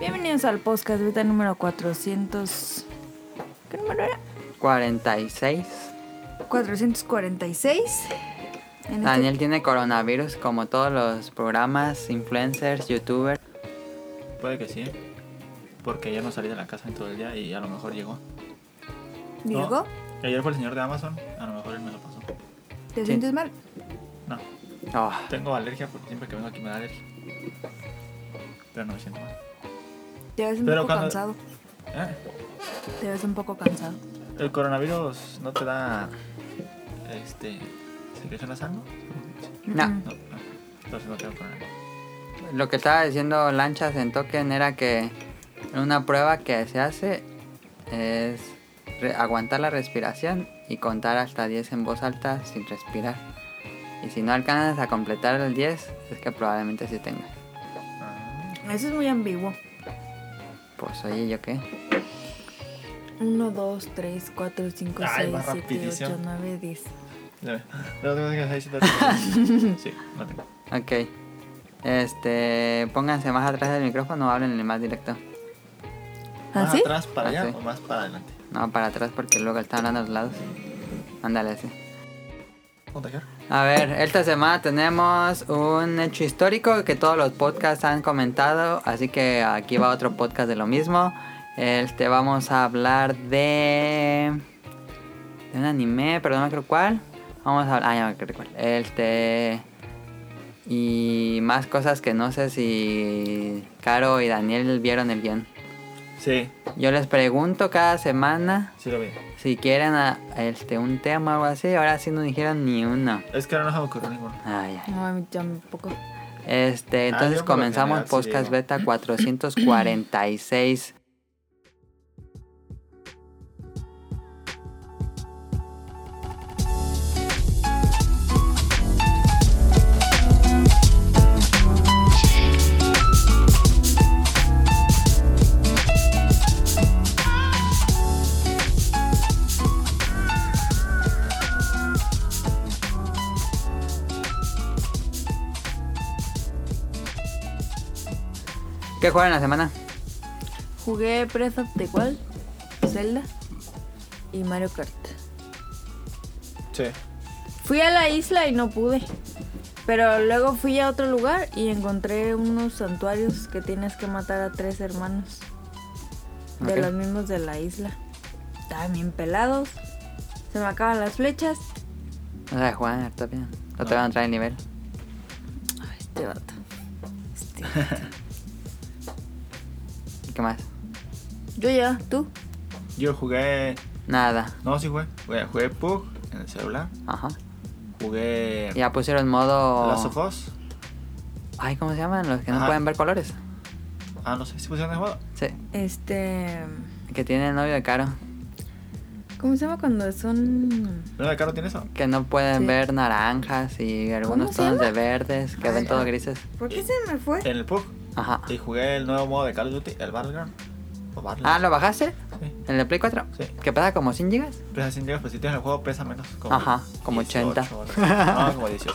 Bienvenidos al podcast beta número 400. ¿Qué número era? 46. 446. En este Daniel tiene coronavirus como todos los programas, influencers, youtubers. Puede que sí. ¿eh? Porque ayer no salí de la casa en todo el día y a lo mejor llegó. este- Diego, No, ayer fue el señor de Amazon, a lo mejor él me lo pasó. ¿te Sí. sientes mal? No, Oh, tengo alergia porque siempre que vengo aquí me da alergia. Pero no me siento mal. Te ves un Pero poco cuando- cansado. ¿Eh? Te ves un poco cansado. ¿El coronavirus no te da. este. secreción nasal, no? No. Mm, No, no. Entonces no tengo coronavirus. lo que estaba diciendo Lanchas en Token era que una prueba que se hace es re- aguantar la respiración y contar hasta 10 en voz alta sin respirar. Y si no alcanzas a completar el 10, es que probablemente sí tengas. Ah, Eso es muy ambiguo. Pues oye, ¿yo qué? 1, 2, 3, 4, 5, Ay, 6, va 7, 8, rapidísimo. 9, 10. ya ve. Pero tengo que hacer siete- Sí, no tengo. Ok. Este, pónganse más atrás del micrófono o háblenle más directo. ¿Más ¿Así? atrás para allá Así. o más para adelante? No, para atrás porque luego está hablando a los lados. Ándale así. ¿Contagiar? A ver, esta semana tenemos un hecho histórico que todos los podcasts han comentado, así que aquí va otro podcast de lo mismo. Este, vamos a hablar de... De un anime, pero no me creo cuál. Vamos a hablar... Ah, ya me acuerdo cuál. Este... Y más cosas que no sé si Caro y Daniel vieron el guión. Sí, Yo les pregunto cada semana sí lo vi. si quieren a- este, un tema o algo así. Ahora sí no dijeron ni uno. Es que ahora no se me ocurrió ninguno. Ay, ay. No, a mí tampoco. Este, Ah, entonces yo por lo comenzamos general sí Podcast llego. Beta 446. ¿Qué juegan la semana? Jugué Breath of the Wild, Zelda y Mario Kart. Sí. Fui a la isla y no pude. Pero luego fui a otro lugar y encontré unos santuarios que tienes que matar a tres hermanos. De Ok. los mismos de la isla. Estaban bien pelados. Se me acaban las flechas. No sé, juegan, está bien. No te No. van a entrar en nivel. Ay, este vato. Este. ¿Y qué más? Yo ya, tú. Yo jugué. Nada. No, sí jugué. Jugué, jugué Pug en el celular. Ajá. Jugué. Ya pusieron modo. Last of Us. Ay, ¿cómo se llaman? Los que no Ajá. pueden ver colores. Ah, no sé si pusieron el juego. Sí. Este. Que tiene el novio de Caro. ¿Cómo se llama cuando son. ¿No de Caro tiene eso? Que no pueden Sí. ver naranjas y algunos se tonos de llama? verdes. Que ven Ah, todo ya. grises. ¿Por qué se me fue? En el Pug. Ajá. Y jugué el nuevo modo de Call of Duty, el Battleground. O Ah, Battleground. ¿lo bajaste? Sí. ¿En el Play 4? Sí. ¿Que pesa como 100 gigas? Pesa 100 gigas, pero pues, si tienes el juego pesa menos. Como Ajá, como 18 80. horas. No, como 18.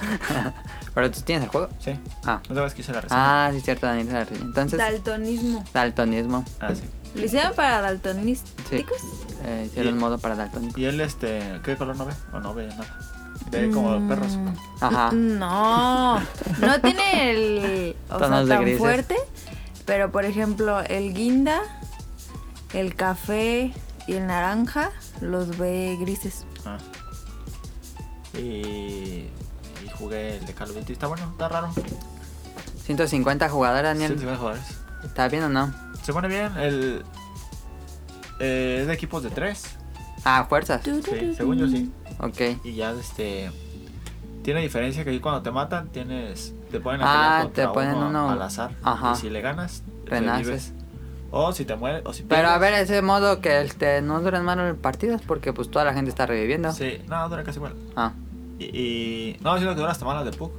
Pero tú tienes el juego. Sí. Ah. No sabes que hice la reseña. Ah, sí, cierto, Daniel se la reseña. Entonces, Daltonismo. daltonismo. Ah, sí. ¿Lo hicieron para daltonísticos? Eh, hicieron Y- modo para daltónicos. ¿Y él, este, qué color no ve? O no ve nada. Ve como Mm. perros. Ajá. No, no tiene el. O sea, Tonos de tan grises. fuerte. Pero por ejemplo, el guinda, el café y el naranja los ve grises. Ah. Y, y jugué el de Call of Duty. Está bueno, está raro. 150 jugadores, Daniel. 150 jugadores. ¿Está bien o no? Se pone bien el. eh, es de equipos de 3. Ah, fuerzas. Sí, según yo sí. Ok. Y ya este. Tiene diferencia que ahí cuando te matan tienes. Te ponen a Ah, pelear contra te ponen uno- al azar. Ajá. Y si le ganas, Renaces. revives. O si te mueres, o si Pero a pierdes. ver, ese modo que este, no duran mal los partidos porque pues toda la gente está reviviendo. Sí, no, dura casi igual. Ah, Y, y- No, sino que dura hasta más las de Puck.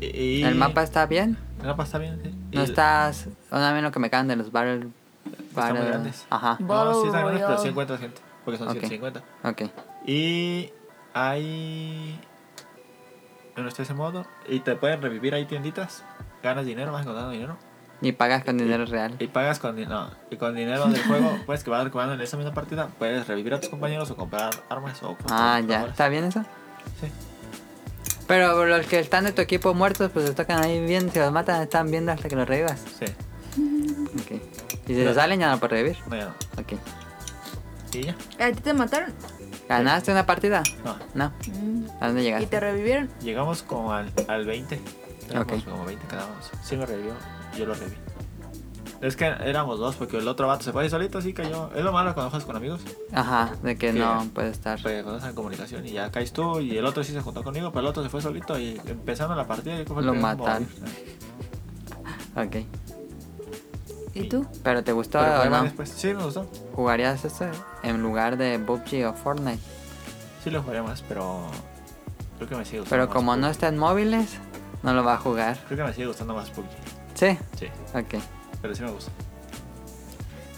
Y, y- ¿El mapa está bien? El mapa está bien, sí. ¿No Y- estás...? Bueno, a mí lo que me cagan de los barrel... muy barrel- grandes. Ajá, No, sí está Battle grande, pero Royale. sí encuentras gente. Porque son Ok. 150. ok. Y hay. Bueno, está ese modo. Y te pueden revivir ahí tienditas. Ganas dinero, vas encontrando dinero. Ni pagas con dinero real. Y pagas con, di- no, y con dinero del juego, pues que va recuperando en esa misma partida, puedes revivir a tus compañeros o comprar armas o Ah, ya. comprar- ¿Está bien eso? Sí. Pero los que están de tu equipo muertos, pues se tocan ahí bien. Si los matan, están viendo hasta que los revivas. Sí, Ok. Y si te salen, ya no puedes revivir. no, ya no. Ok. ¿Y ya? ¿A ti te mataron? ¿Ganaste una partida? No. No. Mm. ¿A dónde ¿Y te llegaste? revivieron? Llegamos como al, al 20. Éramos Ok. como 20 cada uno. Sí me revivió, yo lo reviví. Es que éramos dos, porque el otro vato se fue ahí solito, así cayó. Es lo malo cuando juegas con amigos, Ajá, de que Sí. no puedes estar. porque cuando estás en comunicación y ya caes tú y el otro sí se juntó conmigo, pero el otro se fue solito y empezando la partida yo como el Lo primero en matan. Ok. morir. ¿Y tú? ¿Pero te gustó Pero o fue no? después. Sí, me gustó. ¿Jugarías eso en lugar de PUBG o Fortnite? Sí lo jugaré más, pero creo que me sigue gustando Pero más como PUBG. no está en móviles, no lo va a jugar. Creo que me sigue gustando más PUBG. Sí, Sí, ok. pero sí me gusta.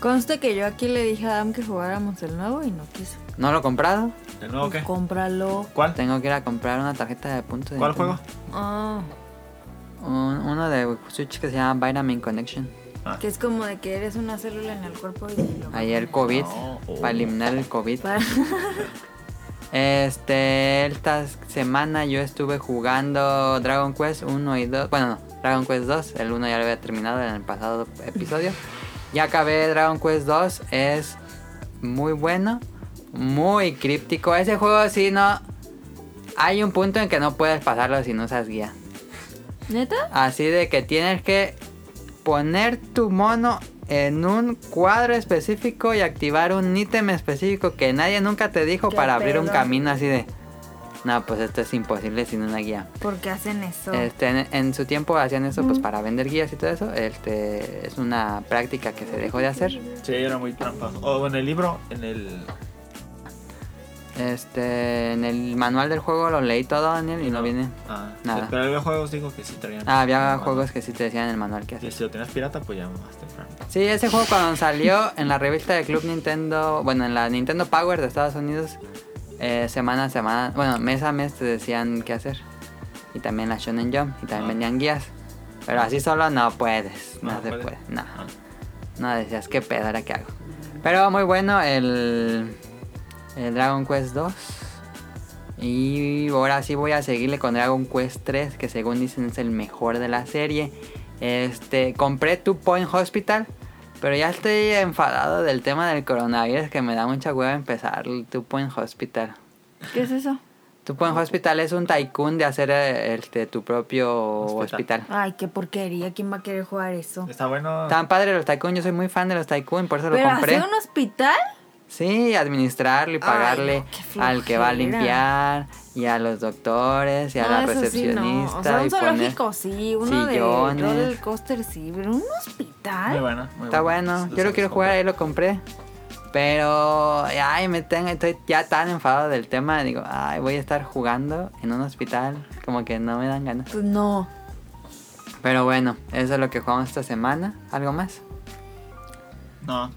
Conste que yo aquí le dije a Adam que jugáramos el nuevo y no quiso. Pues ¿No lo he comprado? ¿De nuevo qué? Cómpralo. ¿Cuál? Tengo que ir a comprar una tarjeta de puntos. de ¿Cuál Nintendo. juego? Ah, Un- uno de Switch que se llama Vitamin Connection. Ah, que es como de que eres una célula en el cuerpo y lo Ahí el COVID. No, oh. Para eliminar el COVID. Para- Este, esta semana yo estuve jugando Dragon Quest 1 y 2. Bueno, no, Dragon Quest 2. El 1 ya lo había terminado en el pasado episodio. Ya acabé Dragon Quest 2. Es muy bueno. Muy críptico. Ese juego sí no... Hay un punto en que no puedes pasarlo si no usas guía. ¿Neta? Así de que tienes que poner tu mono en un cuadro específico y activar un ítem específico que nadie nunca te dijo Qué para abrir un pedo. camino así de... No, pues esto es imposible sin una guía. Porque hacen eso. Este, en, en su tiempo hacían eso pues para vender guías y todo eso. Este, es una práctica que se dejó de hacer. Sí, era muy trampas. O en el libro, en el. Este, en el manual del juego lo leí todo, Daniel, y no viene. Ah, Nada. sí, pero había juegos, digo que sí traían. Ah, había Bueno, juegos que sí te decían en el manual que hacer. y Si lo tenías pirata, pues ya más temprano. Sí, ese juego cuando salió en la revista de Club Nintendo, bueno, en la Nintendo Power de Estados Unidos, eh, semana a semana, bueno, mes a mes te decían qué hacer. Y también la Shonen Jump, y también Ah. vendían guías. Pero así solo no puedes, no, No, se puede. puede, no. Ah, No decías qué pedo, ahora qué hago. Pero muy bueno el, el Dragon Quest 2. Y ahora sí voy a seguirle con Dragon Quest 3, que según dicen es el mejor de la serie. Este, compré Two Point Hospital, pero ya estoy enfadado del tema del coronavirus que me da mucha hueva empezar el Two Point Hospital. ¿Qué es eso? Two Point Hospital es un tycoon de hacer eh, este, tu propio Hospital. hospital. Ay, qué porquería. ¿Quién va a querer jugar eso? Está bueno. Tan padre los tycoon, yo soy muy fan de los tycoon, por eso ¿Pero lo compré. hacer un hospital? Sí, administrarlo y pagarle no, qué al que va a flojera. limpiar y a los doctores y a No, la eso sí, recepcionista. no. O sea, un y poner- zoológico sí, uno sillones. de roller coaster sí, pero un Muy hospital. bueno. muy Está bueno, yo lo quiero jugar, ahí lo compré. Pero, ay, me tengo, estoy ya tan enfadado del tema. Digo, ay, voy a estar jugando en un hospital. Como que no me dan ganas. Pues no. Pero bueno, eso es lo que jugamos esta semana. ¿Algo más? No,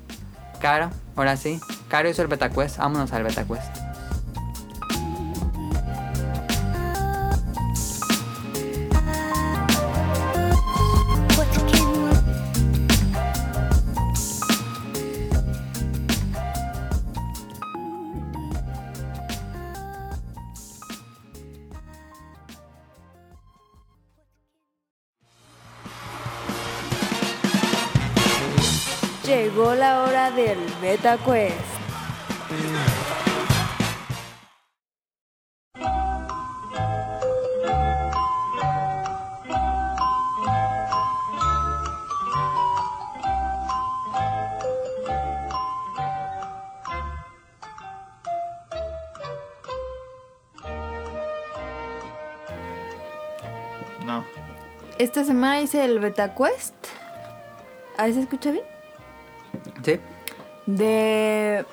Caro, ahora sí. Caro hizo el Betacuest. Vámonos al Betacuest. Llegó la hora del Beta Quest. no. Esta semana hice el Beta Quest. ¿Ahí se escucha bien? Sí. De.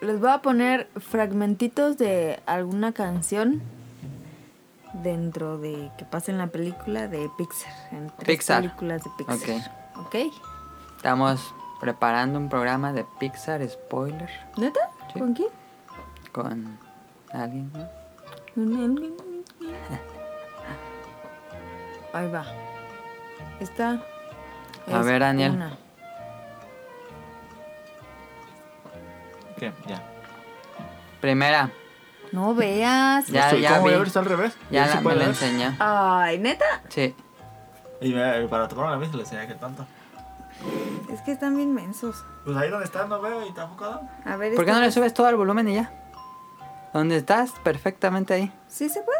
Les voy a poner fragmentitos de alguna canción dentro de que pasa en la película de Pixar. En tres Pixar. películas de Pixar. Ok. Estamos preparando un programa de Pixar Spoiler ¿Neta? Sí. ¿Con quién? con alguien. ¿no? Ahí va. Está. A Es ver, Daniel. una. ¿Qué? Ya. Primera. No veas. Ya, Estoy- ya Pues, ¿Cómo voy a vi. ver? Está al revés. Ya ¿Y la- si me puede la ver? enseñó. Ay, neta. Sí. Y me- para tomar una mesa le enseñé que tanto. Es que están bien mensos. Pues ahí donde está no veo y tampoco da. A ver. ¿Por qué no esta- le subes todo el volumen y ya? ¿Dónde estás? Perfectamente ahí. ¿Sí se puede?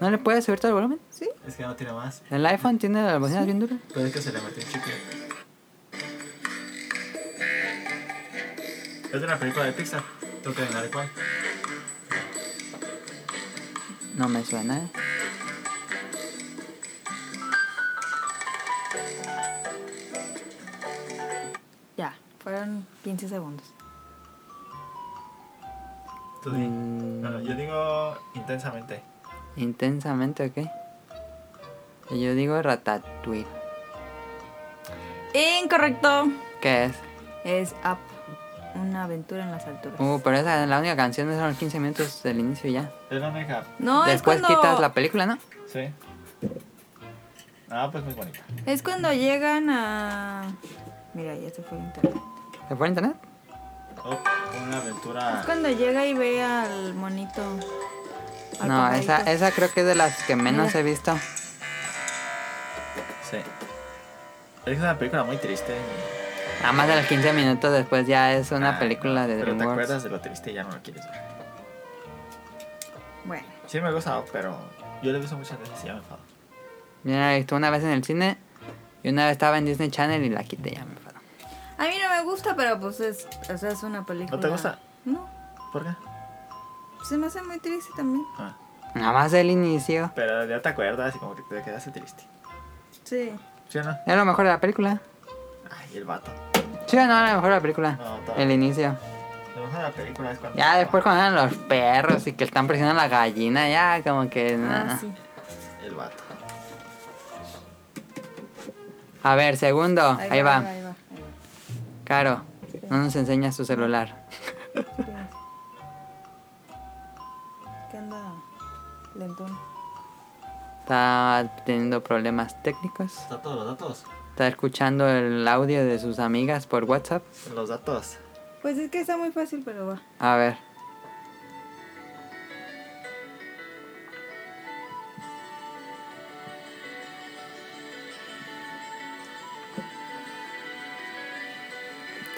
¿No le puedes subir todo el volumen? ¿Sí? Es que no tiene más. El iPhone tiene las bocinas bien duras. Pero es que se le metió un chicle. Es de una película de Pixar. Tengo que adivinar cuál. No me suena, ¿eh? Ya. Fueron 15 segundos. Tú di. Mm. Bueno, yo digo intensamente. Intensamente, ok. Y Yo digo ratatouille. Incorrecto. ¿Qué es? Es Up. Una aventura en las alturas. Uh, pero esa es la única canción, son los 15 minutos del inicio y ya. Es la única. No, Después es cuando. quitas la película, ¿no? Sí. Ah, pues muy bonita. Es cuando llegan a. Mira, ya se fue el internet. ¿Se fue a internet? Oh, una Es aventura. cuando llega y ve al monito. al No, esa, pajarito. esa creo que es de las que menos Mira. he visto. Sí. Es una película muy triste. Nada más de los 15 minutos después ya es una Ah, película de Pero te DreamWorks. acuerdas de lo triste y ya no lo quieres ver. Bueno, Sí me gusta, pero yo lo he visto muchas veces y ya me enfado. Yo la he visto una vez en el cine y una vez estaba en Disney Channel y la quité ya me enfadó. a mí no me gusta, pero pues es, o sea, es una película. gusta? No, ¿Por qué? se me hace muy triste también. Ah, Nada más del inicio. pero ya te acuerdas y como que te quedaste triste. Sí. ¿Sí o no? Es lo mejor de la película. Ay, el vato. Sí, no, era lo mejor de la película. No, todo. el inicio. Lo mejor de la película es cuando. Ya después cuando eran los perros y que están presionando a la gallina, ya como que... nah. Ah, sí. El vato. A ver, segundo. Ahí, va. Ahí va. ahí va. Caro, no nos enseñas tu celular. ¿Qué anda? Lentón. Está teniendo problemas técnicos. Está todos los datos. Está escuchando el audio de sus amigas por WhatsApp. Los datos. Pues es que está muy fácil, pero va. A ver.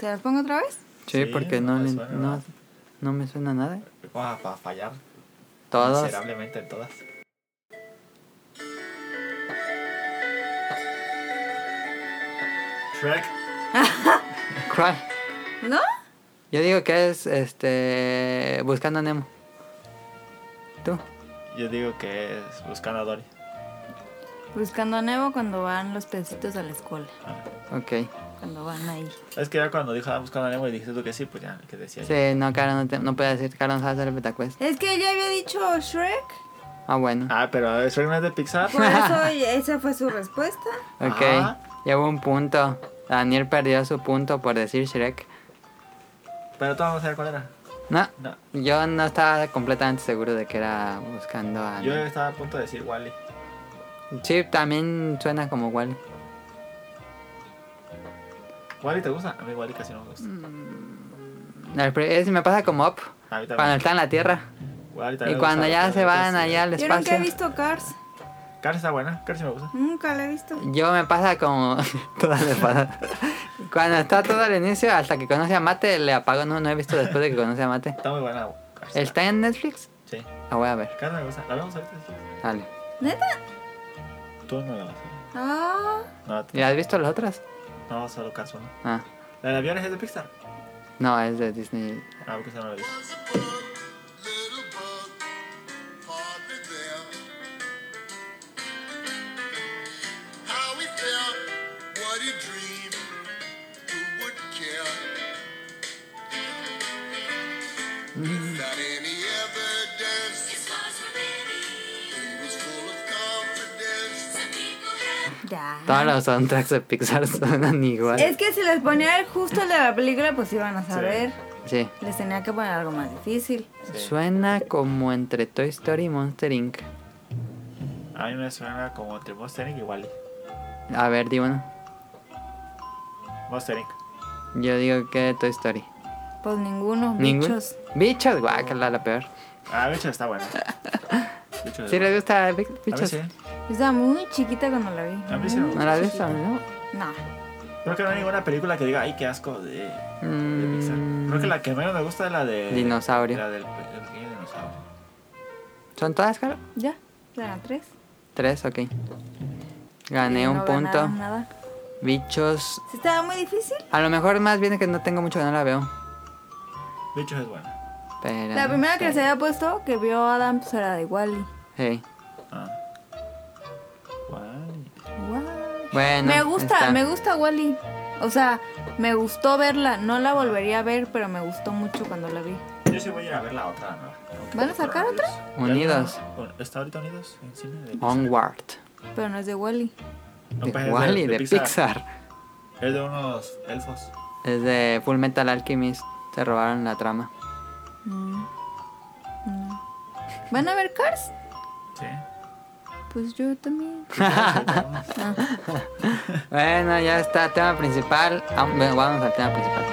¿Se las pongo otra vez? Sí, Sí, porque no no, me le- suena no, nada. no me suena nada. Vamos a fallar Todos. miserablemente en todas. Shrek. ¿Cuál? ¿No? Yo digo que es este buscando a Nemo. ¿Tú? Yo digo que es buscando a Dory. Buscando a Nebo cuando van los pecitos a la escuela. Ok. Cuando van ahí. Es que ya cuando dijo ah, buscando a Nemo y dijiste tú que sí, pues ya, que decía yo. Sí, no, Caro, no, te- no puedo decir, Caro, no sabes hacer el betacuest. Es que ya había dicho Shrek. Ah, bueno. Ah, pero ¿es Shrek no es de Pixar. Por eso y- esa fue su respuesta. Ok. Ajá. Llevo un punto. Daniel perdió su punto por decir Shrek. Pero todos vamos a ver cuál era. No, No. yo no estaba completamente seguro de que era buscando a. Yo estaba a punto de decir Wally. Sí, también suena como Wally. ¿Wally te gusta? A mí Wally casi no me Mm. gusta. El pri- Es, me pasa como Up. A mí Cuando también. está en la tierra. Wall-E Y también me cuando gusta, ya pero se no van sé si- allá al Yo nunca he espacio. visto Cars. Car está buena, Car sí me gusta. Nunca la he visto. Yo me pasa como. Todas le pasa. Cuando está todo al inicio, hasta que conoce a Mate, le apago. No, no he visto después de que conoce a Mate. Está muy buena. Cars. ¿Está en Netflix? Sí. La voy a ver. Car me gusta. La vemos ahorita. sí. Dale. ¿Neta? Tú no la vas a ver. Ah. No, tú- ¿Y has visto las otras? no, solo Cars 1. Ah, ¿La de aviones es de Pixar? no, es de Disney. Ah, porque esa no la he visto. Not any evidence. His thoughts were many. He was full of confidence. Some people Ya. have Todos los soundtracks de Pixar suenan igual. Es que si les ponía el justo el de la película, pues iban a saber. Sí. Les tenía que poner algo más difícil. Sí. Suena como entre Toy Story y Monster Inc. A mí me suena como entre Monster Inc. y Wally. A ver, di uno. Monster Inc. Yo digo que Toy Story. Pues ninguno, ¿Ningún? bichos. Bichos, guácala, la peor. Ah, Bichos está buena. Bichos ¿Sí es buena. les gusta Bi- A mí Bichos? sí. Yo estaba muy chiquita cuando la vi. A mí sí me muy ¿No la has visto? chiquita. No. No. Creo que no hay ninguna película que diga, ay, qué asco de, de Mm. Pixar. Creo que la que menos me gusta es la de... Dinosaurio. La del pe- el pequeño dinosaurio. ¿Son todas, Caro? ¿Ya? ¿Eran tres? Tres, ok. Gané No un punto. ganaron nada. Bichos. ¿Sí estaba muy difícil? A lo mejor más bien es que no tengo mucho que no la veo. Bichos es buena. Pero La no primera sé. que se había puesto que vio Adam pues era de Wally. Sí. Ah. Guay. Bueno. me gusta, está. me gusta Wally. O sea, me gustó verla. No la volvería a ver, pero me gustó mucho cuando la vi. Yo sí voy a ir a ver la otra. ¿no? ¿Van a sacar otra? Unidos. Ya- ¿Está ahorita Unidos en cine? De Pixar? Onward. Pero no es de Wally. No, De pues es Wall-E, de, Pixar. Es de unos elfos. Es de Full Metal Alchemist. Se robaron la trama. Mm. No. ¿Van a ver Cars? Sí. Pues yo también. Bueno, ya está. Tema principal. Ah, bueno, Vamos al tema principal.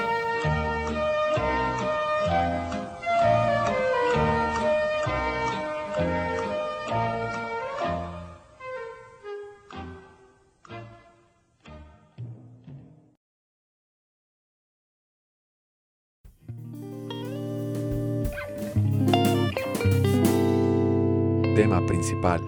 Tema principal.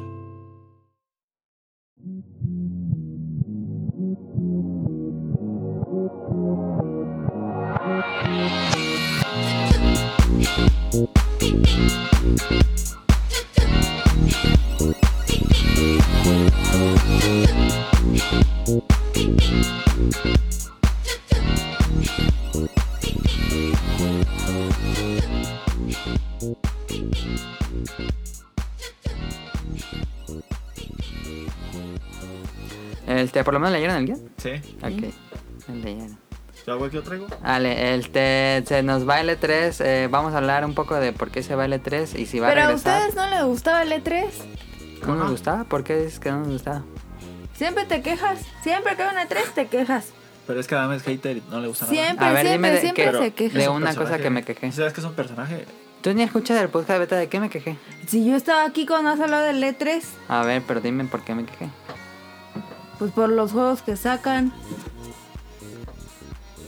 Este, ¿Por lo menos leyeron el guión? Sí. Ok. Leyeron. ¿Yo hago aquí traigo? Vale, este, se nos va L3. eh, vamos a hablar un poco de por qué se va L3 y si va Pero a a regresar. ustedes no les gustaba el E E3. ¿No nos gustaba? ¿Por qué dices que no nos gustaba? Siempre te quejas. Siempre que hay una E3 te quejas. Pero es que Adam es hater y no le gusta Siempre. nada. a ver, dime de, siempre que- Pero- se queja. de Es un una cosa personaje. que me quejé. ¿Sabes que es un personaje? Tú ni escuchas el podcast beta de qué me quejé. Si yo estaba aquí cuando has hablado del E E3, A ver, pero dime por qué me quejé. pues por los juegos que sacan.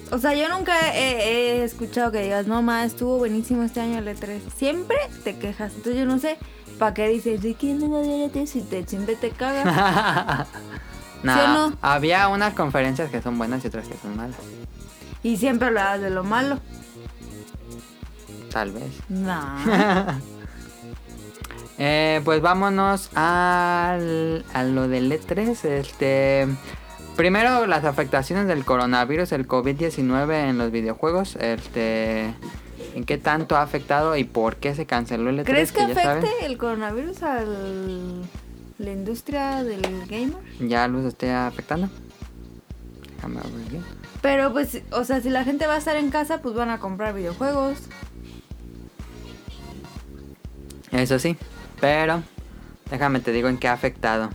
O sea, yo nunca he, he escuchado que digas, no más, estuvo buenísimo este año el E3. Siempre te quejas. Entonces yo no sé para qué dices, ¿de quién no va a haber E3 si te, siempre te cagas? No, ¿Sí o no? había unas conferencias que son buenas y otras que son malas. y siempre hablabas de lo malo. Tal vez. No. Eh, pues vámonos al, a lo del E3. Este, primero, las afectaciones del coronavirus, el COVID-19 en los videojuegos. Este, ¿En qué tanto ha afectado y por qué se canceló el E3? ¿Crees que ya saben. afecte el coronavirus a la industria del gamer? Ya los esté afectando. Déjame abrir aquí. Pero pues, o sea, si la gente va a estar en casa, pues van a comprar videojuegos. Eso sí, pero déjame te digo en qué ha afectado.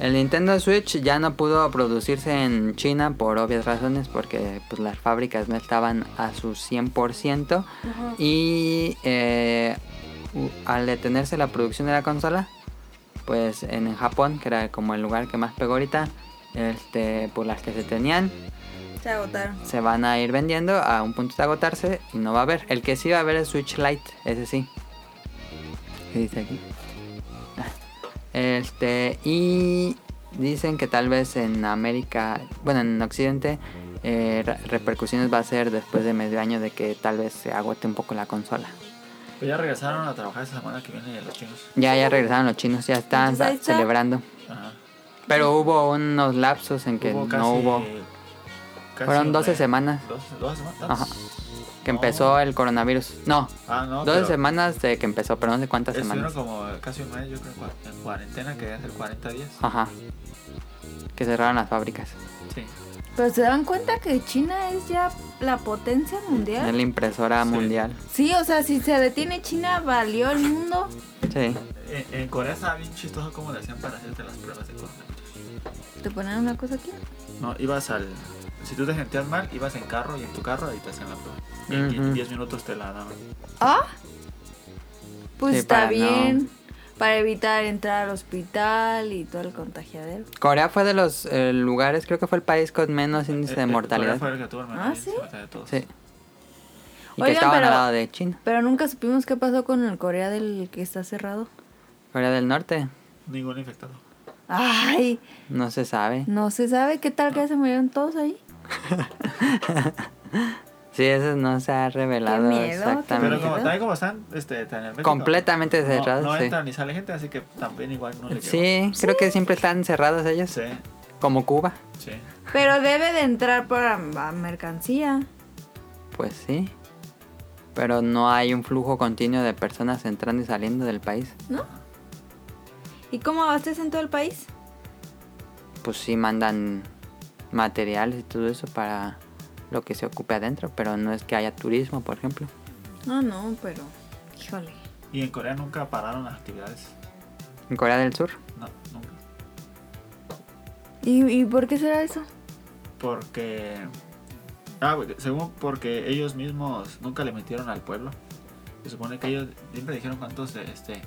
El Nintendo Switch ya no pudo producirse en China por obvias razones, porque pues, las fábricas no estaban a su 100%. Y eh, u- al detenerse la producción de la consola, pues en Japón, que era como el lugar que más pegó ahorita, este, pues las que se tenían, Se agotaron. se van a ir vendiendo a un punto de agotarse y no va a haber. El que sí va a haber es Switch Lite, ese sí. ¿Qué dice aquí? Este, y dicen que tal vez en América, bueno, en Occidente, eh, re- repercusiones va a ser después de medio año de que tal vez se agote un poco la consola. Pues ya regresaron a trabajar esa semana que viene los chinos. Ya, ya regresaron los chinos, ya están Entonces, ahí está. celebrando. Ajá. Pero hubo unos lapsos en que Hubo no casi- hubo. casi Fueron 12 de- semanas ¿Doce, doce semanas? Ajá. que No. empezó el coronavirus. No, Ah, no. Dos pero semanas de que empezó, pero no sé cuántas Estuvieron semanas. como casi un mes, yo creo, cua- en cuarentena, que debe ser 40 días. Ajá. Que cerraron las fábricas. Sí. Pero se dan cuenta que China es ya la potencia Es mundial. la impresora Sí. mundial. Sí, o sea, si se detiene China, valió el mundo. Sí. En, en Corea estaba bien chistoso cómo le hacían para hacerte las pruebas de coronavirus. ¿Te ponen una cosa aquí? No, ibas al, Si tú te sentías mal, ibas en carro y en tu carro ahí te hacían la prueba. Y en Ujú. 10 minutos te la daban. ¿Ah? Pues Sí, está para no- bien. Para evitar entrar al hospital y todo el contagiadero. Corea fue de los eh, lugares, creo que fue el país con menos índice Eh, de eh, Corea mortalidad. fue el que tuvo el menor Ah, índice de ¿sí? mortalidad de todos. Sí. Y que Oigan, estaban al pero- lado de China, Pero nunca supimos qué pasó con el Corea del que está cerrado. Corea del Norte. Ningún infectado. Ay, No se sabe. no se sabe qué tal que se murieron todos ahí. Sí, eso no se ha revelado Qué miedo, qué Pero exactamente. como, miedo. también como están este, tan herméticos, Completamente no- cerrados, No, sí. entra ni sale gente, así que también igual no le llegó. Sí, creo que siempre están cerrados ellos, Sí, como Cuba. sí. Pero debe de entrar por la mercancía. Pues sí. Pero no hay un flujo continuo de personas entrando y saliendo del país. ¿Y cómo abastecen en todo el país? Pues sí mandan materiales y todo eso para lo que se ocupe adentro, pero no es que haya turismo, por ejemplo. No, Ah, no, pero. Híjole. Y en Corea nunca pararon las actividades. En Corea del Sur. No, nunca. ¿Y, y por qué será eso? Porque. Ah, güey, según porque ellos mismos nunca le metieron al pueblo. Se supone que ellos siempre dijeron cuántos este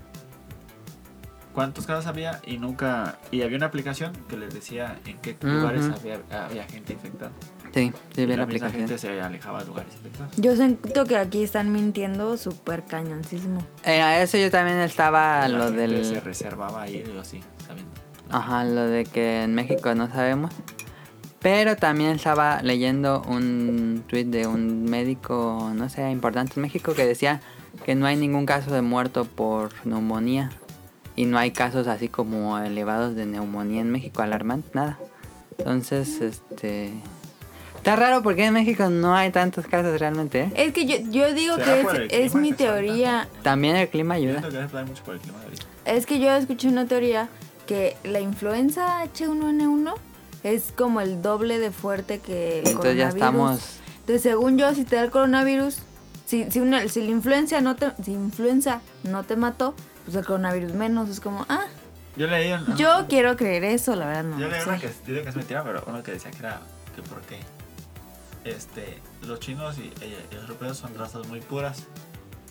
cuántos casos había y nunca. Y había una aplicación que les decía en qué Ujú. lugares había, había gente infectada. Sí, sí, y vi la misma aplicación. gente se alejaba de lugares infectados. Yo siento que aquí están mintiendo súper cañoncísimo. Eh, a eso yo también estaba La Ah, lo gente se del... Ah, reservaba ahí, digo, sí, sabiendo. Ajá, lo de que en México no sabemos. Pero también estaba leyendo un tweet de un médico, no sé, importante en México que decía que no hay ningún caso de muerto por neumonía. Y no hay casos así como elevados de neumonía en México, alarmante, nada. Entonces, este... Está raro porque en México no hay tantos casos realmente, ¿eh? Es que yo, yo digo ¿Será que por el es, es clima mi que se teoría. También el clima Yo ayuda. siento que debe hablar mucho por el clima de ahorita. Es que yo escuché una teoría que la influenza H1N1 es como el doble de fuerte que el Entonces ya coronavirus. estamos- Entonces, según yo, si te da el coronavirus, si, si, una- si la influenza no te, si influenza no te mató, pues el coronavirus menos. Es como, ah, Yo leí un- yo quiero creer eso, la verdad no. Yo lo leí sé. una que, yo digo que es mentira, pero uno que decía que era que porque este, los chinos y, eh, y los europeos son razas muy puras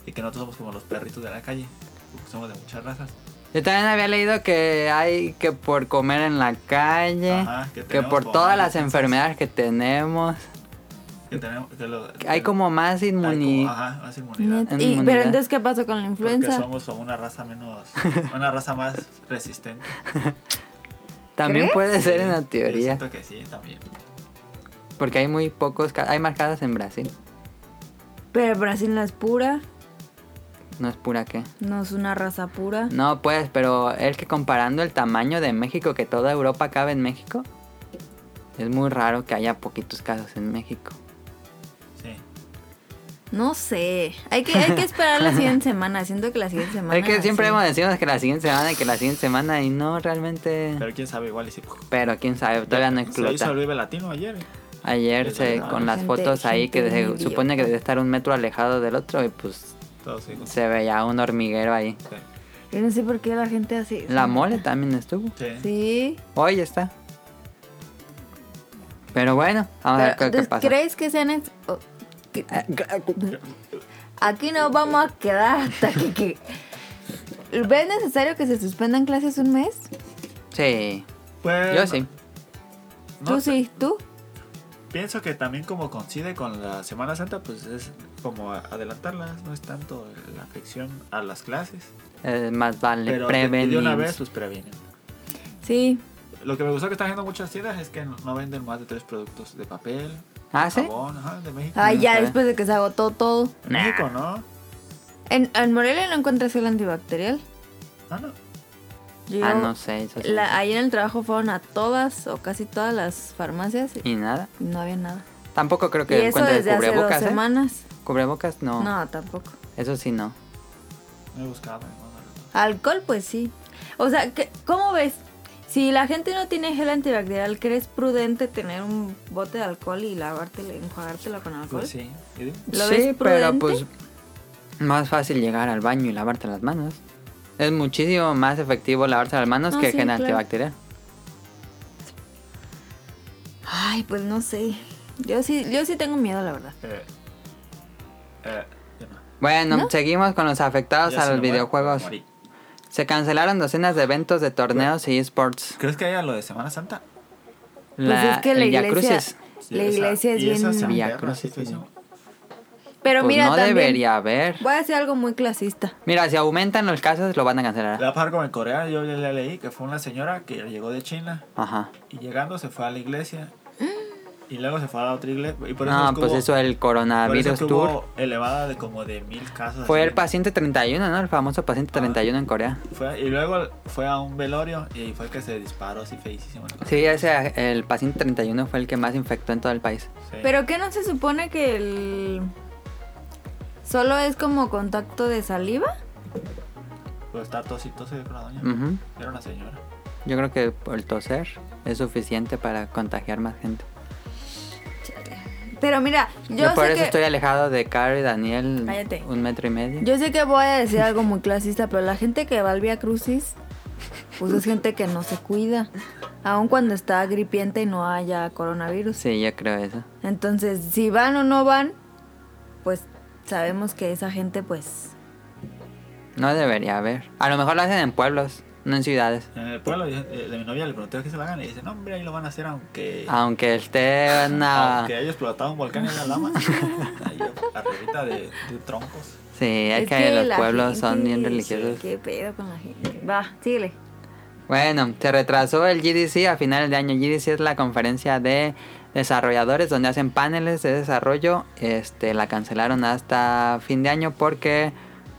y que nosotros somos como los perritos de la calle, porque somos de muchas razas. Yo también había leído que hay que por comer en la calle, Ajá, que que, tenemos por todas las bombadas. enfermedades que tenemos, Que tenemos, que lo- que hay como más hay como- inmunidad. ajá, más inmunidad. Neta. en Y- inmunidad. pero entonces, ¿qué pasó con la Porque influenza? somos como una raza menos, una raza más resistente. También ¿Crees? puede ser Sí, una Yo teoría, siento que sí, también. porque hay muy pocos, ca- hay marcadas en Brasil, Pero Brasil no es pura, no es pura que. no es una raza pura. No, pues, pero es que comparando el tamaño de México, que toda Europa cabe en México, es muy raro que haya poquitos casos en México. Sí. No sé. Hay que, hay que esperar la siguiente semana. Siento que la siguiente semana. Es que siempre sí. hemos decimos que la siguiente semana y que la siguiente semana y no realmente... Pero quién sabe, igual y si. Pero quién sabe, todavía no Se hizo explota. el Vive Latino ayer. eh, Ayer se, Exacto. con las Gente- fotos ahí que gente se muy supone que debe estar un metro alejado del otro y pues Todos sí. se veía un hormiguero ahí. Sí. Yo no sé por qué la gente hace. eso. La mole también estuvo. Sí. Sí. Hoy está. Pero bueno, vamos a ver Pero, qué- qué, entonces, pasa. Ah, ¿Crees que sean.? ex- o- que- Aquí nos vamos a quedar hasta que. que- ¿Ves necesario que se suspendan clases un mes? Sí, Pues, yo sí. no Tú sé. sí, tú. Pienso que también como coincide con la Semana Santa, pues es como a- adelantarlas, no es tanto la afección a las clases. Eh, más vale pero de- de una prevenir. vez, pues previenen. Sí. Lo que me gustó que están haciendo muchas tiendas es que no no venden más de tres productos de papel, ¿Ah, sí? jabón, ajá, de México. Ay, ya sé. después de que se agotó todo. En México, ¿no? En, en Morelia no encuentras el antibacterial. Ah, no. pues. Yo- Ah, no sé. eso sí. la- ahí en el trabajo fueron a todas o casi todas las farmacias y Y nada. no había nada. Tampoco creo Y que eso encuentres desde hace dos cubrebocas. ¿eh? semanas. Cubrebocas no. No, tampoco. Eso sí no. No he buscado. no, Alcohol, pues sí. O sea, ¿qué- ¿cómo ves? Si la gente no tiene gel antibacterial, ¿crees prudente tener un bote de alcohol y lavártelo, enjuagártelo con no. alcohol? Pues sí. ¿Y tú? ¿Lo sí, ves prudente? pero pues más fácil llegar al baño y lavarte las manos. Es muchísimo más efectivo lavarse las manos No, que Ah, sí, gel claro. antibacterial. Ay, pues no sé. Yo sí, yo sí tengo miedo, la verdad. Eh, eh, ya no. Bueno, ¿No? seguimos con los afectados Ya a se los me muere, videojuegos. morí. Se cancelaron docenas de eventos de torneos y esports. ¿Crees que haya lo de Semana Santa? Pues es que la el iglesia. Yacruces. Sí, la esa- iglesia es y esa bien. se Villa emperra, Cruz, sí, sí, sí. Pero Pues mira, no también. debería haber. Voy a hacer algo muy clasista. Mira, si aumentan los casos, lo van a cancelar. La Fargo en Corea, yo ya la leí que fue una señora que llegó de China Ajá. y llegando se fue a la iglesia y luego se fue a la otra iglesia. Y por eso No, es que pues hubo- eso, el por eso coronavirus es que tour. hubo elevada de como de mil casas. Fue así. el paciente 31, ¿no? El famoso Ah. paciente 31 en Corea. Fue- y luego fue a un velorio y ahí fue que se disparó así feísimo. la cosa. Sí, ese, el paciente 31 fue el que más infectó en todo el país. Sí. Pero que no se supone que el. Solo es como contacto de saliva. Pues está tositoso con la doña. Ujú. Era una señora. Yo creo que por el toser es suficiente para contagiar más gente. Pero mira, Yo, yo, por sé eso que. estoy alejado de Caro y Daniel Cállate. un metro y medio. Yo sé que voy a decir algo muy clasista, pero la gente que va al Via Crucis, pues es gente que no se cuida. Aun cuando está gripiente y no haya coronavirus. Sí, yo creo eso. Entonces, si van o no van, pues sabemos que esa gente, pues. No debería haber. A lo mejor lo hacen en pueblos, no en ciudades. En el pueblo yo- de, de mi novia le pregunté que se la hagan y dice, no hombre, ahí lo van a hacer aunque, Aunque esté una... aunque haya explotado un volcán en la lama. ahí arribita de, de troncos. Sí, es, que, los la pueblos son gente- bien religiosos. Qué pedo con la gente. Va, síguele. Bueno, se retrasó el GDC a finales de año. GDC es la conferencia de desarrolladores donde hacen paneles de desarrollo. Este, la cancelaron hasta fin de año porque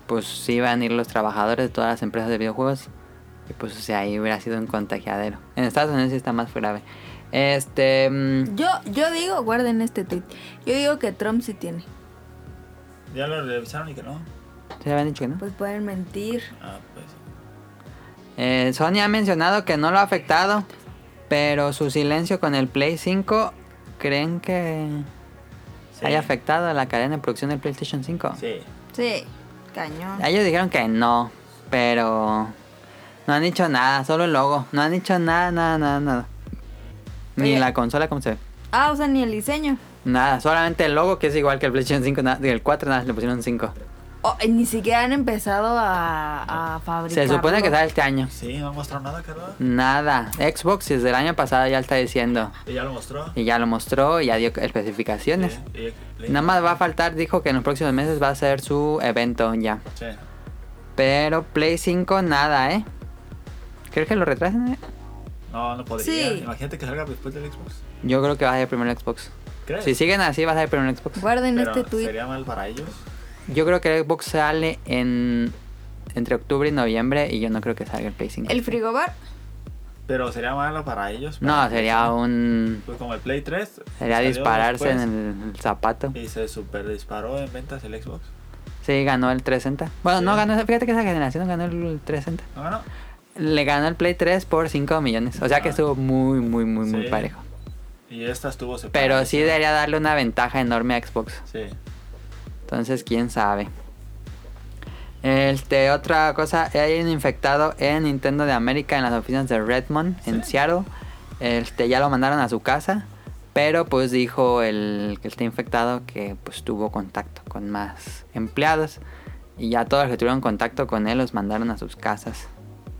pues sí iban a ir los trabajadores de todas las empresas de videojuegos. Y pues o sea, ahí hubiera sido un contagiadero. En Estados Unidos sí está más grave. Este, mm, Yo, yo digo, guarden este tweet. Yo digo que Trump sí tiene. Ya lo revisaron y que no. ¿se habían dicho que no? Pues pueden mentir. Ah, pues. Eh, Sony ha mencionado que no lo ha afectado, pero su silencio con el Play 5 creen que Sí. haya afectado a la cadena de producción del PlayStation 5. Sí. Sí, cañón. Ah, Ellos dijeron que no, pero no han dicho nada, solo el logo. No han dicho nada, nada, nada, nada. Ni Oye. la consola como se ve. Ah, o sea, ni el diseño. Nada, solamente el logo que es igual que el PlayStation 5, nada, el 4 nada, le pusieron 5. Oh, y ni siquiera han empezado a, a fabricar. Se supone que sale este año. Sí, no mostró nada, Carla. Nada, Xbox desde el año pasado ya está diciendo. Y ya lo mostró. Y ya lo mostró y ya dio especificaciones. Sí, y- y- Nada más va a faltar, dijo que en los próximos meses va a ser su evento ya. Sí. Pero Play 5 nada, ¿eh? ¿Crees que lo retrasen? eh? No, no podría. Sí. Imagínate que salga después del Xbox. Yo creo que va a ser primero Xbox. ¿Crees? Si siguen así, va a ser primero Xbox. Guarden Pero este tweet. sería mal para ellos. Yo creo que el Xbox sale en entre octubre y noviembre y yo no creo que salga el Play 5. El frigobar. Pero sería malo para ellos. No, para- sería un... Pues como el Play 3. Sería salió dispararse después en el zapato. Y se super disparó en ventas el Xbox. Sí, ganó el 360. Bueno, Sí. no ganó, fíjate que esa generación no ganó el 360. No, no. Le ganó el Play 3 por 5 millones. O sea que Ah. estuvo muy, muy, muy, muy Sí. Ah, parejo. Y esta estuvo separada. Pero sí debería darle una ventaja enorme a Xbox. Sí. Entonces, quién sabe. Este, otra cosa, hay un infectado en Nintendo de América en las oficinas de Redmond, en Seattle. Este, ya lo mandaron a su casa, pero pues dijo el que está infectado que pues tuvo contacto con más empleados. Y ya todos los que tuvieron contacto con él los mandaron a sus casas.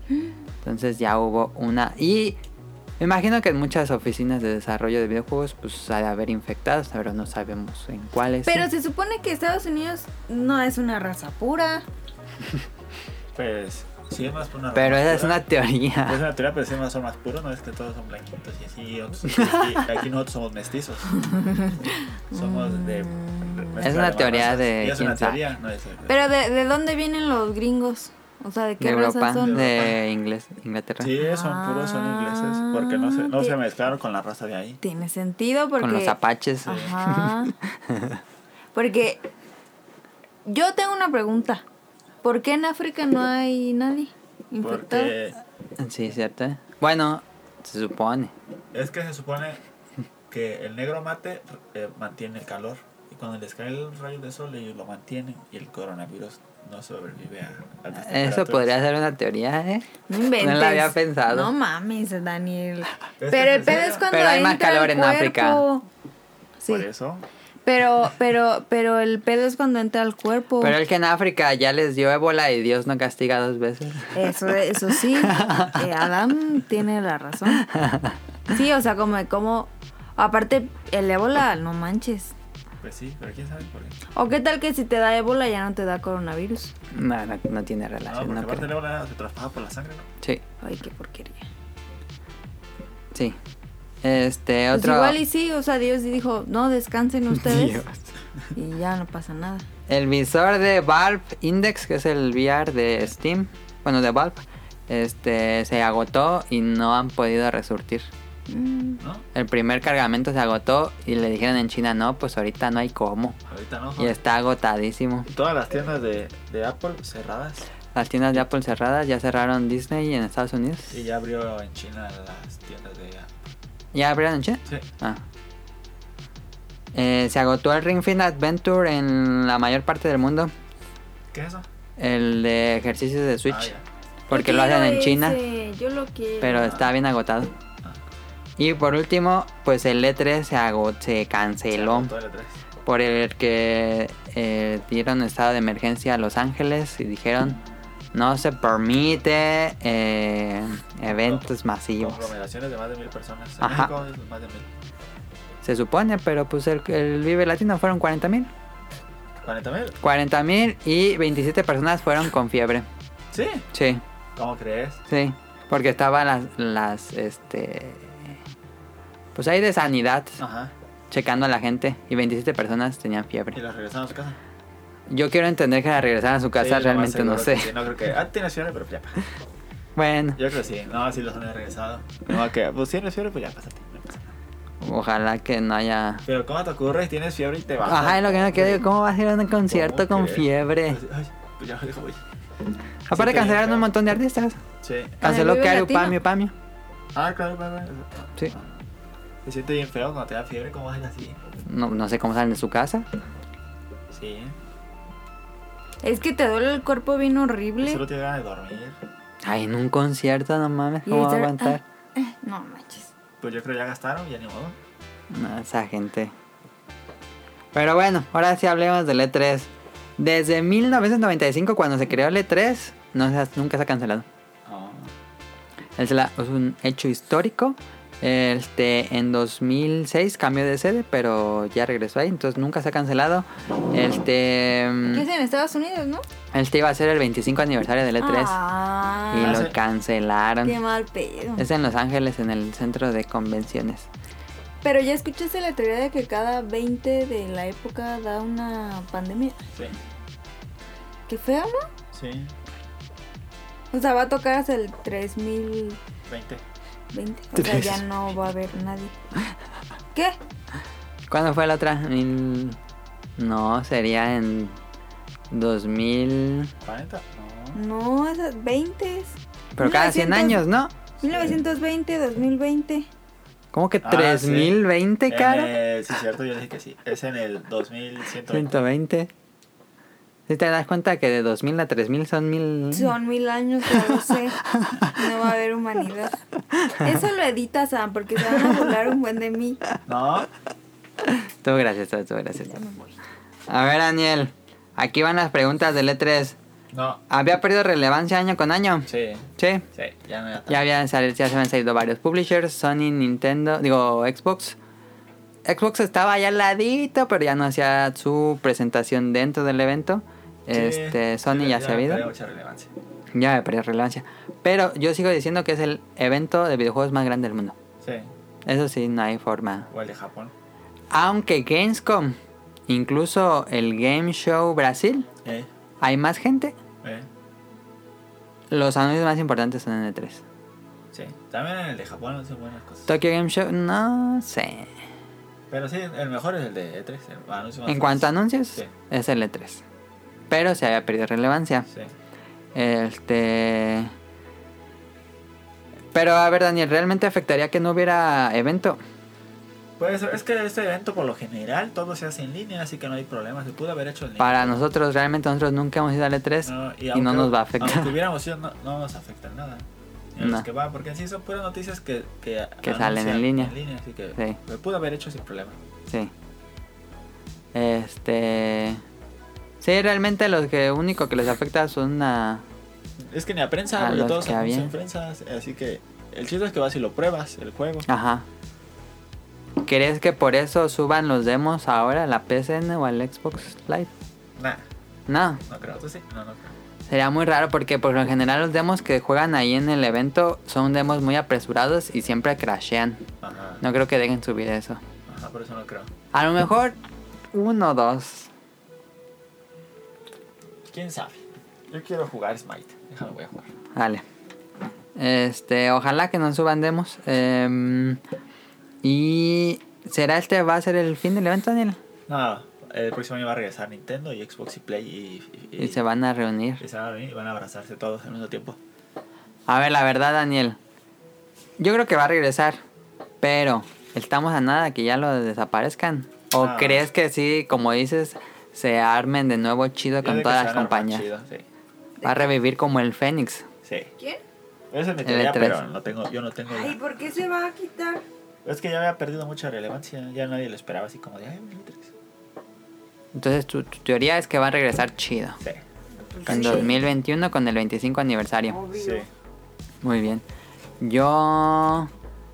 Entonces ya hubo una... Y me imagino que en muchas oficinas de desarrollo de videojuegos pues ha de haber infectados, pero no sabemos en cuáles. Pero se supone que Estados Unidos no es una raza pura. Pues sí es más por una Pero razón esa es pura. una teoría. Es una teoría, pero sí es más son más puros, no es que todos son blanquitos y así. y otros- y aquí nosotros somos mestizos. Somos de. mezcla Es una de teoría razas. de Y Es una quién sabe. teoría, no es. Pero de, ¿de dónde vienen los gringos? O sea, ¿de qué De raza Europa, son? de inglés, Inglaterra. Sí, son puros, son ingleses, porque no se, no se mezclaron con la raza de ahí. Tiene sentido porque... Con los apaches. Ajá. porque yo tengo una pregunta. ¿Por qué en África no hay nadie infectado? Porque Sí, cierto. ¿eh? Bueno, se supone. es que se supone que el negro mate eh, mantiene el calor. Y cuando les cae el rayo de sol, ellos lo mantienen y el coronavirus no sobrevive a altas Eso temperaturas. podría ser una teoría, ¿eh? No inventes. No la había pensado. No mames, Daniel. ¿Es Pero el en pedo serio? es cuando Pero hay más entra calor al en África. cuerpo. Sí. Por eso. Pero, pero, pero el pedo es cuando entra al cuerpo. Pero el que en África ya les dio ébola y Dios no castiga dos veces. Eso, eso sí, eh, Adam tiene la razón. Sí, o sea, como, como, aparte, el ébola, no manches. Pues sí, pero quién sabe por qué. O qué tal que si te da ébola ya no te da coronavirus. No, no, no tiene No, porque relación. no aparte creo. luego la- se traspasa por la sangre, ¿no? Sí, Ay, qué porquería. sí. Este, Pues otro... igual y sí, o sea, Dios dijo, no, descansen ustedes. Dios. Y ya no pasa nada. El visor de Valve Index, que es el VR de Steam, bueno, de Valve, este, se agotó y no han podido resurtir. Mm, ¿No? El primer cargamento se agotó y le dijeron en China, no, pues ahorita no hay cómo. Ahorita no. Y está agotadísimo. Todas las tiendas de, de Apple cerradas. Las tiendas de Apple cerradas, ya cerraron Disney en Estados Unidos. Y ya abrió en China las tiendas de Apple. ¿Ya abrieron en China? Sí. Ah. Eh, se agotó el Ring Fit Adventure en la mayor parte del mundo. ¿Qué es eso? el El de ejercicios de Switch. Ah, Porque yo lo hacen quiero en China. ese, yo lo quiero. Pero está bien agotado. Ah. Y por último, pues el E3 se, ago- se ya. canceló. Todo el E3. Por el que eh, dieron estado de emergencia a Los Ángeles y dijeron no se permite eh, eventos masivos. Conglomeraciones de más de mil personas. En Ajá. México es más de mil. Se supone, pero pues el, el Vive Latino fueron 40 mil. ¿40 mil? 40 mil y 27 personas fueron con fiebre. Sí. Sí, ¿Cómo crees? sí. Porque estaban las, las, este... Pues ahí de sanidad, Ajá. checando a la gente y 27 personas tenían Y fiebre. los regresaron a su casa. Yo quiero entender que la regresaron a su Sí, casa lo más realmente no seguro sé. que sí, no creo que. Ah, tienes fiebre, pero ya. Bueno, Yo creo que sí. No, sí los han regresado. No, que. Pues tienes fiebre, pues ya pásate. no pasa nada. ojalá que no haya... Pero ¿cómo te ocurre? Tienes fiebre y te vas. Ajá, es lo que me quedo. ¿Cómo vas a ir a un concierto con que? fiebre? Ay, pues ya lo dejo, güey. Aparte Sí, cancelaron claro. un montón de artistas. Sí. Canceló Vive Caru Latino. Pamio Pamio. Ah, claro, claro. claro. Sí. Se siente bien feo cuando te da fiebre, ¿cómo es así? No, no sé cómo salen de su casa. Sí. Es que te duele el cuerpo bien Yo horrible. Solo te ganas de dormir. Ay, en un concierto, no mames, Y ¿cómo va a estar- aguantar? ah, ah, no manches. Pues yo creo que ya gastaron, ya ni modo. No, esa gente. Pero bueno, ahora sí hablemos del E3. Desde 1995, cuando se creó el E3, no se ha- nunca se ha cancelado. Es, la- es un hecho histórico. Este, en 2006 cambió de sede, pero ya regresó ahí, entonces nunca se ha cancelado. Este, mm, ¿Qué es en Estados Unidos, no? este iba a ser el 25 aniversario del E3 Ah, y Ah, lo sí. cancelaron. Qué mal pedo. Es en Los Ángeles, en el centro de convenciones. Pero ya escuchaste la teoría de que cada 20 de la época da una pandemia. Sí. Qué feo, ¿no? Sí. O sea, va a tocar hasta el 3020. 20. O sea, ya no va a haber nadie. ¿Qué? ¿Cuándo fue la otra? Mil- No, sería en 2000... 40. No. No, esas 20. Pero cada 100 años, ¿no? 1920, 2020. ¿Cómo que Ah, 3020, En cara? el- sí, cierto, yo dije que sí. Es en el 2120. 120. Si te das cuenta que de 2000 a 3000 son mil... Son mil años, ya lo sé. No va a haber humanidad. Eso lo edita Sam, porque se van a burlar un buen de mí. No. Tú gracias, tú, tú gracias. A ver, Daniel. Aquí van las preguntas del E3. No. ¿Había perdido relevancia año con año? Sí. Sí. Sí, ya no era tan- Ya habían salido, ya se habían salido varios publishers, Sony, Nintendo, digo Xbox. Xbox estaba allá al ladito, pero ya no hacía su presentación dentro del evento. Sí, este, Sony ya, se ha perdió ido. mucha relevancia. Ya me perdió relevancia. Pero yo sigo diciendo que es el evento de videojuegos más grande del mundo. Sí. Eso sí, no hay forma. O el de Japón. Aunque Gamescom, incluso el Game Show Brasil, Eh. hay más gente. Eh. Los anuncios más importantes son en E E3. Sí. También en el de Japón hacen buenas cosas. Tokyo Game Show, no sé. Pero sí, el mejor es el de E3. el anuncio más En cuanto a anuncios, Sí. es el E3. Pero se había perdido relevancia. famoso. Sí. Este. Pero a ver, Daniel, ¿realmente afectaría que no hubiera evento? Pues es que este evento por lo general todo se hace en línea, así que no hay problema. Se pudo haber hecho en línea. Para nosotros, realmente nosotros nunca hemos ido al E3 No, y, no aunque- nos va a afectar. Aunque hubiéramos ido, no, no nos afecta en nada. En No. los que va, porque en sí son puras noticias que, que, Que anuncian salen en línea. así que Sí. lo pudo haber hecho sin problema. Sí. Este. Sí, realmente los que único que les afecta son a. Es que ni a prensa, A porque los todos que son había. son prensas. Así que el chiste es que vas y lo pruebas, el juego. Ajá. ¿Crees que por eso suban los demos ahora a la PSN o al Xbox Live? Nah, No, no creo. ¿Tú sí? No, no creo. sería muy raro porque por lo general los demos que juegan ahí en el evento son demos muy apresurados y siempre crashean. Ajá, No creo que dejen subir eso. ajá, por eso no creo. A lo mejor uno o dos. ¿Quién sabe? Yo quiero jugar Smite. Déjame, voy a jugar. Vale. Este, ojalá que no suban demos. Em, y será este, va a ser el fin del evento, Daniel. No, el próximo año va a regresar Nintendo y Xbox y Play y, Y se van a reunir. y se van a venir y van a abrazarse todos al mismo tiempo. A ver, la verdad, Daniel. Yo creo que va a regresar. Pero, ¿estamos a nada que ya lo desaparezcan? ¿O Ah. crees que sí, como dices, se armen de nuevo chido Yo digo con que todas se las van a armar compañías? chido, Sí, Va a revivir como el Fénix. sí. ¿Quién? Esa es El mi E teoría, E3. pero no tengo, yo no tengo... la- Ay, ¿por qué se va a quitar? Es que ya había perdido mucha relevancia, ya nadie lo esperaba así como de... Ay, un E E3". Entonces, tu, tu teoría es que va a regresar chido. Sí, En 2021 con el 25 aniversario. sí. Muy bien. Yo.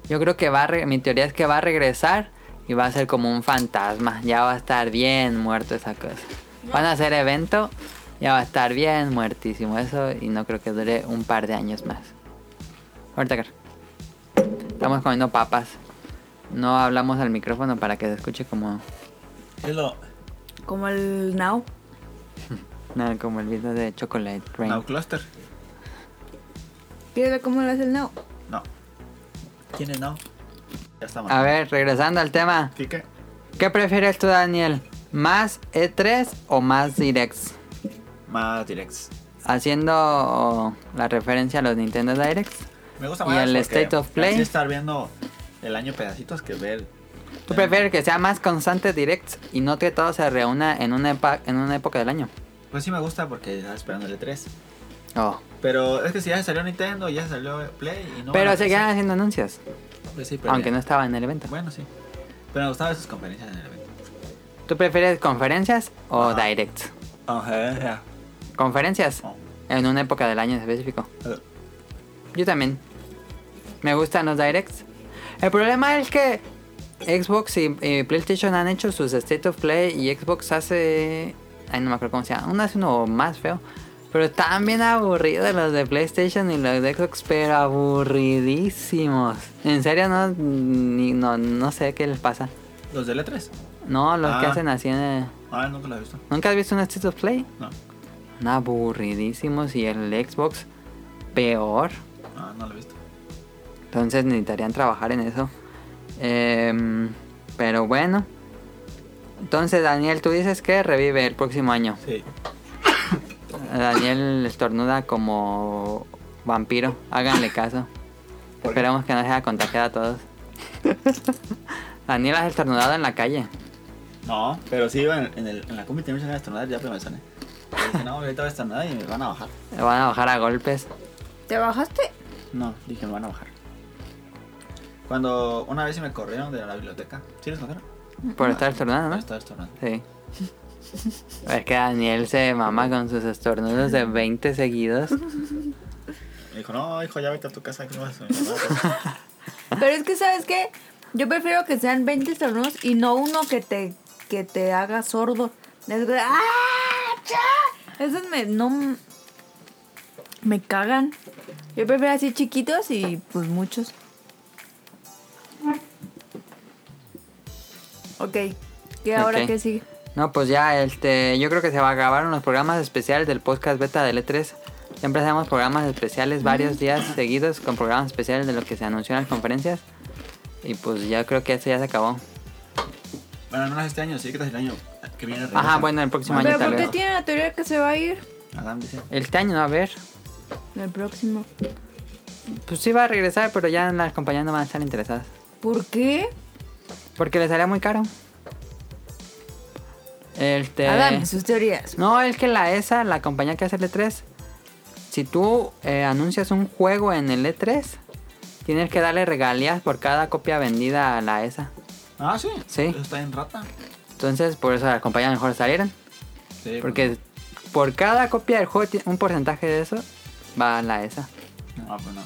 Yo creo que va a. re- Mi teoría es que va a regresar y va a ser como un fantasma. Ya va a estar bien muerto esa cosa. Van a hacer evento, ya va a estar bien muertísimo eso y no creo que dure un par de años más. Ahorita, Car. Estamos comiendo papas. No hablamos al micrófono para que se escuche como. Es lo... Como el Now. nada, como el video de Chocolate Rain. No, Cluster. ¿Quieres ver cómo lo hace el Now? No. ¿Quién es no? Ya estamos. A ver, regresando al tema. Kike, ¿Qué prefieres tú, Daniel? ¿Más E3 o más Directs? más directs. Haciendo la referencia a los Nintendo Directs. Me gusta Y más el porque State of Play. así estar viendo el año pedacitos que ver... ¿Tú prefieres que sea más constante Directs y no que todo se reúna en una, epa- en una época del año? Pues sí me gusta porque estaba esperando el E3. Oh. Pero es que si ya salió Nintendo, ya salió Play y no. pero van a seguían regresar. haciendo anuncios, Pues sí, pero aunque ya- no estaba en el evento. Bueno, sí. Pero me gustaban esas conferencias en el evento. ¿Tú prefieres conferencias o Ajá. Directs? Ajá, ya. Conferencias Oh. en una época del año en específico. Eh, Yo también. Me gustan los directs. El problema es que Xbox y, y PlayStation han hecho sus State of Play y Xbox hace. Ay, no me acuerdo cómo se llama. Uno hace uno más feo. Pero están bien aburridos los de PlayStation y los de Xbox, pero aburridísimos. En serio, no, ni- no, no sé qué les pasa. Los del E3. No, los que Ah. hacen así. eh, Ah, nunca lo he visto. ¿Nunca has visto un State of Play? No. No, aburridísimos y el Xbox peor. Ah, No, no lo he visto. Entonces necesitarían trabajar en eso. Em, pero bueno. Entonces, Daniel, tú dices que revive el próximo año. Sí. Daniel estornuda como vampiro. Háganle caso. ¿Por qué? Esperemos que no se haya contagiado a todos. Daniel, has estornudado en la calle. No, pero sí iba en, en el, en la combi tenía muchas ganas de estornudar, ya pero me soné. Y Dije, no, ahorita voy a estornudar y me van a bajar. Me Van a bajar a golpes. ¿Te bajaste? No, dije, me van a bajar. Cuando una vez sí me corrieron de la biblioteca. ¿Sí les contaron? Por estar estornudando, Yo ¿no? Estaba estornudando. Sí. Es que Daniel se mama con sus estornudos de 20 seguidos. Me dijo, no, hijo, ya vete a tu casa, que no vas a mi mamá". Pero es que, ¿sabes qué? Yo prefiero que sean 20 estornudos y no uno que te, que te haga sordo. Es que- ¡Ah! ¡Cha! Esos me, no... Me cagan. Yo prefiero así chiquitos y pues muchos. Ok. ¿Y ahora Ok. qué sigue? No, pues ya, este, yo creo que se va a acabar los programas especiales del podcast beta del E3. Siempre hacemos programas especiales varios días seguidos con programas especiales de lo que se anunció en las conferencias. Y pues ya creo que eso ya se acabó. Bueno, no es este año, sí, que es el año que viene. Ajá, regresa. bueno, el próximo ¿Pero año tal por qué vez. tiene la teoría que se va a ir? Adam dice. Este año, no, a ver. El próximo. Pues sí va a regresar, pero ya las compañías no van a estar interesadas. ¿Por qué? Porque les salía muy caro. Este... Adam, sus teorías. No, es que la ESA, la compañía que hace el E3, si tú eh, anuncias un juego en el E3, tienes que darle regalías por cada copia vendida a la ESA. Ah, sí. Sí. Eso está en rata. Entonces, por eso a la compañía mejor salieron. Sí, pues, Porque por cada copia del juego, ti- un porcentaje de eso va a la ESA. No, pues no.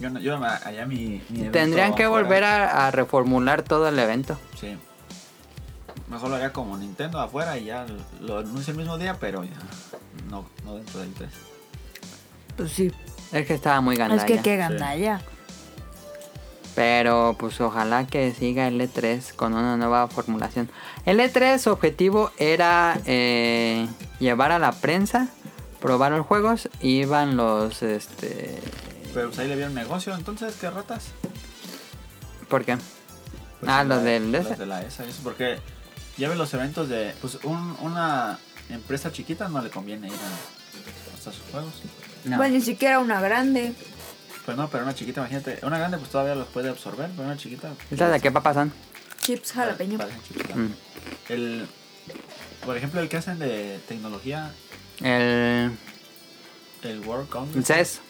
Yo, no, yo ma- allá mi. mi evento Tendrían que fuera- volver a, a reformular todo el evento. Sí. Mejor lo haría como Nintendo afuera y ya lo anuncia el mismo día, pero ya. No, no dentro del E 3. Pues sí. Es que estaba muy gandalla. es que qué gandalla. Pero pues ojalá que siga el E3 con una nueva formulación. El E3 su objetivo era eh, llevar a la prensa, probar los juegos, iban los este Pero pues ahí le vieron negocio, entonces, ¿qué ratas? ¿por qué? Pues Ah, sí, los la- del de los ese. de la ESA, eso, porque ya ven los eventos de. Pues un- una empresa chiquita no le conviene ir a, hasta sus juegos. No. Pues ni siquiera una grande. Pues no, pero una chiquita, imagínate. Una grande, pues todavía los puede absorber, pero una chiquita. pues, ¿Estas de qué papas son? Chips jalapeño. parecen chiquitas. Mm. El. Por ejemplo, el que hacen de tecnología, El, E el World el Congress. CES.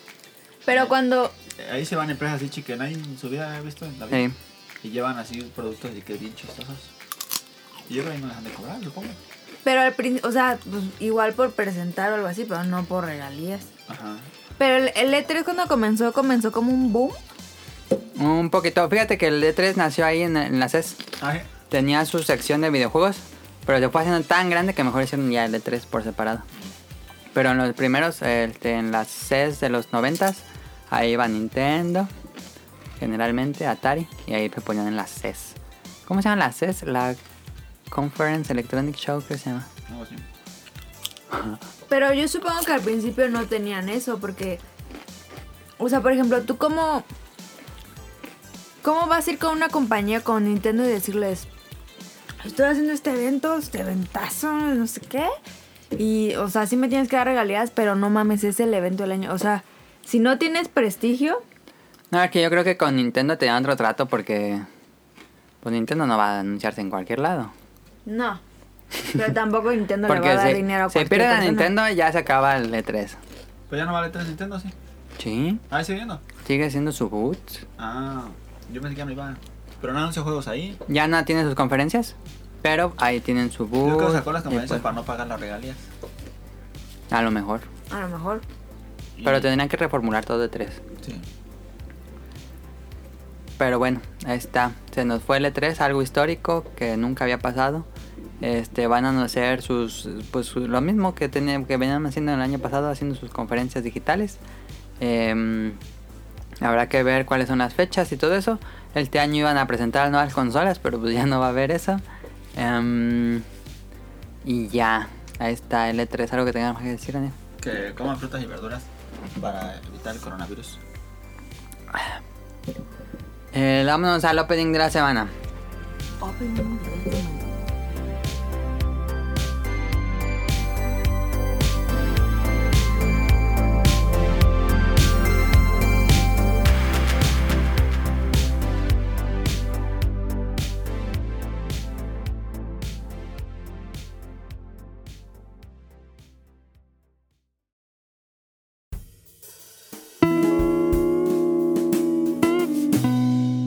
Pero cuando. Ahí se van empresas así que nadie en su vida ha visto en la vida. Sí. Y llevan así productos de que bien chistosos. Y yo creo que ahí no dejan de cobrar, supongo. Pero al principio. O sea, pues, igual por presentar o algo así, pero no por regalías. Ajá. Pero el, el E3 cuando comenzó, comenzó como un boom. Un poquito. Fíjate que el E3 nació ahí en, en la E CES. Ah, ¿eh? Tenía su sección de videojuegos, pero se fue haciendo tan grande que mejor hicieron ya el de 3 por separado. Pero en los primeros, este, en las CES de los 90 ahí va Nintendo, generalmente Atari, y ahí se ponían en las CES. ¿Cómo se llaman las CES? La Conference Electronic Show, ¿qué se llama? No, pues, sí. Pero yo supongo que al principio no tenían eso, porque. O sea, por ejemplo, tú cómo. ¿Cómo vas a ir con una compañía con Nintendo y decirles. Estoy haciendo este evento, este eventazo, no sé qué. Y, o sea, sí me tienes que dar regalías, pero no mames, es el evento del año. O sea, si no tienes prestigio, No, es que yo creo que con Nintendo tenían otro trato porque. Pues Nintendo no va a anunciarse en cualquier lado. no. Pero tampoco Nintendo le va a Porque dar se, dinero a se cualquier pierde persona. Nintendo y ya se acaba el E3. Pues ya no vale tres Nintendo, sí. Sí, Ah, sigue viendo. sigue siendo su boot. Ah, yo pensé que ya no iba. Pero no anunció juegos ahí. Ya no tiene sus conferencias, pero ahí tienen su Yo bus. creo que sacó las y conferencias pues, para no pagar las regalías. A lo mejor. A lo mejor. Y- Pero tendrían que reformular todo de tres. Sí. Pero bueno, ahí está. Se nos fue el E3, algo histórico que nunca había pasado. Este, van a anunciar sus, pues su- lo mismo que, tenían, que venían haciendo el año pasado, haciendo sus conferencias digitales. Em, habrá que ver cuáles son las fechas y todo eso. Este año iban a presentar nuevas consolas, pero pues ya no va a haber eso. Em, y ya, ahí está el E3, algo que tengamos que decir, Daniel. Que coman frutas y verduras para evitar el coronavirus. Eh, vámonos al opening de la semana.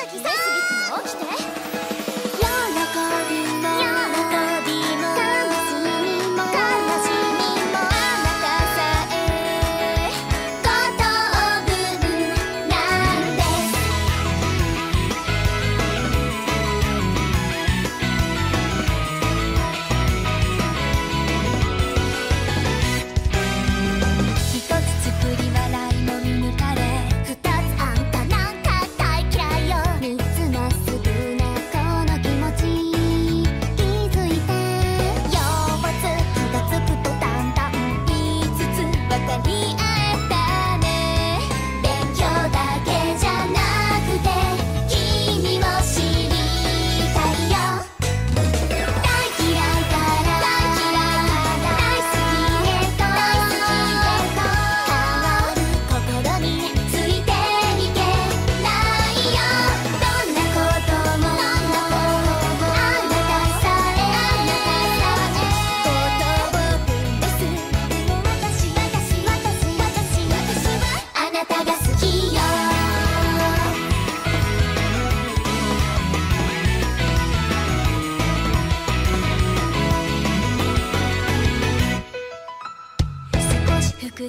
ん上杉くん起きて喜びも喜びも悲しみも悲しみもあなたさえ五等分なんです「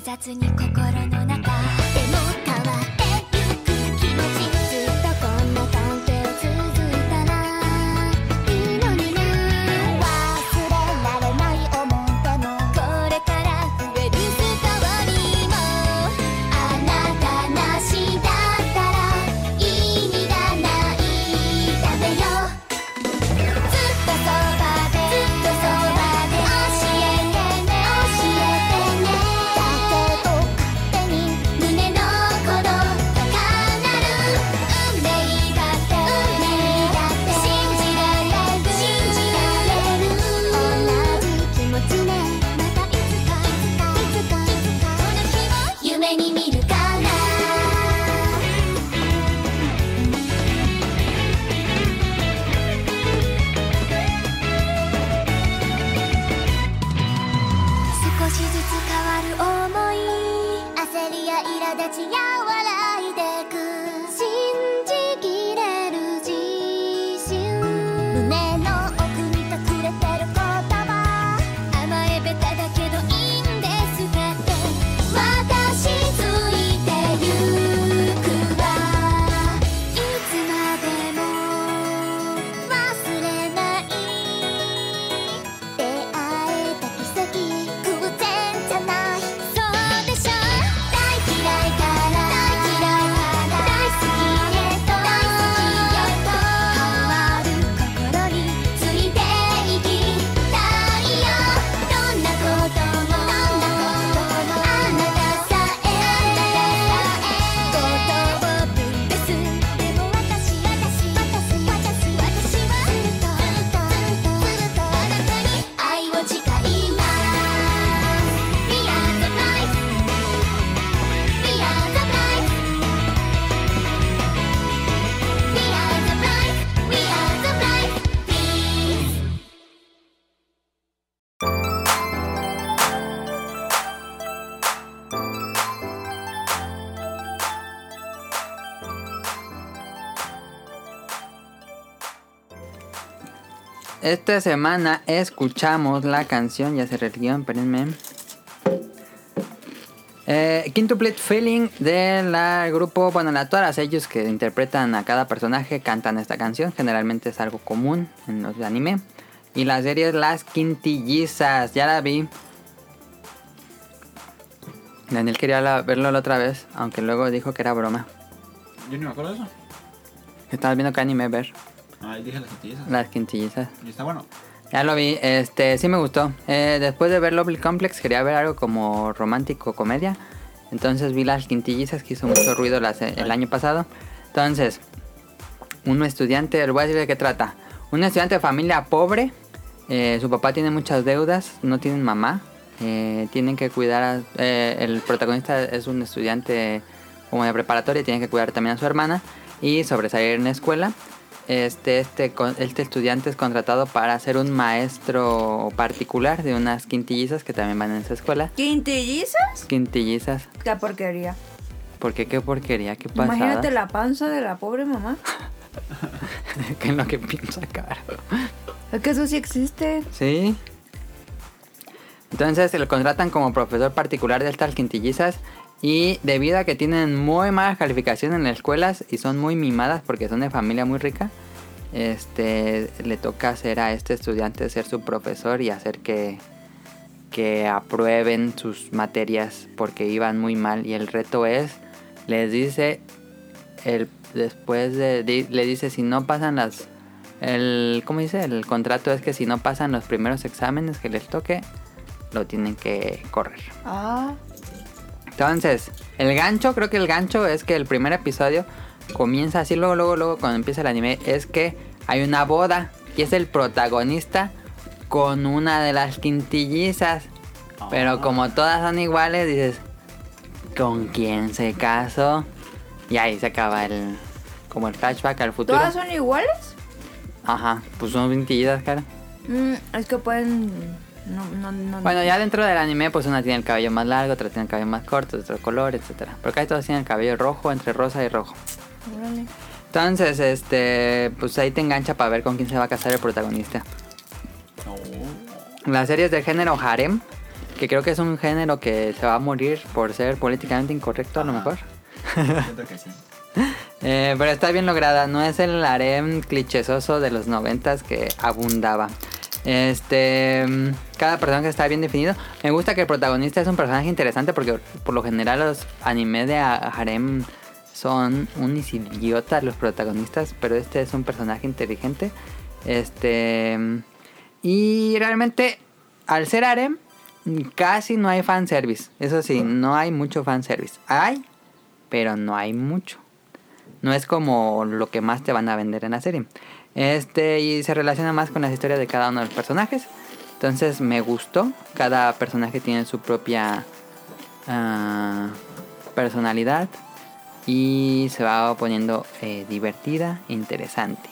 雑に心の中でも変わってゆく気持ちずっとこんな関係を続いたらいいのにな忘れられない思い出もこれから増えるストーリーもあなたなしだったら意味がないだめよずっとそばでずっとそばで教えてね教えてねだけど勝手に胸の鼓動高鳴る運命だって運命だって信じられる信じられる同じ気持ちねまたいつかいつかいつかその日を夢に見るから少しずつ変わる思い焦りや苛立ちや笑いでく信じきれる自信胸の奥に隠れてる言葉甘えべただけどいいんですだって私ついてゆくわいつまでも忘れない「出会えた奇跡偶然じゃない」「そうでしょ」「大嫌いから大嫌いから大好きへと大好きへと」「変わる心についていきたいよ」「どんなこともどんなこともあなたさえ」「あなたさえ」「ことを分別」「でも私私私私私はずっとずっとずっと」「あなたに愛を誓います」「We are the night We are the night We are the night We are the night Peace」 Esta semana escuchamos la canción, ya se retiró, espérenme. Eh, Quintuplet Feeling del grupo, bueno, la, todas ellos que interpretan a cada personaje cantan esta canción, generalmente es algo común en los de anime. Y la serie es Las Quintillizas, ya la vi. Daniel quería la- verlo la otra vez, aunque luego dijo que era broma. Yo ni me acuerdo de eso. Estabas viendo que anime ver, Ahí dije las cotillizas. Las Quintillizas. Y está bueno. Ya lo vi, este, sí me gustó. Eh, después de ver Lovely Complex quería ver algo como romántico comedia. Entonces vi las quintillizas que hizo mucho ruido las- el año pasado. Entonces, un estudiante, les voy a decir de qué trata. Un estudiante de familia pobre, eh, su papá tiene muchas deudas, no tienen mamá, eh, tienen que cuidar a... eh, el protagonista es un estudiante como de preparatoria, tiene que cuidar también a su hermana y sobresalir en la escuela. Este, este, con- este estudiante es contratado para ser un maestro particular de unas quintillizas que también van en esa escuela. ¿Quintillizas? Quintillizas, Qué porquería. porque qué porquería, qué pasada. Imagínate la panza de la pobre mamá. que en lo que piensa, cara. Es que eso sí existe. Sí. Entonces se lo contratan como profesor particular de estas quintillizas y debido a que tienen muy malas calificaciones en las escuelas y son muy mimadas porque son de familia muy rica, este le toca hacer a este estudiante ser su profesor y hacer que que aprueben sus materias porque iban muy mal y el reto es les dice el después de, di- le dice si no pasan las el cómo dice el contrato es que si no pasan los primeros exámenes que les toque lo tienen que correr Ah, entonces el gancho creo que el gancho es que el primer episodio comienza así luego luego luego cuando empieza el anime es que hay una boda y es el protagonista con una de las quintillizas pero como todas son iguales dices con quién se casó y ahí se acaba el como el flashback al futuro ¿todas son iguales? Ajá, pues son quintillizas, cara. Mm, es que pueden. No, no, no. Bueno, ya dentro del anime, pues una tiene el cabello más largo, otra tiene el cabello más corto, de otro color, etcétera. Pero casi todos tienen el cabello rojo, entre rosa y rojo. Órale. Entonces, este, pues ahí te engancha para ver con quién se va a casar el protagonista. No. La serie es del género harem que creo que es un género que se va a morir por ser políticamente incorrecto a lo Ajá. mejor. Siento que sí. Eh, pero está bien lograda, no es el harem clichesoso de los noventas que abundaba. Este, mm, cada personaje está bien definido. Me gusta que el protagonista es un personaje interesante porque por lo general los animes de a- harem son unos idiotas los protagonistas, pero este es un personaje inteligente. Este, mm, y realmente al ser harem mm, casi no hay fanservice. Eso sí, no hay mucho fanservice. Hay, pero no hay mucho no es como lo que más te van a vender en la serie. Este, y se relaciona más con las historias de cada uno de los personajes. Entonces me gustó. Cada personaje tiene su propia ah, personalidad. Y se va poniendo eh, divertida, interesante.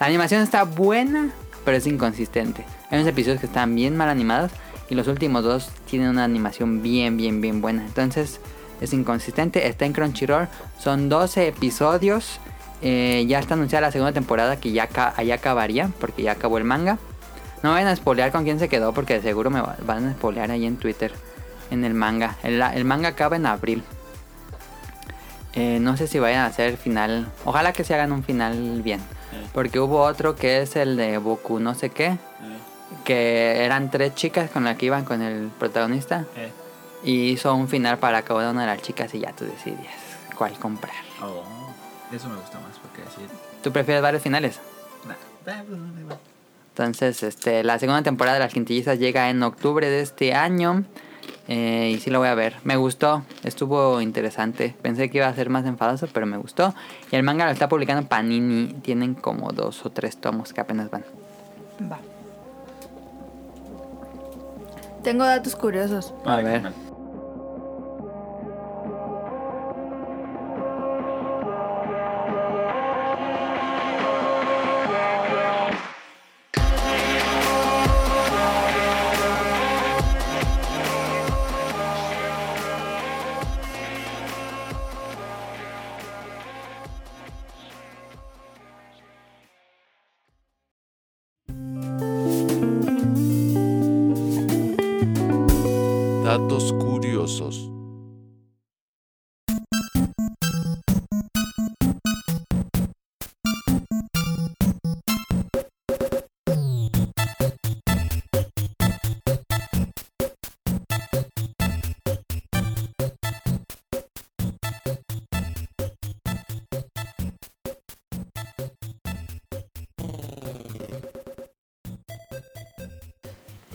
La animación está buena, pero es inconsistente. Hay unos episodios que están bien mal animados. Y los últimos dos tienen una animación bien, bien, bien buena. Entonces, es inconsistente. Está en Crunchyroll. Son 12 episodios. Eh, ya está anunciada la segunda temporada que ya, ca- ya acabaría. Porque ya acabó el manga. No vayan a spoilear con quién se quedó. Porque de seguro me va- van a spoilear ahí en Twitter. En el manga. El, el manga acaba en abril. Eh, no sé si vayan a hacer final. Ojalá que se hagan un final bien. Eh, Porque hubo otro que es el de Boku no sé qué. eh, Que eran tres chicas con las que iban con el protagonista. eh. Y hizo un final para cada una de las chicas y ya tú decidías cuál comprar. Oh, eso me gusta más porque así. ¿Tú prefieres varios finales? Nah, eh, pues, no, da igual. Entonces, este, la segunda temporada de Las Quintillizas llega en octubre de este año. eh, y sí lo voy a ver. Me gustó, estuvo interesante. Pensé que iba a ser más enfadoso, pero me gustó. Y el manga lo está publicando Panini. Tienen como dos o tres tomos que apenas van. Va. Tengo datos curiosos. A Ay, ver. mal. Datos curiosos.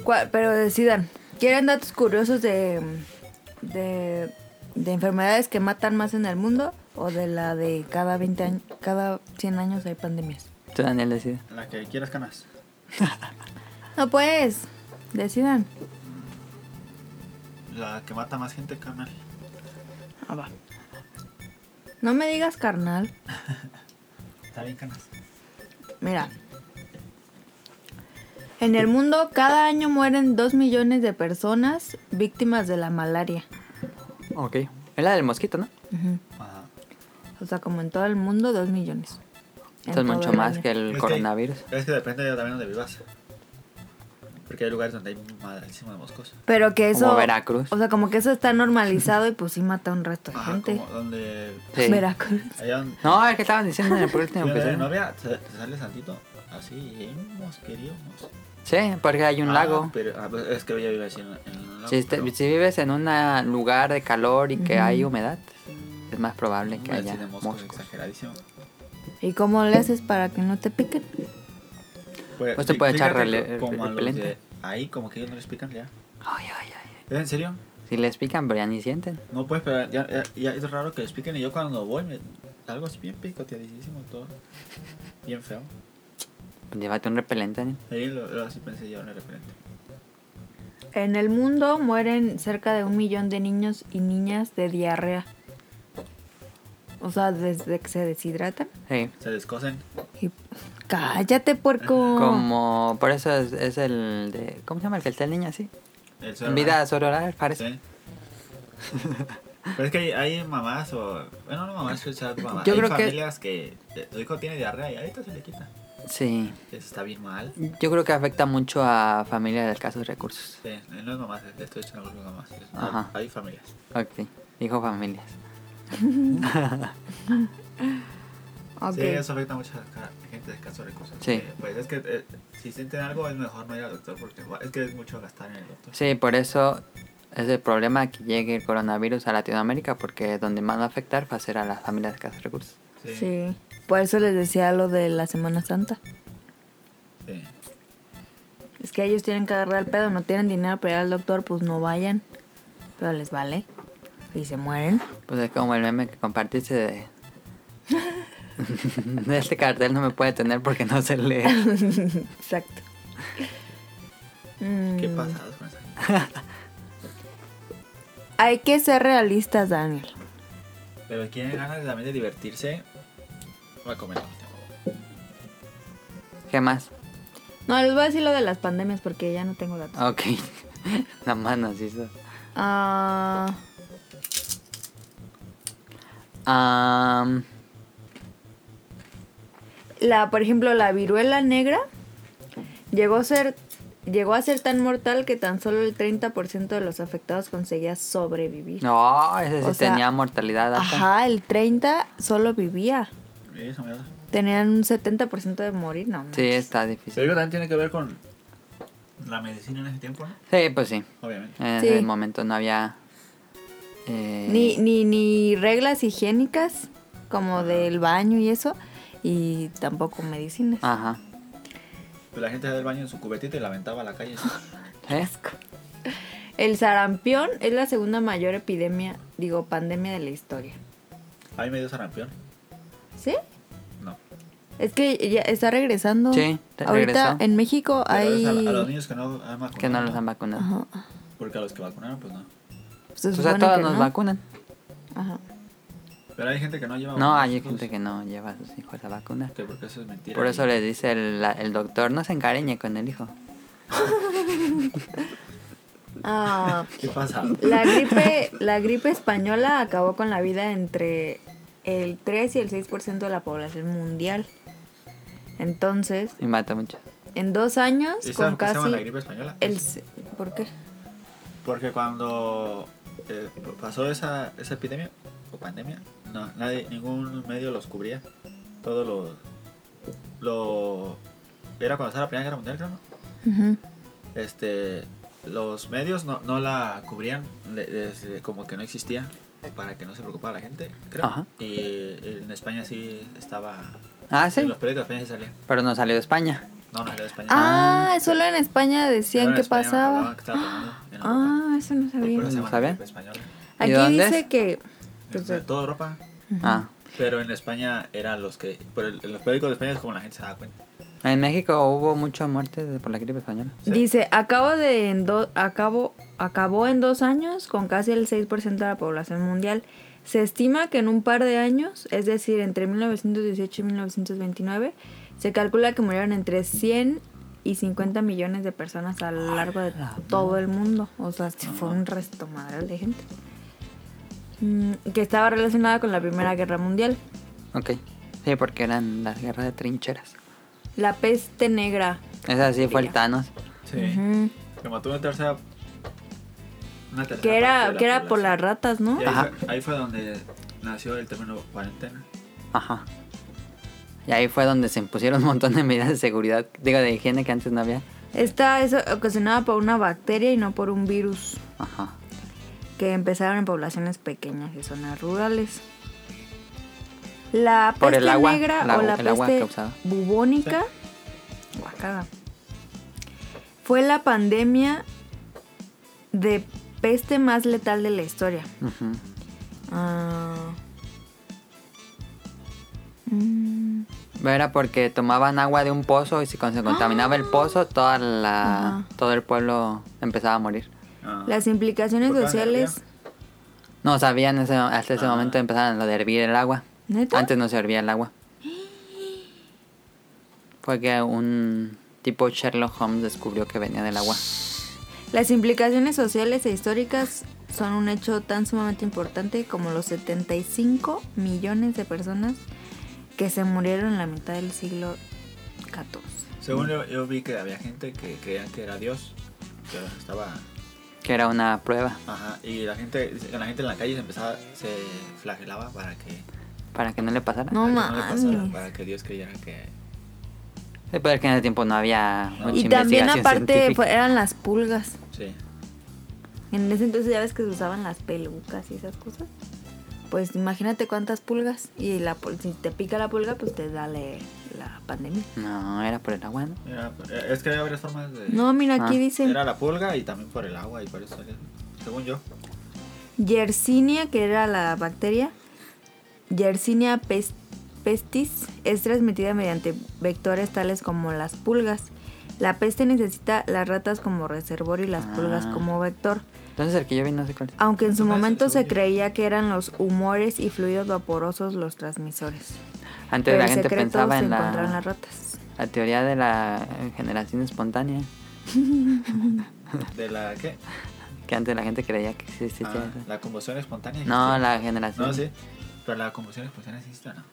¿Cuál? Pero decidan. ¿Quieren datos curiosos de, de, de enfermedades que matan más en el mundo o de la de cada 20 años, cada 100 años hay pandemias? Tú, Daniel, decide. La que quieras canas. No pues, decidan. La que mata más gente, carnal. Ah, No me digas carnal. Está bien, canas. Mira. En el mundo cada año mueren 2 millones de personas víctimas de la malaria. Ok. Es la del mosquito, ¿no? Ujú. Ajá. O sea, como en todo el mundo, 2 millones. En Esto es todo mucho el más año. que el Es que- coronavirus. es que depende de también donde vivas. Porque hay lugares donde hay madrísimo de moscos. Pero que eso. Como Veracruz. O sea, como que eso está normalizado y pues sí mata a un resto de Ajá, gente. como donde. Sí. Veracruz. Allá donde. No, es que estaban diciendo en el último donde hay episodio. novia, te te sale santito. Así, y mosqueríamos. Sí, porque hay un Ah, lago. Pero, ah, pues, es que ella vive así en, en un lago. Si, este- pero- si vives en un lugar de calor y que hay humedad, es más probable que Ah, haya sí, de moscos, moscos. exageradísimo. ¿Y cómo le haces para que no te piquen? Pues te puede fí- echar fíjate rele- que como a los repelente. de Ahí, como que ellos no les pican ya. Ay, ay, ay. ¿Es en serio? Si les pican, pero ya ni sienten. No puedes, pero ya, ya- ya es raro que les piquen. Y yo cuando voy, me, algo así bien picoteadísimo todo. Bien feo. Pues llévate un repelente, Daniel. Ahí lo, lo así pensé yo en el repelente. En el mundo mueren cerca de un millón de niños y niñas de diarrea. O sea, desde que se deshidratan. Sí. Se descosen. Y... Cállate, puerco. Como, por eso es, es el de. ¿Cómo se llama el que está el niño así? El suero, En vida sororal, parece. Sí. Pero es que hay, hay mamás o. Bueno, no mamás, o sea, mamás. Yo hay creo que- familias que, eh, tu hijo tiene diarrea y ahorita se le quita. Sí. Eso está bien mal. Yo creo que afecta mucho a familias de escasos recursos. Sí, eh, no es nomás, le estoy echando la culpa a mamás. Es- Ajá. Hay familias. Ok, dijo familias. Ok. Sí, eso afecta mucho a la gente de escasos recursos. Sí. Eh, Pues es que eh, si sienten algo es mejor no ir al doctor porque va- es que es mucho gastar en el doctor. Sí, por eso es el problema que llegue el coronavirus a Latinoamérica, porque donde más va a afectar va a ser a las familias de escasos recursos. Sí. Sí. Por eso les decía lo de la Semana Santa. sí. Es que ellos tienen que agarrar el pedo, no tienen dinero para ir al doctor, pues no vayan. Pero les vale. Y se mueren. Pues es como el meme que compartiste de... de este cartel no me puede tener porque no se lee. Exacto. ¿Qué Mm, pasados con esa gente? Hay que ser realistas, Daniel. Pero quieren ganas también de divertirse. Va a comer. ¿Qué más? No, les voy a decir lo de las pandemias porque ya no tengo datos. Ok. Nada más nos hizo. Ah, Am, la, por ejemplo, la viruela negra llegó a ser llegó a ser tan mortal que tan solo el 30% de los afectados conseguía sobrevivir. no, ese sí O sea, tenía mortalidad alta. Ajá, el 30 solo vivía. Eso me da. Tenían un 70% de morir, no. Sí, manches. está Pero difícil. digo, también tiene que ver con la medicina en ese tiempo, ¿no? Sí, pues sí. Obviamente. En Sí. ese momento no había... eh, Ni, ni, ni reglas higiénicas como del baño y eso, y tampoco medicinas. Ajá. Pero Pues la gente se del baño en su cubetita y la aventaba a la calle. ¿Eh? El sarampión es la segunda mayor epidemia, digo, pandemia de la historia. A mí me dio sarampión. ¿Sí? No. Es que ya está regresando. Sí, te- Ahorita regresó. en México Pero hay. es a, a los niños que no han vacunado. Que no los han vacunado. Ajá. Porque a los que vacunaron, pues no. Pues se O sea, supone todos que nos no. vacunan. Ajá. Pero hay gente que no lleva No, hay gente que no lleva a sus hijos la vacuna. Que porque eso es mentira. Por eso Y- le dice el, la- el doctor, no se encariñe con el hijo. Ah, ¿Qué pasa? la, gripe, la gripe española acabó con la vida entre el 3 y el 6% de la población mundial. Entonces, Y mata mucho. en dos años, ¿Y sabes con por qué se llama casi. la gripe española? El, se- ¿Por qué? Porque cuando eh, pasó esa, esa epidemia o pandemia, no, nadie, ningún medio los cubría. Todo lo. lo era cuando estaba la Primera Guerra Mundial, creo, ¿no? Ujú. Este, los medios no, no la cubrían, le- desde como que no existía, para que no se preocupara la gente, creo. Ajá. Y en España sí estaba. Ah, En sí. los periódicos de España sí salía. Pero no salió de España. No, no era de España. Ah, solo en España Pero decían en que España pasaba. hablaban que estaba pasando en Europa. Ah, eso no Por sabía. eso se llama la ¿Sabían? gripe española. Aquí dónde dice es? que. En Pues, toda Europa. Ah. Pero en España eran los que. Pero en los periódicos de España es como la gente se da cuenta. En México hubo muchas muertes de- por la gripe española. Sí. eh, Dice, acabo de en do- acabo, acabó en dos años con casi el 6% de la población mundial. Se estima que en un par de años, es decir, entre 1918 y 1929, se calcula que murieron entre 100 y 50 millones de personas a lo largo de la todo el mundo. O sea, sí fue un resto madral de gente. Mm, que estaba relacionada con la Primera Guerra Mundial. Ok. Sí, porque eran las guerras de trincheras. La peste negra. Esa sí fue el Thanos. Sí. Ujú. Se mató una tercera. Una tercera. Que parte de era, la que era por las población. ratas, ¿no? Y ahí, Ajá. fue, ahí fue donde nació el término cuarentena. Ajá. Y ahí fue donde se impusieron un montón de medidas de seguridad, digo, de higiene que antes no había. Esta es ocasionada por una bacteria y no por un virus Ajá. que empezaron en poblaciones pequeñas y zonas rurales. La peste Por el agua, negra la- o la el agua peste causada. bubónica guacala, fue la pandemia de peste más letal de la historia. Ujú. Ah. Mm, Era porque tomaban agua de un pozo y si con- se contaminaba el pozo, toda la, Ajá. todo el pueblo empezaba a morir. Ah. Las implicaciones ¿Por qué sociales. No sabían ese- hasta ese momento empezaron lo de hervir el agua. Ah. ¿Neta? Antes no se hervía el agua. Fue que un tipo Sherlock Holmes descubrió que venía del agua. Las implicaciones sociales e históricas son un hecho tan sumamente importante como los 75 millones de personas que se murieron en la mitad del siglo 14. Según yo, yo vi que había gente que creían que era Dios, pero estaba... Que era una prueba Ajá, y la gente, la gente en la calle se empezaba, se flagelaba para que para que no le pasara. No para que no le pasara, mames. para que Dios creyera que... Sí, pero es que en ese tiempo no había mucha Y también investigación aparte científica. fue- eran las pulgas. Sí. En ese entonces ya ves que se usaban las pelucas y esas cosas. Pues imagínate cuántas pulgas. Y la pul- si te pica la pulga, pues te dale la pandemia. No, era por el agua, ¿no? Era- es que había varias formas de... No, mira, aquí Ah. dicen Era la pulga y también por el agua y por eso, según yo. Yersinia, que era la bacteria. Yersinia pes- pestis es transmitida mediante vectores tales como las pulgas. La peste necesita las ratas como reservorio y las pulgas Ah. como vector. Entonces el que yo vi no sé cuál es. Aunque en su Ah, sí, momento se seguro. creía que eran los humores y fluidos vaporosos los transmisores. Antes Pero la el gente secreto pensaba se en encontró en la, las ratas. la teoría de la eh, generación espontánea. ¿De la qué? Que antes la gente creía que existía. Ah, esa. la combustión espontánea. No, dijiste. la generación. No, sí. Pero la combustión espontánea existe, ¿no?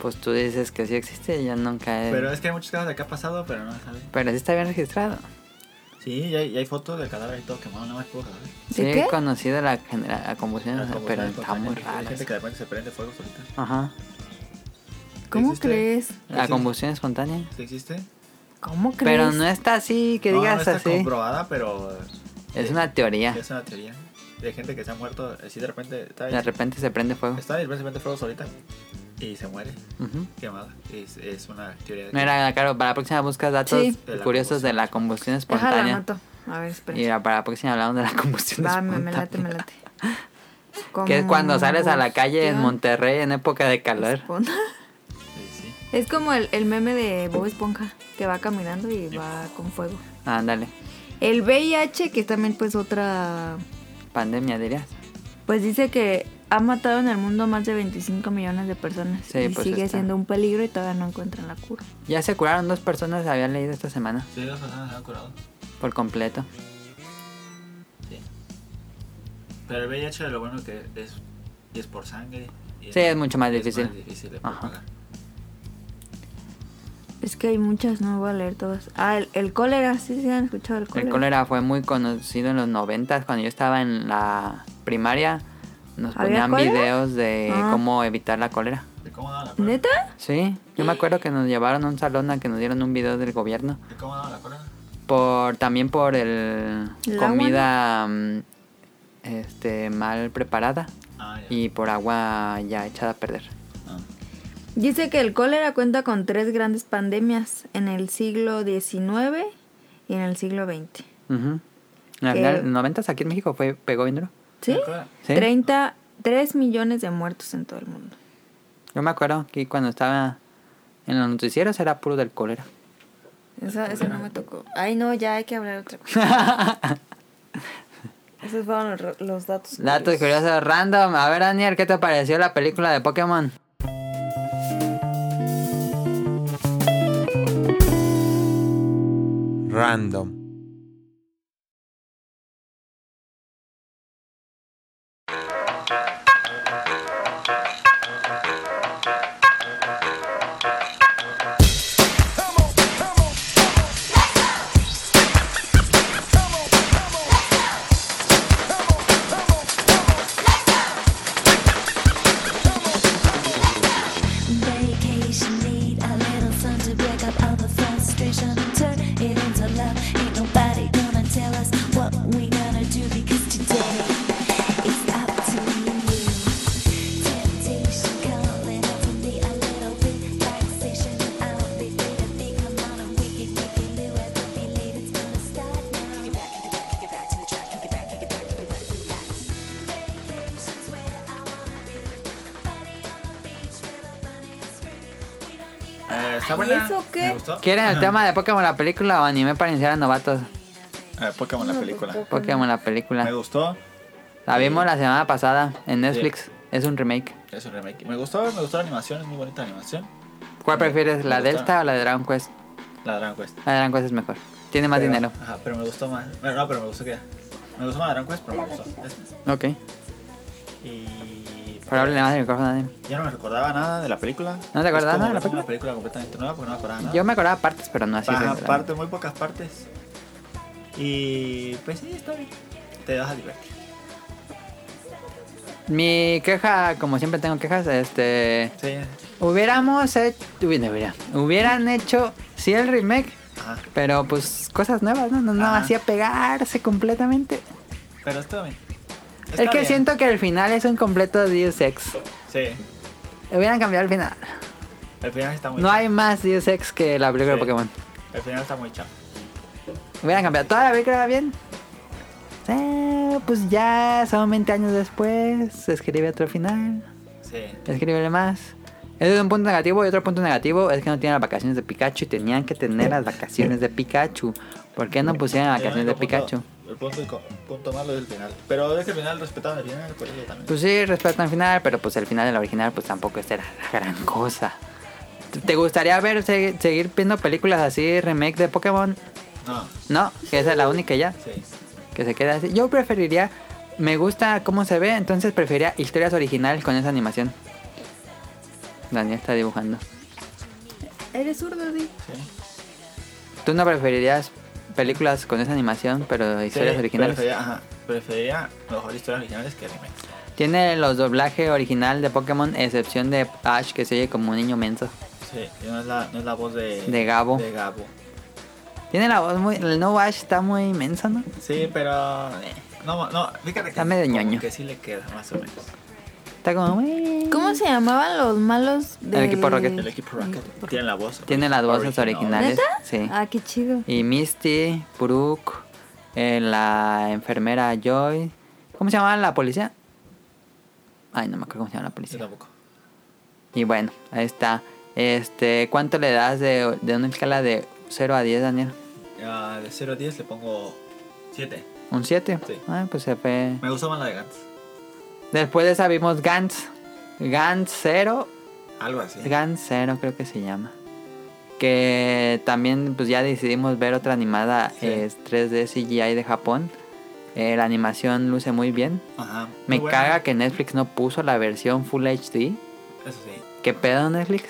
Pues tú dices que sí existe, yo nunca he... Pero Pero, es que hay muchos casos de que ha pasado, pero no saben. sí está bien registrado. Sí, y hay, y hay fotos del cadáver y todo quemado, nada más por cadáver. ¿De Sí qué? he conocido la, genera- la combustión, La o sea, combustión pero está espontánea, muy que Hay raro. gente que de repente se prende fuego solita. Ajá. ¿Cómo ¿Existe? crees? La Sí. combustión espontánea. ¿Sí existe? ¿Cómo crees? Pero no está así, que No, digas no está así. comprobada, pero Es una teoría. es una teoría. De gente que se ha muerto, así de repente está, De repente se prende fuego. está y de repente se prende fuego solita y se muere Ujú. quemada. Es, es una teoría. de- No era claro, para la próxima buscas datos Sí. De la curiosos de la combustión Déjala, espontánea. anoto. A ver, espera. Y la- para la próxima hablamos de la combustión pues. Va, me, espontánea. me late, me late. Que es cuando sales a la calle en Combustión Monterrey en época de calor. Esponja. Sí, sí. Es como el, el meme de Bob Esponja, que va caminando y va con fuego. Ándale. El VIH, que también pues otra... Pandemia dirías. Pues dice que ha matado en el mundo más de 25 millones de personas. Sí, y pues sigue está. siendo un peligro y todavía no encuentran la cura. Ya se curaron dos personas, había leído esta semana. Sí, dos personas se han curado. Por completo. Sí. Pero el VIH lo bueno que es, y es por sangre. y Sí, es mucho más es difícil. más difícil de Ajá. propagar. Es que hay muchas, no voy a leer todas. Ah, el, el cólera, sí, sí, han escuchado el cólera. El cólera fue muy conocido en los noventas, cuando yo estaba en la primaria. Nos ¿Había ponían cólera? videos de Ah. cómo evitar la cólera. ¿De cómo daba la cólera? ¿Neta? Sí, yo me acuerdo que nos llevaron a un salón a que nos dieron un video del gobierno. ¿De cómo daba la cólera? Por, también por el El agua, comida mm, este, mal preparada Ah, ya. y por agua ya echada a perder. Ah. Dice que el cólera cuenta con tres grandes pandemias en el siglo XIX y en el siglo XX. Ujú. Que- Al final, En los noventas aquí en México fue, pegó bien duro. ¿Sí? ¿De cólera? Sí. 30, 3 millones de muertos en todo el mundo. Yo me acuerdo que cuando estaba en los noticieros era puro del cólera. Esa, esa no me tocó. Ay, no, ya hay que hablar otra cosa. Esos fueron los, ro- los datos. Datos curiosos random. A ver, Daniel, ¿qué te pareció la película de Pokémon? Random. Vacation, need a little fun to break up all the frustration and turn it into love. Ain't nobody gonna tell us what we gonna do because today it's up to you. Temptation calling up for me a little relaxation. I'll be free to think I'm on a wicked, wicked new. I don't believe it's gonna start now. Kick it back, kick it back, kick it back to the track. Kick it back, kick it back, kick it back, relax. Vacation's where I wanna be. Body on the beach with a bunny and scream. We don't need a Eh, ¿Está ¿Y buena? eso qué? ¿Me gustó? ¿Quieren el tema de Pokémon la película o anime para iniciar a novatos? Eh, Pokémon la película. Pokémon la Me película. gustó. La vimos la semana pasada en Netflix. Es un remake. Es un remake. Me gustó, me gustó la animación, es muy bonita la animación. ¿Cuál prefieres, la Me de gusta. esta o la de Dragon Quest? La Dragon Quest. La de Dragon Quest es mejor. Tiene más Pero- dinero. Ajá, pero me gustó más. Bueno, no, pero me gustó que. Me gustó más la Dragon Quest, pero me gustó. Ok. Y Pero háblale más del micrófono, Dani. Ya no me recordaba nada de la película. ¿No te acordabas Es como nada de la ver película? Una película completamente nueva porque no me acordaba nada. Yo me acordaba partes, pero no así. Ajá, de- partes, muy pocas partes. Y pues sí, está bien. Te vas a divertir. Mi queja, como siempre tengo quejas, este... Sí. Hubiéramos hecho... hubiera- hubiera- hubieran hecho, sí, el remake, Ajá. pero pues cosas nuevas, ¿no? No, no Ajá. hacía pegarse completamente. Pero está bien. Es Está que bien. siento que el final es un completo Deus Ex. Sí. Hubieran cambiado el final. El final está muy No chafa. hay más Deus Ex que la película Sí. de Pokémon. El final está muy chafa. Hubieran cambiado. ¿Toda la película va bien? Eh, pues ya son 20 años después. Se escribe otro final. Sí. Escríbele más. Ese es un punto negativo y otro punto negativo es que no tienen las vacaciones de Pikachu y tenían que tener las vacaciones de Pikachu. ¿Por qué no pusieron las El vacaciones de único Pikachu? punto- El punto, punto malo es el final. Pero es que el final respetaban el final, por eso también. Pues sí, respetan el final, pero pues el final del original pues tampoco es la gran cosa. ¿Te gustaría ver se- seguir viendo películas así, remake de Pokémon? No, No, que esa es la única ya, sí. que se queda así. Yo preferiría, me gusta cómo se ve, entonces preferiría historias originales con esa animación. Daniel está dibujando. Eres zurdo, sí. ¿Tú no preferirías películas con esa animación, pero historias Sí, originales? Preferiría, ajá, preferiría mejor historias originales que remakes. Tiene los doblajes original de Pokémon, excepción de Ash, que se oye como un niño menso. Sí, y no es la, no es la voz de, De Gabo. de Gabo. Tiene la voz muy... El no Ash está muy inmenso, ¿no? Sí, pero. eh, No, no, fíjate que. Está medio como ñoño. Que sí le queda, más o menos. Está como... "Ué". ¿Cómo se llamaban los malos del... equipo Rocket. El equipo Rocket tiene la voz. Mm, Tiene las voces originales. ¿Neta? Sí. Ah, qué chido. Y Misty, Brooke, eh, la enfermera Joy. ¿Cómo se llama la policía? Ay, no me acuerdo cómo se llama la Yo policía. tampoco. Y bueno, ahí está. Este, ¿cuánto le das de, de una escala de 0 a 10, Daniel? Ah, de 0 a 10 le pongo 7. ¿Un 7? Sí. Ah, pues se fue. Me gustó más la de Gantz. Después de esa vimos Gantz. Gantz 0. Algo así. Gantz 0 creo que se llama. Que también pues ya decidimos ver otra animada Sí. eh, 3D CGI de Japón. Eh, la animación luce muy bien. Ajá. Me muy buena. caga que Netflix no puso la versión Full HD. Eso sí. ¿Qué pedo Netflix?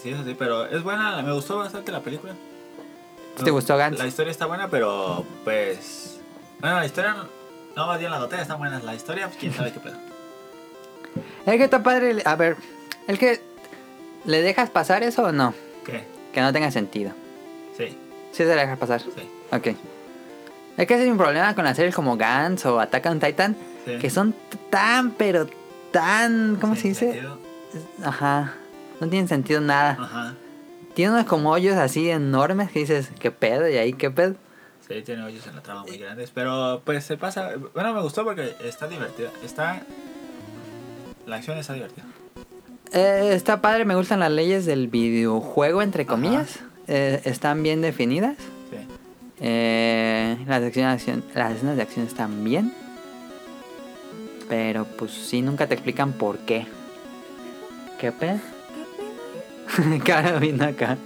Sí, eso sí, pero es buena, me gustó bastante la película. ¿Sí te gustó Gantz? La historia está buena, pero pues. Bueno, la historia. no- No, más bien las batallas están buenas. La historia, pues quién sabe qué pedo. El que está padre, a ver, el que le dejas pasar eso o no, ¿Qué? que no tenga sentido. Sí, Sí se la dejas pasar. sí. Ok. Es que ese es mi problema con las series como Gantz o Attack on Titan, Sí. que son t- tan, pero tan. ¿Cómo Sí, se dice? sentido. Ah. Ajá. No tienen sentido nada. Ajá. Tiene unos como hoyos así enormes que dices, ¿qué pedo? Y ahí, ¿qué pedo? Sí, tiene hoyos en la trama muy grandes. Pero pues se pasa. Bueno, me gustó porque está divertida. Está. La acción está divertida. Eh, está padre, me gustan las leyes del videojuego, entre comillas. Eh, están bien definidas. Sí. Eh, las, acciones de acción- las escenas de acción están bien. Pero pues sí, nunca te explican por qué. ¿Qué pedo? Cara vino acá.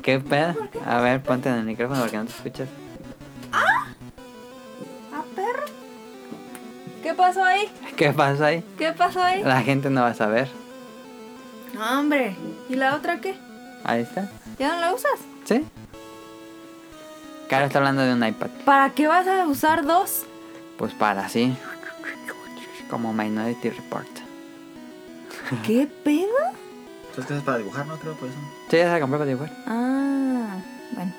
¿Qué pedo? A ver, ponte en el micrófono porque no te escuchas. Ah, perro. ¿Qué pasó ahí? ¿Qué pasa ahí? ¿Qué pasó ahí? La gente no va a saber. No, hombre. ¿Y la otra qué? Ahí está. ¿Ya no la usas? ¿Sí? Cara está hablando de un iPad. ¿Para qué vas a usar dos? Pues para así. Como Minority Report. ¿Qué pedo? Entonces, ¿qué es para dibujar, no? Creo por eso. Sí, ya se la compré para dibujar. Ah, bueno.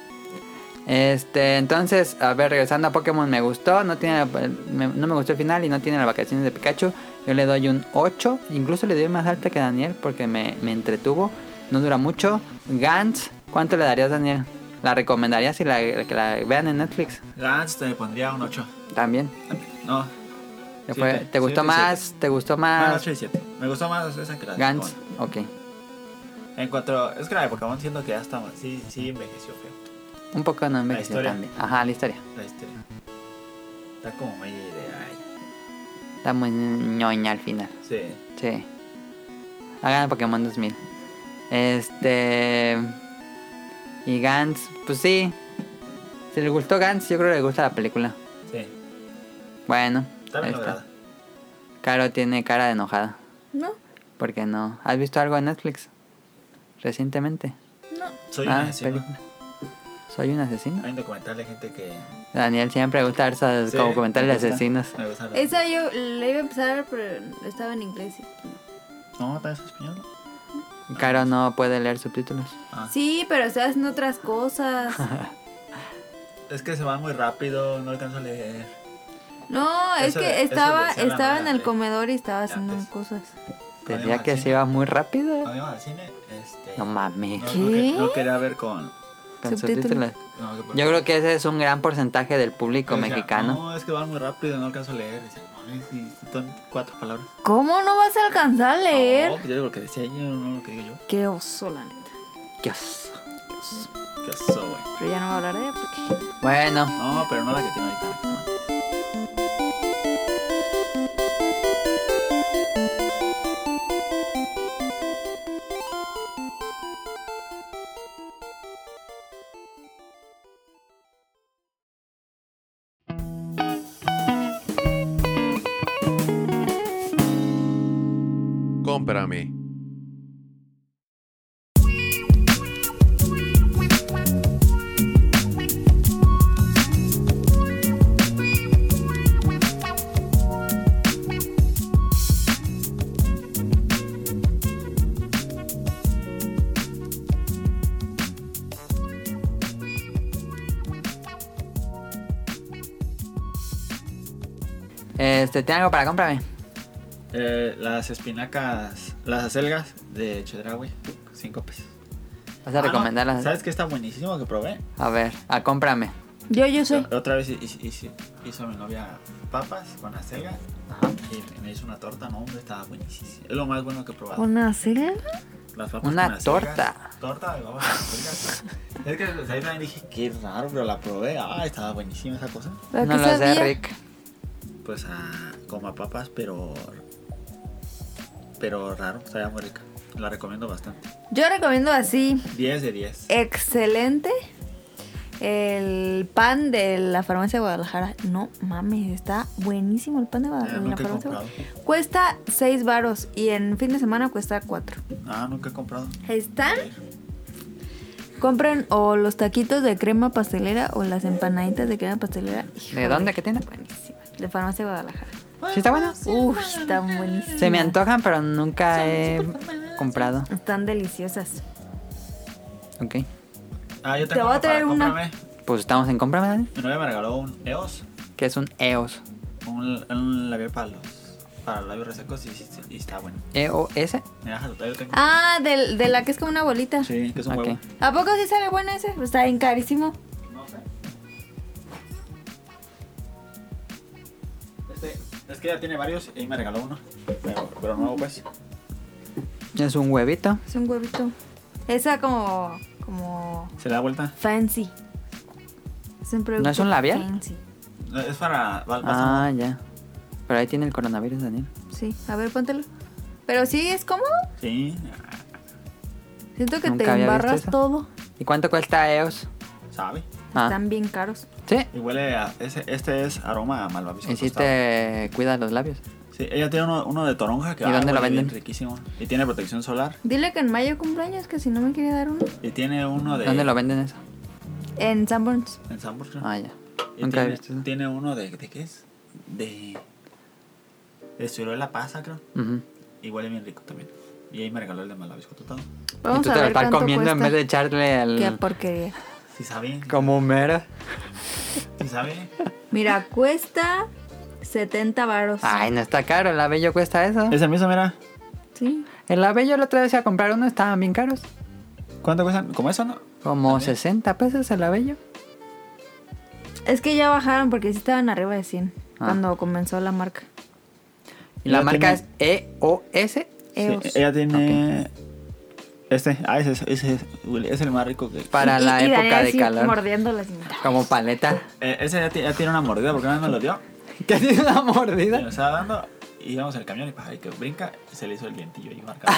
Este, entonces, a ver, regresando a Pokémon, me gustó, no tiene me- no me gustó el final y no tiene las vacaciones de Pikachu. Yo le doy un 8, incluso le doy más alta que Daniel porque me, me entretuvo, no dura mucho. Gantz, ¿cuánto le darías Daniel? ¿La recomendarías si la, que la vean en Netflix? Gantz te pondría un 8. También. No, ¿Te, fue- Siete, ¿te gustó siete, Ah, más? siete. ¿Te gustó un más? 8 y 7. Me gustó más esa que la de Gantz, Pokémon. ok. En cuanto. Es que la de Pokémon siento que ya está. Sí, sí envejeció feo. Un poco no me historia. también. Ajá, la historia. La historia. Está como medio de. Ay. Está muy ñoña al final. Sí. Sí. Hagan Pokémon 2000. Este. Y Gantz, pues sí. Si le gustó Gantz, yo creo que le gusta la película. Sí, Bueno, está ahí bien está. lograda. Caro tiene cara de enojada. No, ¿Por qué no? ¿Has visto algo en Netflix? Recientemente. no. Soy Ah, un asesino. película. ¿Soy un asesino? Hay un documental de gente que. Daniel siempre gusta ver esos Sí, como comentarios me de gusta, asesinos. me gusta la- Esa yo la iba a empezar a ver, pero estaba en inglés. No, ¿está en español? Caro no puede leer subtítulos. Ah. Sí, pero estás haciendo otras cosas. Es que se va muy rápido, no alcanzo a leer. No, es Eso- que eso estaba, lo hacía la estaba en mamá el de- comedor y estaba haciendo antes. cosas. Te Cuando decía iba que al se cine- iba muy rápido. Cuando iba al cine, este. No mames. no, no ¿Qué? que- No, quería ver con. Con Subtítulos. subtítulos. no, que por- Yo creo que ese es un gran porcentaje del público Yo decía, mexicano. No, es que va muy rápido, no alcanzo a leer. Y Dice, "Mames, y son cuatro palabras. ¿Cómo no vas a alcanzar a leer? No, pues yo digo lo que decía yo, no lo que digo yo. Qué oso, la neta. Dios. Qué oso, güey. Pero ya no voy a hablar de ella porque... Bueno, No, pero no la que tiene ahorita. no. Cómprame. este, ¿tiene algo para cómprame? Eh, las espinacas, las acelgas de Chedraui, 5 pesos. ¿Vas a Ah, no, recomendarlas? ¿Sabes qué está buenísimo que probé? A ver, a cómprame. Yo, yo sé. Otra vez hizo, hizo- hizo mi novia papas con acelgas Ajá. y me hizo una torta, no, hombre, estaba buenísimo. Es lo más bueno que he probado. ¿Una cena? Las papas Una con acelgas. torta. Torta de papas con acelgas. es que pues, ahí también dije, qué raro, pero la probé. Ah, estaba buenísima esa cosa. ¿Pero No qué lo sé, sabía? Rick. Pues ah, como a papas, pero. Pero raro, estaba muy rica. La recomiendo bastante. Yo recomiendo así, 10 de 10. Eh. excelente, el pan de la farmacia de Guadalajara. No mames, está buenísimo el pan de Eh, Guadalajara. la nunca he farmacia de comprado. Guadalajara. Cuesta 6 varos y en fin de semana cuesta 4. Ah, nunca he comprado. Están. Compren o los taquitos de crema pastelera o las empanaditas de crema pastelera. ¿De dónde? ¿Qué tiene? Buenísima. De farmacia de Guadalajara. ¿Sí está bueno? Uf, están buenísimas. Se me antojan, pero nunca he comprado. Están deliciosas. Ok. Ah, yo Te tengo voy a una para traer una. cómprame. Pues estamos en cómprame, Dani, Mi novia me regaló un EOS, que es un E EOS. un, un labial para los, para los labios resecos y, y- y está bueno. E ¿EOS? Me dejas lo traigo, tengo. Ah, del- de, la que es como una bolita. Sí, que es un Ok. huevo. ¿A poco sí sale bueno ese? Pues Está bien carísimo. No sé. Este, es que ya tiene varios y me regaló uno. Pero, pero nuevo pues. Es un huevito. Es un huevito. Esa como. como. Se da vuelta. fancy. Es un producto ¿No es un labial? Fancy. No, Es para bal- Ah, ya. Pero ahí tiene el coronavirus, Daniel. Sí, a ver, póntelo. Pero sí es cómodo. Sí. Siento que Nunca te había visto embarras eso. todo. ¿Y cuánto cuesta EOS? Sabe. Ah, Están bien caros. sí. Y huele a. Ese, este es aroma a malvavisco. Y si tostado. te cuida los labios. Sí, ella tiene uno, uno de toronja que ¿Y dónde lo huele bien venden? riquísimo. Y tiene protección solar. Dile que en mayo cumpleaños, que si no me quiere dar uno. Y tiene uno de. ¿Dónde lo venden eso? En Sanborns. En Sanborns, creo. Ah, ya. Y Nunca he tiene, visto eso. tiene uno de, de qué es? De. De ciruela pasa, creo. Ujú. Y huele bien rico también. Y ahí me regaló el de malabisco tostado. Y Vamos tú a te lo ver estás cuánto comiendo en cuesta. vez de echarle Qué al... porquería. Si sabe, Como mera. si sabe. Mira, cuesta 70 varos. Ay, no está caro. El labello cuesta eso. Es el mismo, mira. Sí. El labello la otra vez fui a comprar uno. Estaban bien caros. ¿Cuánto cuestan? ¿Como eso, no? Como También. 60 pesos el labello. Es que ya bajaron porque sí estaban arriba de 100 Ah. cuando comenzó la marca. Y la Ella marca tiene- es E EOS. EOS. Sí, eh, eh, ella tiene. Este. Ah, ese, ese, ese huele- es el más rico que. Para Y- la y época Daniel de así calor. mordiéndola sin- Como paleta. Eh, ese ya, ti- ya tiene una mordida porque una vez me lo dio. Que tiene una Y mordida. nos estaba dando. Y íbamos al camión y para que brinca, se le hizo el dientillo ahí marcado.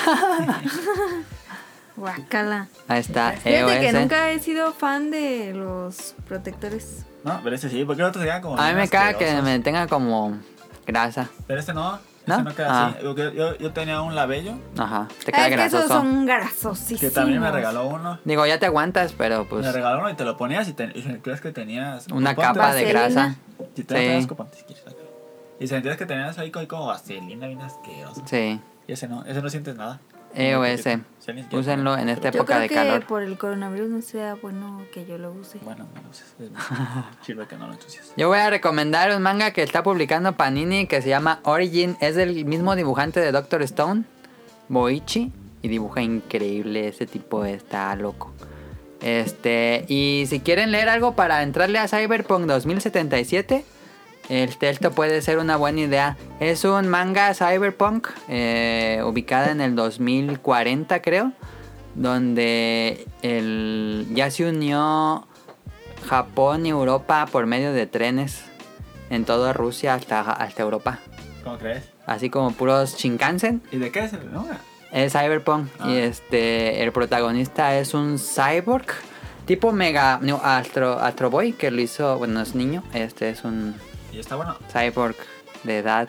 Guacala. Ahí está, E Fíjate que EOS. nunca he sido fan de los protectores. no, pero ese sí, porque el otro se queda como. A mí bien me caga asqueroso. que me tenga como grasa. Pero este no. ¿No? Eso no queda Ah. así. Yo, yo- yo tenía un labello Ajá, te Ah, queda es que esos grasoso. son grasosísimos. que también me regaló uno. Digo, ya te aguantas, pero pues me regaló uno y te lo ponías y, te, y sentías que tenías. una ponte- capa de Vaselina. grasa. Y te tenías Sí. como- si quieres, acá. Y sentías que tenías ahí co- como vaselina bien asquerosa. Sí, Y ese no, ese no sientes nada. EOS. Sí, ni siquiera- Úsenlo en este esta Yo época creo de que calor. por el coronavirus no sea bueno que yo lo use. Bueno, no lo uses. es- Sirve que no lo ensucias. Yo voy a recomendar un manga que está publicando Panini que se llama Origin. Es del mismo dibujante de Doctor Stone, Boichi. Y dibuja increíble. Ese tipo está loco. Este, y si quieren leer algo para entrarle a Cyberpunk 2077, el texto este, puede ser una buena idea. Es un manga cyberpunk eh, ubicada en el 2040, creo, donde el, ya se unió Japón y Europa por medio de trenes en toda Rusia hasta, hasta Europa. ¿Cómo crees? Así como puros Shinkansen. ¿Y de qué es el no? Es Cyberpunk Ah. y este el protagonista es un cyborg tipo Mega no, Astro Astro Boy que lo hizo, bueno, es niño, este es un Y está bueno. cyborg de edad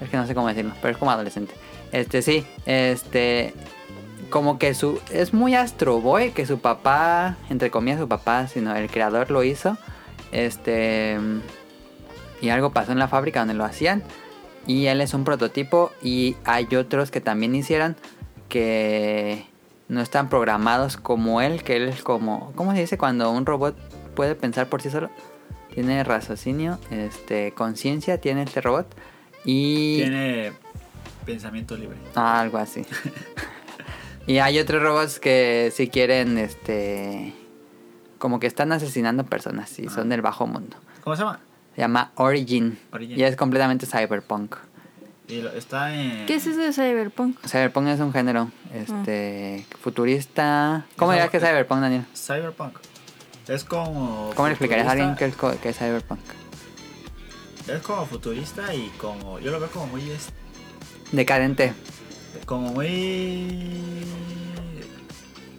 es que no sé cómo decirlo, pero es como adolescente. Este sí, este como que su es muy Astro Boy que su papá, entre comillas su papá, sino el creador lo hizo. Este y algo pasó en la fábrica donde lo hacían y él es un prototipo y hay otros que también hicieron que no están programados como él, que él es como ¿cómo se dice cuando un robot puede pensar por sí solo? Tiene raciocinio, este conciencia tiene este robot y Tiene pensamiento libre. Ah, algo así. y hay otros robots que si quieren, este... Como que están asesinando personas y son del bajo mundo. ¿Cómo se llama? Se llama Origin. Origin. Y es completamente cyberpunk. Y lo- está en. ¿Qué es eso de Cyberpunk? Cyberpunk es un género este futurista... ¿Cómo Mm. Eso- dirías que es cyberpunk, Daniel? Cyberpunk. Es como. ¿Cómo le explicarías a alguien futurista- que es, co- que es cyberpunk? Es como futurista y como. Yo lo veo como muy. es- Decadente, Como muy.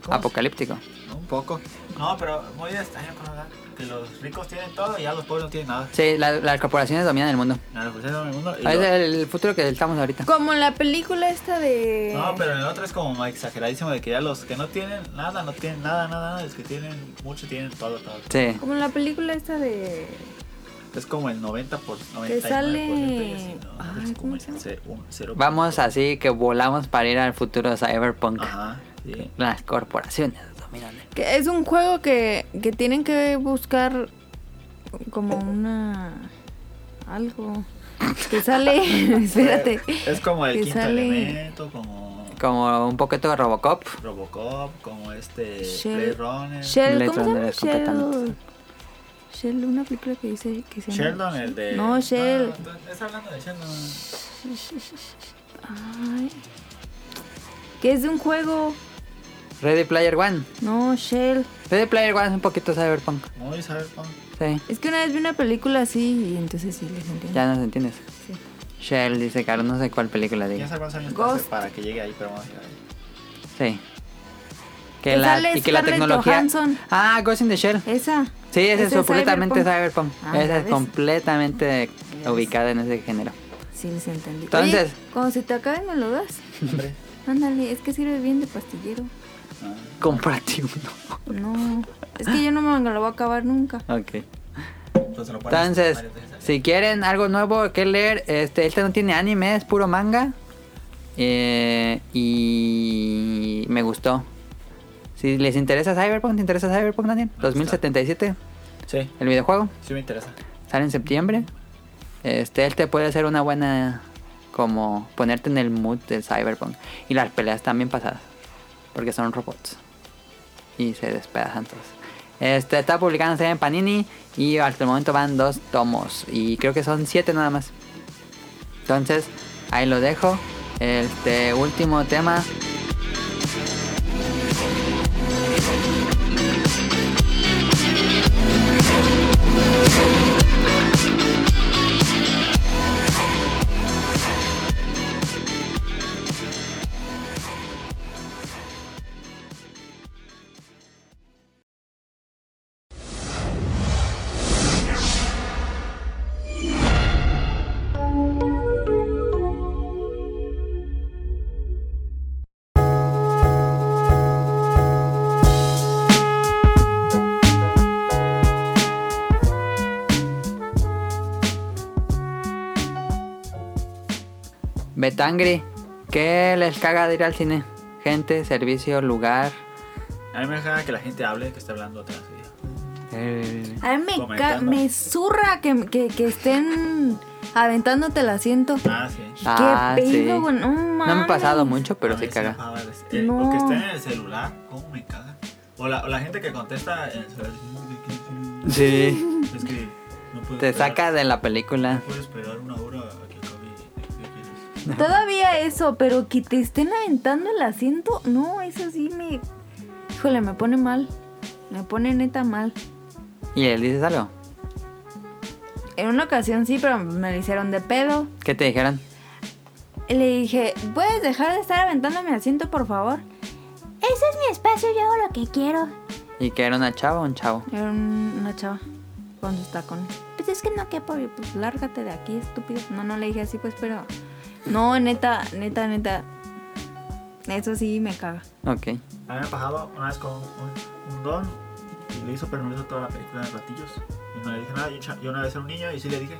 ¿cómo se- apocalíptico. Un poco. No, pero muy extraño con la- que los ricos tienen todo y ya los pobres no tienen nada. Sí, la- las corporaciones dominan el mundo. A los pobres en el mundo. y Es lo- el futuro que estamos ahorita. Como la película esta de... No, pero en el otro es como más exageradísimo de que ya los que no tienen nada, no tienen nada, nada, nada. Los que tienen mucho tienen todo, todo. Sí. Como la película esta de... Es como el 90 por 99. sale- y así, ¿no? Ay, Es ¿cómo como el se llama? ce- un cero- Vamos así que volamos para ir al futuro cyberpunk. Ajá, sí. Las corporaciones dominan. Que es un juego que, que tienen que buscar como una... Algo. Que sale... Espérate. Es como el Que quinto sale- elemento, como Como un poquito de Robocop. Robocop, como este Shell- Playrunner. Shell, ¿cómo se llama? Letroneras Shell... completamente. Shell, una película que dice que se llama... Sheldon, el de. No, Shell. No, no, está hablando de Sheldon. Ay. Que es de un juego... Ready Player One. No, Shell. Ready Player One es un poquito cyberpunk. Muy cyberpunk. Sí, Es que una vez vi una película así y entonces sí les entiendo. ya nos entiendes. Sí. Shell dice, Carlos, no sé cuál película ¿Quién diga. sabe cuántos años Ghost. pase para que llegue ahí? Pero vamos a llegar ahí. Sí. Que Que la, sale y que la Scarlett tecnología... Johansson. Ah, Ghost in the Shell. Esa. Sí, ese es Ese es completamente cyberpunk. cyberpunk. Ah, Esa ya es ves. completamente Ya ves. ubicada en ese género. Sí, les entendí. Entonces- Oye, cuando se te acabe me lo das. Hombre. Ándale, es que sirve bien de pastillero. Comprate uno. No. Es que yo no me lo voy a acabar nunca. Ok. Entonces, lo pones Entonces, varias veces. si quieren algo nuevo que leer, este, este no tiene anime, es puro manga. Eh, y me gustó. Si les interesa Cyberpunk, ¿te interesa Cyberpunk, Daniel? 2077, Sí, el videojuego. sí me interesa. Sale en septiembre. Este, este puede ser una buena... Como ponerte en el mood del Cyberpunk. Y las peleas también pasadas. Porque son robots. Y se despedazan todos. Este, está publicándose en Panini. Y hasta el momento van dos tomos. Y creo que son siete nada más. Entonces, ahí lo dejo. Este último tema. Betangri, ¿qué les caga de ir al cine? Gente, servicio, lugar. A mí me deja que la gente hable, que esté hablando atrás. y ya. eh, A mí me, ca- Comentando. me zurra que, que, que estén aventándote el asiento. Ah, sí. ah, Qué sí. pedo, güey, no No me ha pasado mames. mucho, pero A sí mí caga. me caga des- eh, No. O que estén en el celular, ¿cómo me caga? O la, o la gente que contesta en el celular. Sí. Es que no puedo Te esperar- saca de la película. No puedo esperar una hora a que acabe. ¿Qué quieres? Todavía eso, pero que te estén aventando el asiento, no, eso sí me. Híjole, me pone mal. Me pone neta mal. ¿Y le dices algo? En una ocasión sí, pero me lo hicieron de pedo. ¿Qué te dijeron? Y Le dije, ¿puedes dejar de estar aventando mi asiento, por favor? Ese es mi espacio, yo hago lo que quiero. ¿Y que era una chava o un chavo? Era un- una chava con sus tacones. Pues es que no quepo, y pues lárgate de aquí, estúpido. No, no le dije así, pues, pero. No, neta, neta, neta. Eso sí me caga. Ok. A mí me ha pasado una vez con un, un don y lo hizo, pero no hizo toda la película de ratillos. Y no le dije nada. Yo, cha- yo una vez era un niño y sí le dije.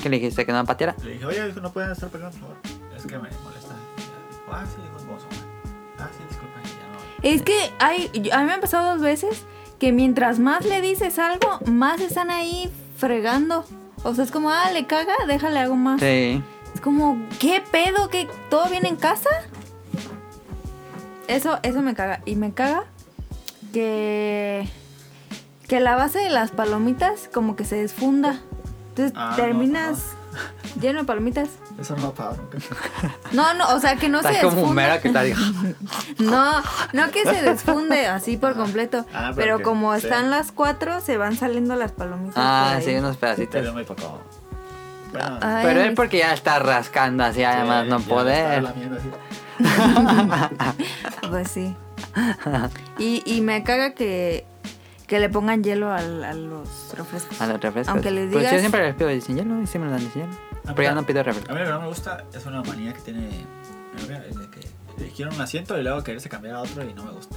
¿Qué le dijiste que no pateara? Le dije, oye, dijo, no pueden estar peleando, por favor. Es que me molesta. Y ya dijo, ah, sí, dijo un gozo, Ah, sí, disculpa, y ya no. Es que hay, yo- a mí me ha pasado dos veces que mientras más le dices algo, más están ahí fregando. O sea, es como, ah, le caga, déjale algo más. Sí. Es como, ¿qué pedo? ¿Que todo viene en casa? Eso, eso me caga. Y me caga que, que la base de las palomitas como que se desfunda. Entonces Ah, no, terminas lleno de palomitas. Eso no ha pasado nunca. No, no, o sea que no Estás se como un desfunda. mero que está No, no que se desfunde así por completo. Ah, pero pero que- como sí. están las cuatro, se van saliendo las palomitas. Ah, por ahí. sí, unos Te dio pedacitos. muy poco. Bueno, Ay, Pero él porque ya está rascando así, además no ya estaba poder. lamiendo así. Pues sí. Y, y me caga que, que le pongan hielo al- a los refrescos. A los refrescos. Aunque les Pues digas. yo siempre les pido el sin hielo y sí me lo dan sin hielo. Ah, Pero ya mira. no pido A refresco. mí lo que no me gusta es una manía que tiene mi novia, es de que quieren un asiento y luego quererse cambiar a otro y no me gusta.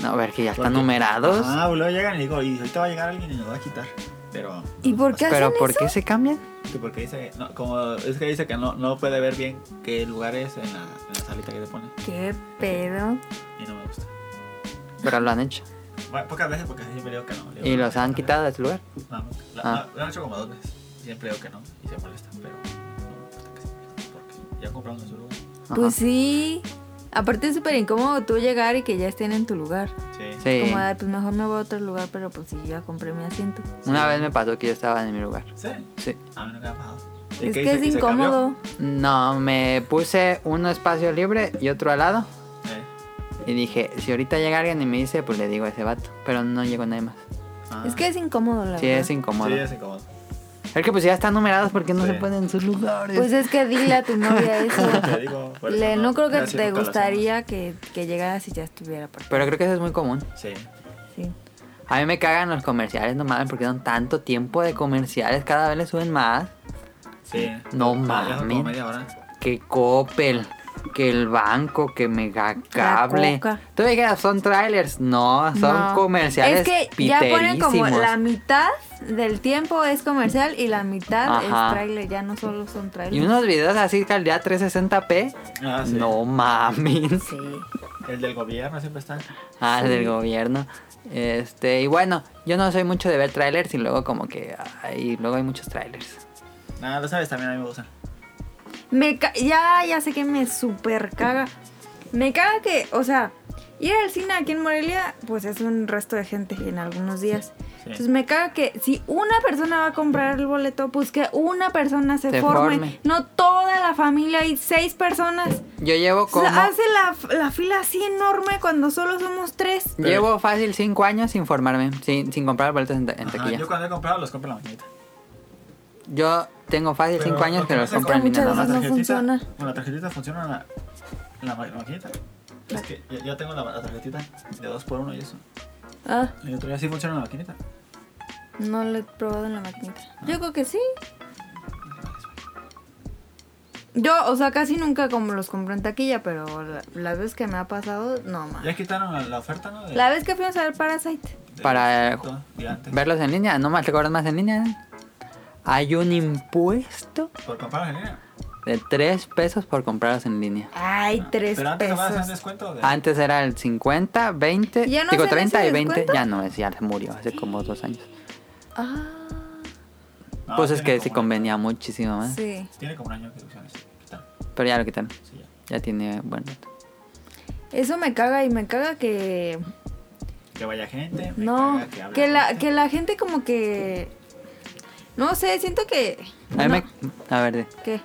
No, a ver que ya están Porque- numerados. Ah, luego llegan y digo, y ahorita va a llegar alguien y nos va a quitar. Pero, ¿Y por qué Pero hacen ¿por eso? qué se cambian? que porque dice, no, como es que dice que no, no puede ver bien qué lugar es en la, en la salita que te pone ¿Qué pedo? y no me gusta. Pero lo han hecho. Bueno, pocas veces porque siempre digo que no. le digo, Y no, los no, han no, quitado de su lugar. No, no, Ah. la- la- lo han hecho como dos veces. Siempre digo que no y se molestan, pero no me gusta que se molesten porque ya compramos nuestro lugar. Ajá. Pues sí. Aparte es súper incómodo tú llegar y que ya estén en tu lugar. Sí. Sí. Como, "Ay, pues mejor me voy a otro lugar, pero pues sí, yo ya compré mi asiento. Una vez me pasó que yo estaba en mi lugar. Sí. Sí. A mí nunca me ha pasado. ¿Y Es qué que dice? es se cambió? incómodo. No, me puse un espacio libre y otro al lado. Eh, Y dije, si ahorita llega alguien y me dice, pues le digo a ese vato. Pero no llegó nadie más. ah, Es que es incómodo, la Sí, verdad. es incómodo. Sí, es incómodo. Es que pues ya están numerados porque no Sí. se ponen en sus lugares. Pues es que dile a tu novia eso. Te digo, por eso Le- no, creo que casi te nunca lo gustaría que, que llegaras y ya estuviera por Pero creo que eso es muy común. hacemos. Sí. sí. A mí me cagan los comerciales, no mames, porque dan tanto tiempo de comerciales, cada vez le suben más. Sí. No Ah, ya son como mames. media hora. Que Coppel, que el banco, que Mega Cable. Coca. Tú dijeras, son trailers. No, son No. Es comerciales. que ya ponen como piterísimos. la mitad del tiempo es comercial y la mitad Ajá. es trailer. Ya no solo son trailers. Y unos videos así, calidad 360p. Ah, sí. No mames. Sí. El del gobierno siempre está. Ah, del gobierno. Este, y bueno, yo no soy mucho de ver trailers y luego como que ay, luego hay muchos trailers. Nada, lo sabes, también a mí me gusta. Me ca- ya, ya sé que me super caga. Me caga que, o sea, ir al cine aquí en Morelia, pues es un resto de gente en algunos días. Entonces me caga que si una persona va a comprar el boleto, pues que una persona se, Se forme. forme. No toda la familia y seis personas. Yo llevo O como sea, hace la, la fila así enorme cuando solo somos tres. llevo fácil 5 años sin formarme, sin, sin comprar boletos en, ta- en Ajá, taquilla. yo yo... cuando he comprado los compro en la maquinita. tengo fácil Pero 5 años lo que que los pasa compro en con- línea Muchas nada veces Con más. no funciona. Con la tarjetita funciona en la, en la ma- maquinita. Es que yo, yo tengo la, la tarjetita de 2x1 y eso. Ah, Y otro día sí funciona en la maquinita. no lo he probado en la maquinita. Ah. Yo creo que sí. Yo, o sea, casi nunca como los compro en taquilla, pero la, la vez que me ha pasado, no más. Ya quitaron la, la oferta, ¿no? De- La vez que fuimos a ver Parasite. de- Para- eh, todo, de antes. Verlos en línea, no más te cobran más en línea. Hay un impuesto Por comprar en línea. de 3 pesos por comprarlos en línea. Ay, tres Ah, Pero antes nomás hacían pesos. descuento. De... Antes era el 50, 20, ¿Ya no digo hacen 30 ese y 20, descuento? ya no es, ya se murió hace como dos años. Ah, Ah, No, pues es tiene que se como un año. convenía muchísimo más, sí. Tiene como un año que usan eso. Quitaron. pero ya lo quitaron, Sí, ya. ya tiene buen rato. Eso me caga y me caga que Que vaya gente. me no caga hable que la gente. que la gente como que no sé, siento que A, no, mí me- a ver, ¿qué?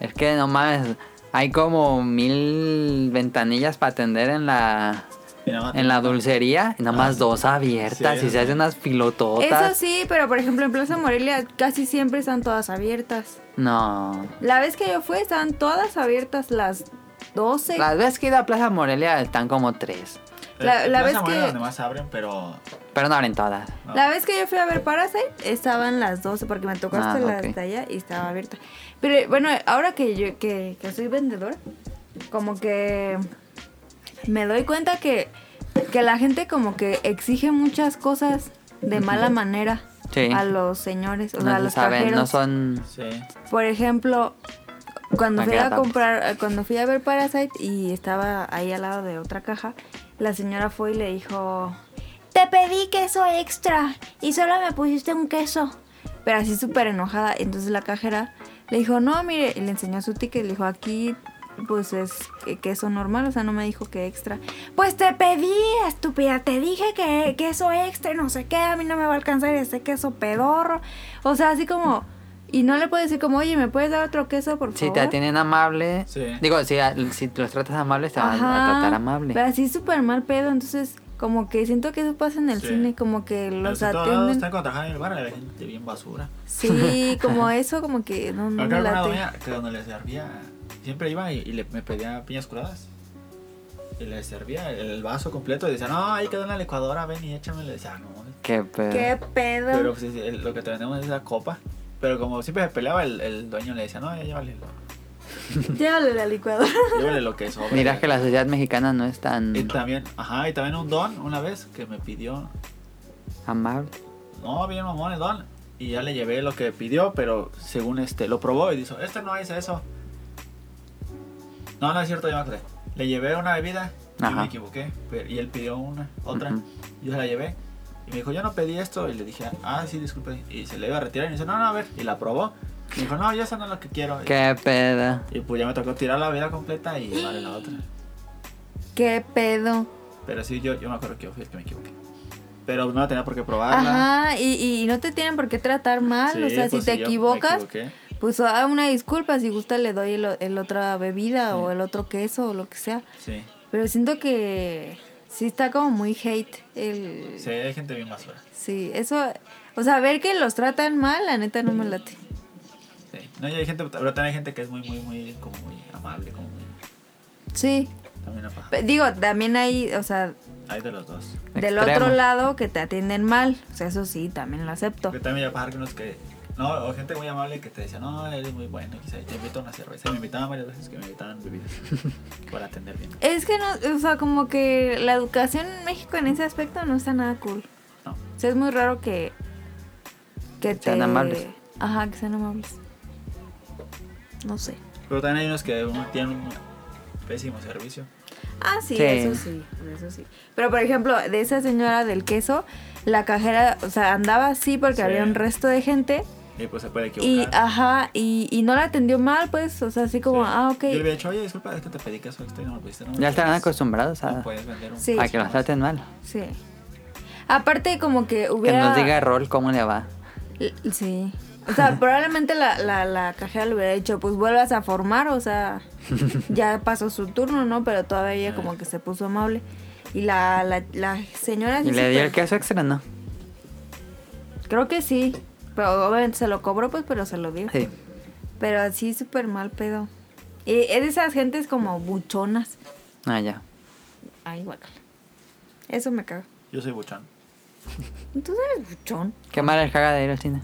es que no mames, hay como mil ventanillas para atender en la... Y nada más- En la dulcería, y nada más Ah. dos abiertas Sí, y se hacen unas Eso pilototas. sí, pero por ejemplo en Plaza Morelia casi siempre están todas abiertas. No. La vez que yo fui estaban todas abiertas las 12. Las veces que he ido a Plaza Morelia están como tres. la- la Plaza vez Morelia que- donde más abren, pero. Pero no abren todas. no. La vez que yo fui a ver Parasite estaban las 12 porque me tocó hasta Ah, las ok. de allá y estaba abierta. Pero bueno, ahora que yo que, que soy vendedora, como que me doy cuenta que, que la gente como que exige muchas cosas de mala manera Sí. a los señores, o No sea, a se los saben, cajeros. no son. Sí. Por ejemplo, cuando fui a Pancartas. comprar, eh, cuando fui a ver Parasite y estaba ahí al lado de otra caja, la señora fue y le dijo, te pedí queso extra y solo me pusiste un queso. Pero así súper enojada. Entonces la cajera le dijo, no, mire, y le enseñó su ticket, le dijo, aquí pues es que- queso normal, o sea, no me dijo que extra. Pues te pedí, estúpida, te dije que queso extra, y no sé qué, a mí no me va a alcanzar ese queso pedorro. O sea, así como... Y no le puedes decir como, oye, ¿me puedes dar otro queso, por favor? Si te atienden amable. Sí. Digo, si, a- si los tratas amables, te van a Ajá, tratar amable. Pero así súper mal pedo, entonces como que siento que eso pasa en el Sí. cine, como que los Pero si todos lados atienden. Están cuando trabajan en el bar, la gente bien basura. Sí, como eso, como que no, no Acá me había una late. doña que donde les servía, siempre iba y, y le, me pedía piñas curadas. Y le servía el, el vaso completo y decía, no, ahí quedó en la licuadora, ven y échame. Le decía, "Ah, no. eh". Qué pedo. ¿Qué pedo? Pero pues, es- el- lo que te vendemos es la copa. Pero como siempre se peleaba, el, el dueño le decía, no, ya llévale lo, Llévale la licuadora. llévale lo que sobra. Mira que la sociedad mexicana no es tan Y también, ajá, y también un don una vez que me pidió, amable. no, bien mamón el don. Y ya le llevé lo que pidió, pero según este, lo probó y dijo, este no es eso. No, no es cierto, yo me acordé. Le llevé una bebida y Ajá. me equivoqué. pero- y él pidió una, otra. Ujú. Yo se la llevé. Y me dijo, yo no pedí esto. Y le dije, ah, sí, disculpe. Y se le iba a retirar. Y dice, no, no, a ver. Y la probó. Y dijo, no, yo esa no es lo que quiero. Qué pedo. Y pues ya me tocó tirar la bebida completa y llevarle la otra. ¿Qué pedo? Pero sí, yo, yo me acuerdo que yo fui el que me equivoqué. Pero Ah, no tenía por qué probarla. Ajá, y, y no te tienen por qué tratar mal, Sí, o sea, pues si te sí, yo me equivocas, equivoqué. pues ah, una disculpa, si gusta le doy el, o- el otra bebida o el otro queso o lo que sea. Sí. Pero siento que sí está como muy hate el... Sí, hay gente bien basura. Sí, eso. O sea, ver que los tratan mal, la neta no me late. Sí. No, y hay gente, pero también hay gente que es muy, muy, muy, como muy amable, como muy, Sí. también la paja. Pe- Digo, también hay, o sea, Hay de los dos. del Extremo. otro lado que te atienden mal. O sea, eso sí, también lo acepto. Porque también ya pajar que unos que. No, o gente muy amable que te decía, no, eres muy bueno, quizá y te invito a una cerveza. Y me invitaban varias veces que me invitaban bebidas. para atender bien. Es que no, o sea, como que la educación en México en ese aspecto no está nada cool. No. O sea, es muy raro que. que te. Sean amables. Ajá, que sean amables. No sé. Pero también hay unos que un- tienen un pésimo servicio. Ah, sí, Sí. eso sí, eso sí. Pero por ejemplo, de esa señora del queso, la cajera, o sea, andaba así porque Sí. había un resto de gente Y pues se puede y equivocar. ajá, y, y no la atendió mal, pues, o sea, así como, Sí. ah, Yo le ok. había dicho, oye, disculpa, es que te pedí queso extra y no me lo pediste. No me Ya lo estarán puedes- acostumbrados no a, puedes vender un Sí. a que los traten mal. Sí. Aparte como que Que hubiera nos diga rol cómo le va. L- Sí. O sea, probablemente la, la, la cajera le hubiera dicho, pues vuelvas a formar, o sea, ya pasó su turno, ¿no? Pero todavía ella como que se puso amable. Y la, la, la señora... sí Y le dio súper- el queso extra, ¿no? Creo que sí. Pero obviamente se lo cobró, pues, pero se lo dio. Sí. Pero así súper mal pedo. Y es de esas gentes como buchonas. Ah, ya. Ay, guacala. Eso me caga. Yo soy buchón. ¿Tú eres buchón? Qué mal el caga de ir al cine.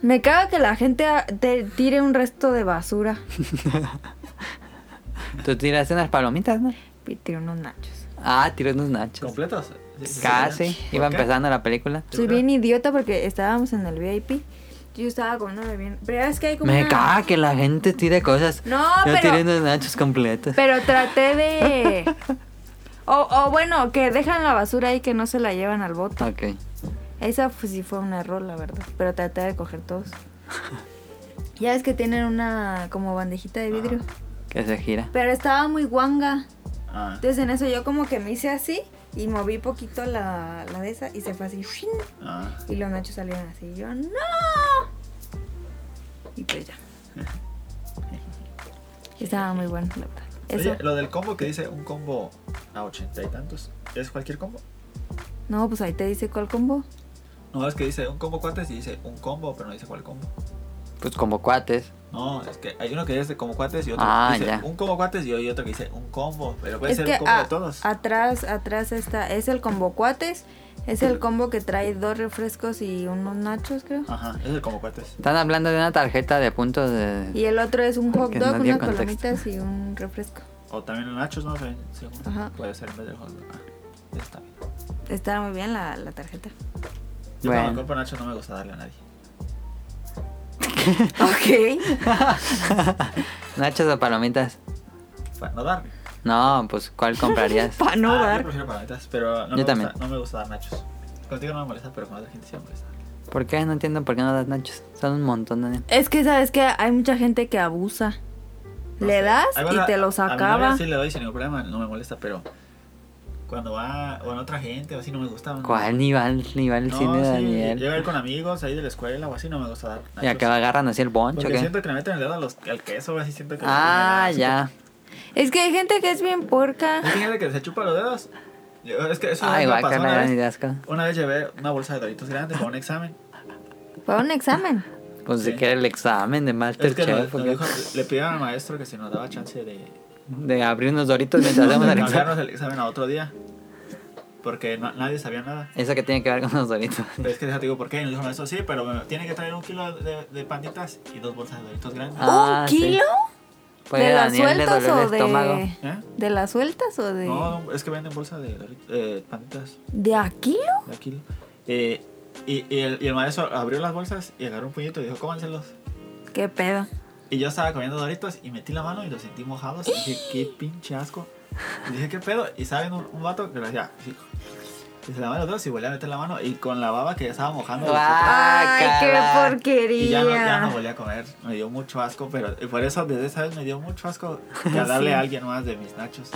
Me caga que la gente ah, te tire un resto de basura. Tú tiraste unas palomitas, ¿no? Y tire unos nachos. Ah, tiró unos nachos. ¿Completos? Sí, sí, sí. Casi. ¿Por Iba qué? empezando la película. Soy bien idiota porque estábamos en el VIP. Yo estaba comiéndome bien. Pero es que hay como. Me una- caga que la gente tire cosas. No, Yo pero- tiré unos nachos completos. Pero traté de. O, o bueno, que dejan la basura ahí que no se la llevan al bote. Ok. Esa pues, sí fue un error, la verdad. Pero traté de coger todos. Ya es que tienen una como bandejita de vidrio. Que se gira. Pero estaba muy guanga. Ah, Entonces en eso yo como que me hice así y moví poquito la, la de esa y se fue así. ¡shin! ah. Y los nachos salieron así. Y yo, ¡no! Y pues ya. Estaba muy bueno, la verdad. Eso. Oye, lo del combo que dice un combo a ochenta y tantos, ¿es cualquier combo? No, pues ahí te dice cuál combo. No, es que dice un combo cuates y dice un combo, pero no dice cuál combo. Pues como cuates. No, es que hay uno que dice como cuates y otro Ah, que dice ya. un combo cuates y hay otro que dice un combo, pero puede es ser que un combo a- de todos. atrás, atrás está, es el combo cuates, es el combo que trae dos refrescos y unos nachos, creo. Ajá, es el combo cuates. Están hablando de una tarjeta de puntos de... Y el otro es un hot Que dog, no dio unas contexto. palomitas y un refresco. O también los nachos, no sé, según Ajá. puede ser en vez del hot dog. Ah, ya está bien. Estaba muy bien la, la tarjeta. Yo Bueno. cuando compro nachos no me gusta darle a nadie. Ok. Nachos o palomitas. Para no dar. No, pues ¿cuál comprarías? Para no Ah, Yo dar. prefiero palomitas, pero no, Yo me también. Gusta, no me gusta dar nachos. Contigo no me molesta, pero con otra gente sí me molesta. ¿Por qué? No entiendo por qué no das nachos. Son un montón de... Es que sabes que hay mucha gente que abusa. No Le sé. das Ay, y bueno, te a- lo A mi novia sacaba. sí le doy sin ningún problema, no me molesta, pero cuando va o en otra gente o así no me gusta. no- ¿Cuál nivel, nivel No, cine, sí, Daniel? Llega a ir con amigos ahí de la escuela o así, no me gusta dar nachos. ¿Y acá agarran así el boncho? Porque ¿qué? siento que le meten el dedo a los- al queso, así siento que... Ah, me da ya. Es que hay gente que es bien puerca. asco. Hay gente que se chupa los dedos. Yo- es que eso Ay, me pasó guacala, una Dani, de vez. asco. Una vez llevé una bolsa de doritos grande para un examen. Para un examen. Pues si Sí. quiere el examen de Es que nos- Masterchef. nos ¿o qué? dijo- le pidieron al maestro que si nos daba chance de, De abrir unos doritos mientras hacemos el de examen. cambiarnos el examen a otro día. Porque no- nadie sabía nada. Eso que tiene que ver con los doritos. Pero es que ya te digo por qué. Y nos dijo el maestro, sí, pero me tiene que traer un kilo de, de panditas y dos bolsas de doritos grandes. Ah, ¿Un sí. kilo? Puede ¿De las Daniel le sueltas dolió o el estómago. de.? ¿Eh? ¿De las sueltas o de.? No, no, es que venden bolsas de dori- eh, panditas. ¿De a kilo? de aquí. Eh, y, y el, y el maestro abrió las bolsas y agarró un puñito y dijo, cómanselos. ¿Qué pedo? Y yo estaba comiendo doritos y metí la mano y los sentí mojados. Y dije, qué pinche asco. Y dije, qué pedo. Y sale un, un vato que lo hacía. así. Y se lavaba los dedos y volví a meter la mano y con la baba que ya estaba mojando. los Guau. Ah, ¡Ay, cara. qué Y porquería! ya no, ya no volví a comer. Me dio mucho asco, pero y por eso desde esa vez me dio mucho asco que darle a alguien más de mis nachos.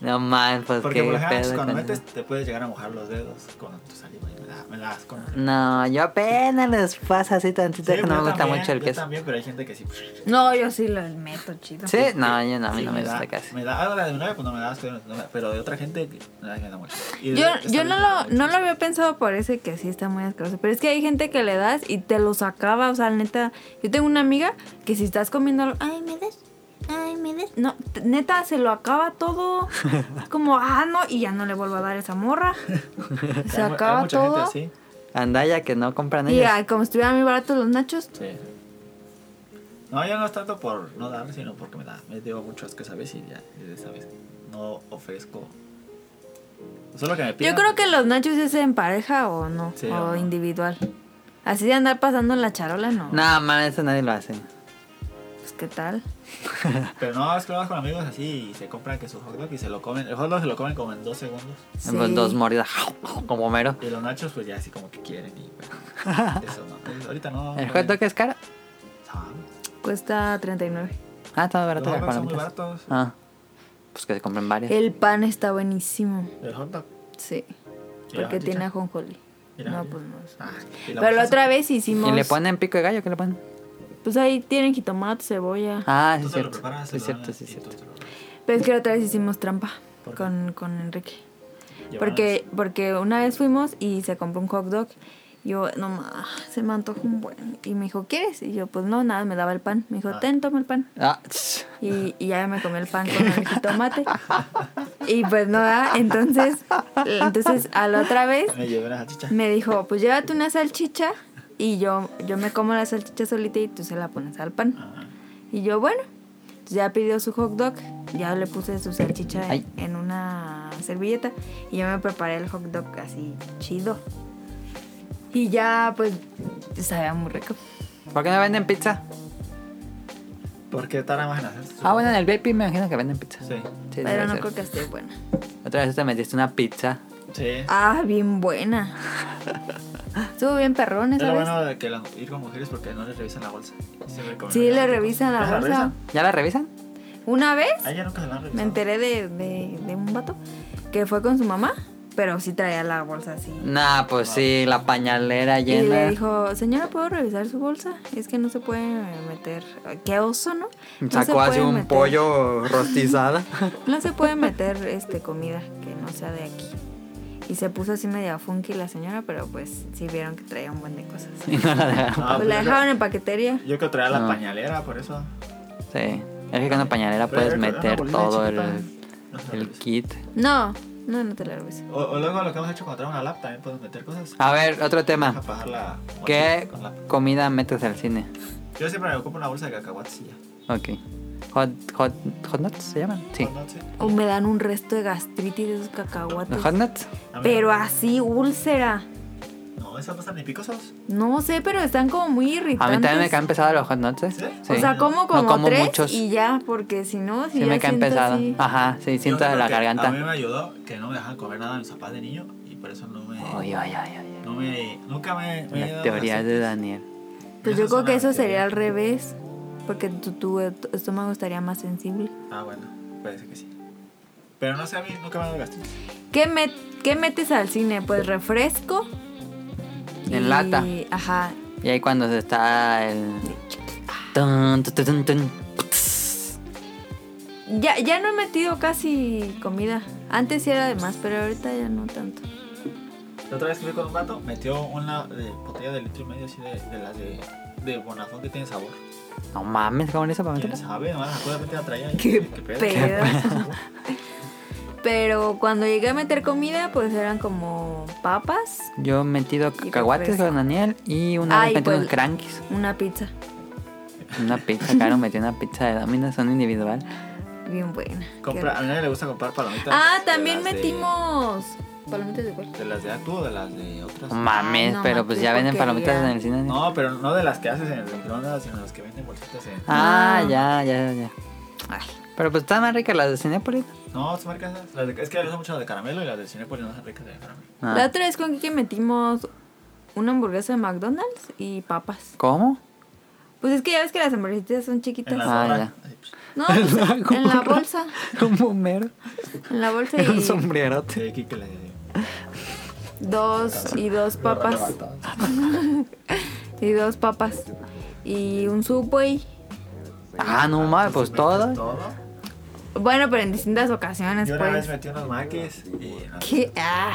No man, pues Porque qué por ejemplo, pedo cuando con metes eso. te puedes llegar a mojar los dedos con tu saliva y me da, me da asco. No, yo apenas les pasa así tantito que Sí, no me yo gusta también, mucho el yo queso. también, pero hay gente que sí. pues, No, yo sí lo meto, chido. Sí, no, yo no, a mí sí no me da, gusta casi. Me da algo de mi novia, pues no me da asco, no me- pero de otra gente, ay, me da mucho. Y de- Yo, esta yo vez no, me lo, da mucho no lo asco. había pensado por ese que sí está muy asqueroso. Pero es que hay gente que le das y te lo sacaba. O sea, neta. Yo tengo una amiga que si estás comiendo algo, Ay, me des. Ay, me des. No, t- neta, se lo acaba todo. Es como, ah, no. Y ya no le vuelvo a dar esa morra. Se Hay mu- hay acaba mucha gente todo. así, Andaya que no compran Y ellos. ay, como estuvieran muy baratos los nachos. sí. No, yo no es tanto por no dar, sino porque me da, me dio mucho asco esa vez y ya, desde esa vez no ofrezco. Solo que me Yo pidan. creo que los nachos es en pareja o no, Sí, o o no. individual. Así de andar pasando en la charola, no. No man, eso nadie lo hace. Pues qué tal. Pero no, es que lo vas con amigos así y se compran que su hot dog y se lo comen. El hot dog se lo comen como en dos segundos. Pues Sí. dos mordidas como mero. Y los nachos, pues ya así como que quieren y bueno, Eso no. Ahorita no. ¿El hot dog es caro? No. Cuesta 39. Ah, está más Los barato hot las dogs son muy palomitas. baratos. Ah, pues que se compren varias. El pan está buenísimo. El hot dog. Sí. Y la Porque salchicha. tiene ajonjoli. Y la No, salchicha. pues no. Ah, y Pero la mostaza. otra vez hicimos. ¿Y le ponen pico de gallo? ¿Qué le ponen? Pues ahí tienen jitomate, cebolla. Ah, sí, Tú es te lo cierto. preparas, Sí, es te lo dan cierto, sí, es y tú cierto. te lo Pero es que la otra vez hicimos trampa ¿Por qué? con, con Enrique. llevas. Porque, porque una vez fuimos y se compró un hot dog. Yo, no ma, se me antojó un buen. Y me dijo, ¿quieres? Y yo, pues no, nada, me daba el pan. Me dijo, Ah. ten, toma el pan. Ah, tss. Y, y ya me comí el pan con el jitomate. Y pues no, ¿verdad? entonces, entonces a la otra vez Me llevé una salchicha. me dijo, pues llévate una salchicha y yo, yo me como la salchicha solita y tú se la pones al pan. Ajá. Y yo, bueno, entonces ya pidió su hot dog, ya le puse su salchicha Ay. en, en una servilleta y yo me preparé el hot dog así chido. Y ya, pues, Sabía muy rico. ¿Por qué no venden pizza? ¿Por qué tarda más en hacerse? Ah, bueno, en el VIP me imagino que venden pizza. Sí. Sí, debe Pero no ser. creo que esté buena. Otra vez te metiste una pizza. Sí. Ah, bien buena. Estuvo bien perrón Es esa lo vez. bueno de que la- ir con mujeres porque no les revisan la bolsa. Sí, me comen Sí, le la- revisan la ¿Les bolsa. revisan? ¿Ya la revisan? Una vez A ella nunca se la han revisado. me enteré de, de- de un vato que fue con su mamá, pero sí traía la bolsa así. Nah, pues sí, la pañalera Y llena. le dijo, señora, ¿puedo revisar su bolsa? Es que no se puede meter. Qué oso, ¿no? No se Sacó así puede un meter- pollo rostizada. No se puede meter este comida que no sea de aquí. Y se puso así media funky la señora, pero pues sí vieron que traía un buen de cosas. y no la dejaron. Ah, Pues pues la yo- dejaron en paquetería. Yo que traía la No. pañalera, por eso. Sí. Es que con la pañalera Pero puedes yo traía una pues, meter bolsita todo el, chiquita, no se la el revisan. kit. No, no, no te la reviso. O, o luego lo que hemos hecho cuando traemos una lap también podemos meter cosas. A ver, Ah, otro tema. Deja pasar la mochila ¿Qué con lap. comida metes al cine? Yo siempre me ocupo una bolsa de cacahuates y ya. Ok. Hot, hot, hot nuts se llaman? Sí. Cuando- sí. O me dan un resto de gastritis de esos ¿Los cacahuates. hot nuts? A mí- Pero así, úlcera. No, esas no están ni picosos. No sé, pero están como muy A irritantes. mí también me caen pesados los hot nuts. ¿eh? ¿Sí? Sí. O sea, como No como, como tres muchos. y ya, porque si no, si Sí ya me caen Ah, siento pesados. así- Ajá, sí, siento Yo de la creo que A mí garganta. me ayudó que no me dejaban comer nada mis papás de niño y por eso no me. Oye, oye, oye. No me. Nunca me. me he La dado teoría de gastritis. Daniel. Pues yo es creo una que eso sería teoría. al revés, porque tu, tu estómago estaría más sensible. Ah, bueno, parece que sí. Pero no sé, a mí nunca me ha dado gastritis. ¿Qué, met- qué metes al cine? Pues refresco. En lata. Ajá. Y ahí cuando se está el... Tun, tu, tu, tun, tun. Ya, ya no he metido casi comida. Antes sí era de más, pero ahorita ya no tanto. La otra vez que fui con un vato, metió una eh, botella de litro y medio así de, de las de, de bonafón que tiene sabor. No mames, ¿cómo eso para ¿Quién meterla? sabe? Nomás la cosa la traía. y- Qué pedo. sabor. Pero cuando llegué a meter comida, pues eran como papas, Yo he metido cacahuates refresco. con Daniel y una Ay, vez metí pues- unos crankies. una pizza. Una pizza, claro, metí una pizza de Domino's, una individual. Bien buena. Compra, a mí nadie le gusta comprar palomitas. Ah, de también las de- metimos. ¿Palomitas de cuál? De, las de Actu o de las de otras. No Ah. mames, no, pero ma, pues qué ya venden porquería. palomitas en el cine. No, pero no de las que haces en el microondas, sino las que venden bolsitas en. Ah, No. ya, ya, ya. Pero pues están más ricas las de Cinépolis. No, son ricas esas. Las de- Es que yo uso mucho las de caramelo y las de Cinepolis no son ricas de caramelo. Ah. La otra vez con Kike metimos una hamburguesa de McDonald's y papas. ¿Cómo? Pues es que ya ves que las hamburguesitas son En la chiquitas. Ah, gorra, ya. así, psh, No, pues, en la bolsa. Un bombero. En la bolsa Un y sombrerote. de aquí que le- Ah, dos y dos papas. Y dos papas. Y un subway. Ah, no mames, pues todo. Todo. Bueno, pero en distintas ocasiones, Yo una vez pues. metí unos maquis y no, ¿Qué? Ah.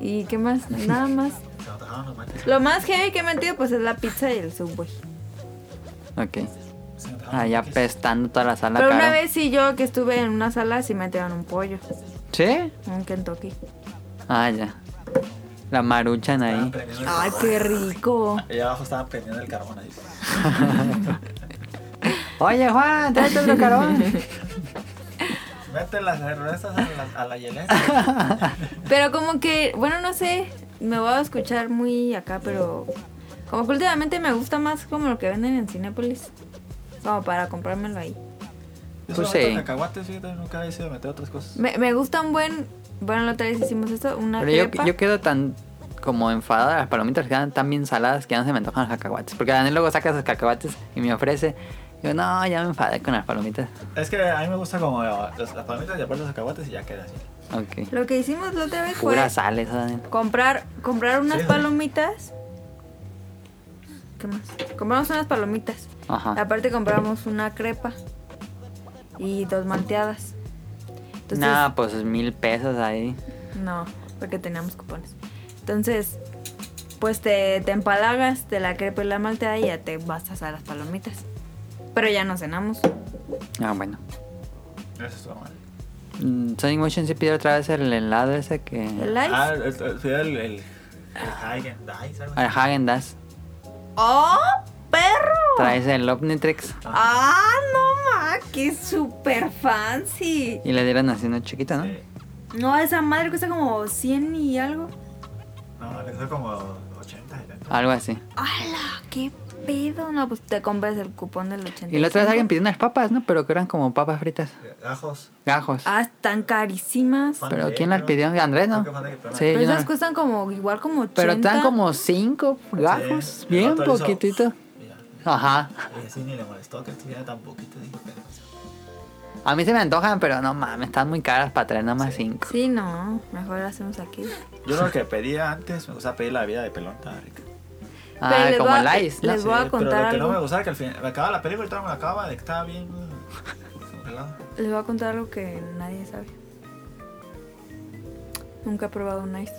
¿Y qué más? Nada más. se me antojaban unos maquis. Lo más heavy que he metido, pues es la pizza y el subway. Ok. se me Allá antojaban unos maquis. pestando toda la sala, Pero una Caro. vez sí, yo que estuve en una sala, sí metieron un pollo. ¿Sí? Un Kentucky. Ah, ya. La maruchan Estaban ahí. prendiendo el Ay, carbón. qué rico. Allá abajo estaban prendiendo el carbón ahí. Oye, Juan, tráete otro carón. Mete las cervezas a la, a la hielera. Pero como que, bueno, no sé, me voy a escuchar muy acá, pero como que últimamente me gusta más como lo que venden en Cinépolis. Como para comprármelo ahí. Yo Pues solo meto sí. cacahuates, fíjate, nunca he sido meter otras cosas. Me, me gusta un buen. Bueno, la otra vez hicimos esto, una Pero yo, crepa. yo quedo tan como enfadada de las palomitas que quedan tan bien saladas que ya no se me antojan los cacahuates. Porque Daniel luego saca sus cacahuates y me ofrece. Yo, no, ya me enfadé con las palomitas. Es que a mí me gusta como los- las palomitas y aparte los cacahuates y ya queda así. Ok. Lo que hicimos la otra vez fue Pura sal esa, Daniel. comprar, comprar unas Sí. palomitas. ¿Qué más? Compramos unas palomitas. Ajá. Aparte compramos una crepa y dos manteadas. Entonces, Nada, pues mil pesos ahí. No, porque teníamos cupones. Entonces, pues te, te empalagas de la crepa y la malteada y ya te vas a las palomitas. Pero ya no cenamos. Ah, bueno. Eso estuvo mal. Mm, Sonic Motion sí pidió otra vez el helado ese que. ¿El ice? Ah, el, el, fui al- el, el, Hagen Dice, algo Al así. Hagen Dazs. ¡Oh, perro! Traes el Omnitrix. ¡Ah, no, ma! ¡Qué super fancy! Y le dieron así uno chiquito, ¿no? Eh, No, esa madre cuesta como 100 y algo. No, Alexó como 80, 70. Algo así. ¡Hala! ¿Qué pedo? No, pues te compras el cupón del 80. Y la otra vez alguien pidió unas papas, ¿no? Pero que eran como papas fritas. Gajos. Gajos. Ah, están carísimas. Fan Pero de- ¿quién las pidió? Andrés, ¿no? Creo Ah, que fue Andrés, pero- Sí, Pero yo esas no- cuestan como, igual como 80. Pero están como cinco gajos. Sí, el bien vato hizo- poquitito. Mira, Ajá. Y así ni le molestó que estuviera tan poquito. Dijo que demasiado. A mí se me antojan, pero no mames, están muy caras para traer nada más Sí. cinco. Sí, no. Mejor lo hacemos aquí. Yo lo que pedía antes, me gustaba pedir la vida de pelón, estaba rica. Ah, les como voy a- el ice, ¿no? Les voy a contar Pero lo que no algo. me gustaba que al final me acababa la película y todavía me la acababa de que estaba bien congelado. Les voy a contar algo que nadie sabe. Nunca he probado un ice.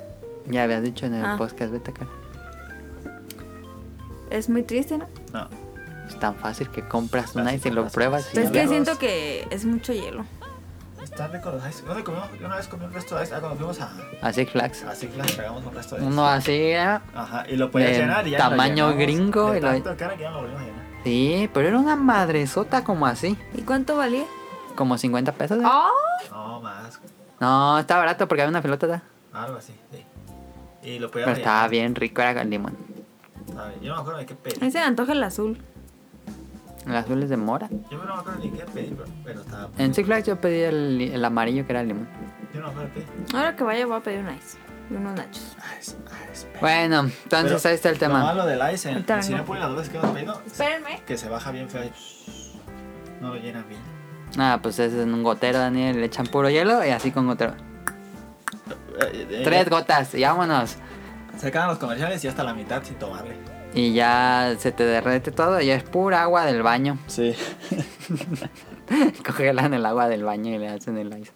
Ya habías dicho en el Ah. podcast, vete acá. Es muy triste, ¿no? No. Es tan fácil que compras un Fácil, ice y lo fácil, pruebas. y fácil. Pero ya es que hielos. siento que es mucho hielo. Están ricos los ice. ¿Dónde comimos? Yo una vez comí un resto de ice. Ah, cuando fuimos a, lo- Así flax. a Ciclas, pegamos un resto de ice. Uno así, ¿eh? Ajá, y lo podías Del llenar y ya. lo tamaño llenamos gringo de y lo- tanto cara que ya no lo volvimos a llenar. Sí, pero era una madresota como así. ¿Y cuánto valía? Como 50 pesos. ¿eh? ¡Oh! No, más. No, estaba barato porque había una pelota. ¿verdad? Algo así, sí. Y lo Pero podías estaba rellenar. bien rico, era con limón. ¿sabes? Yo no me acuerdo de qué Ahí pedí. se me antoja el azul. El azul es de mora. Yo no me acuerdo ni qué pedí, pero, pero estaba. En Six Flags yo pedí el, el amarillo que era el limón. Yo no me acuerdo de qué pedí. Ahora que vaya voy a pedir un ice. Y unos nachos. Ice, ice, pe- Bueno, entonces Pero ahí está el tema. Lo malo del ice, en, Ahorita en vengo. Cinépolis, las veces que hemos pedido, Espérenme. que se baja bien feo. y No lo llenan bien. Ah, pues es en un gotero, Daniel. Le echan puro hielo y así con gotero. Eh, eh, Tres gotas y vámonos. Se acaban los comerciales y hasta la mitad sin tomarle. Y ya se te derrete todo y es pura agua del baño. Sí. Congelan el agua del baño y le hacen el ice.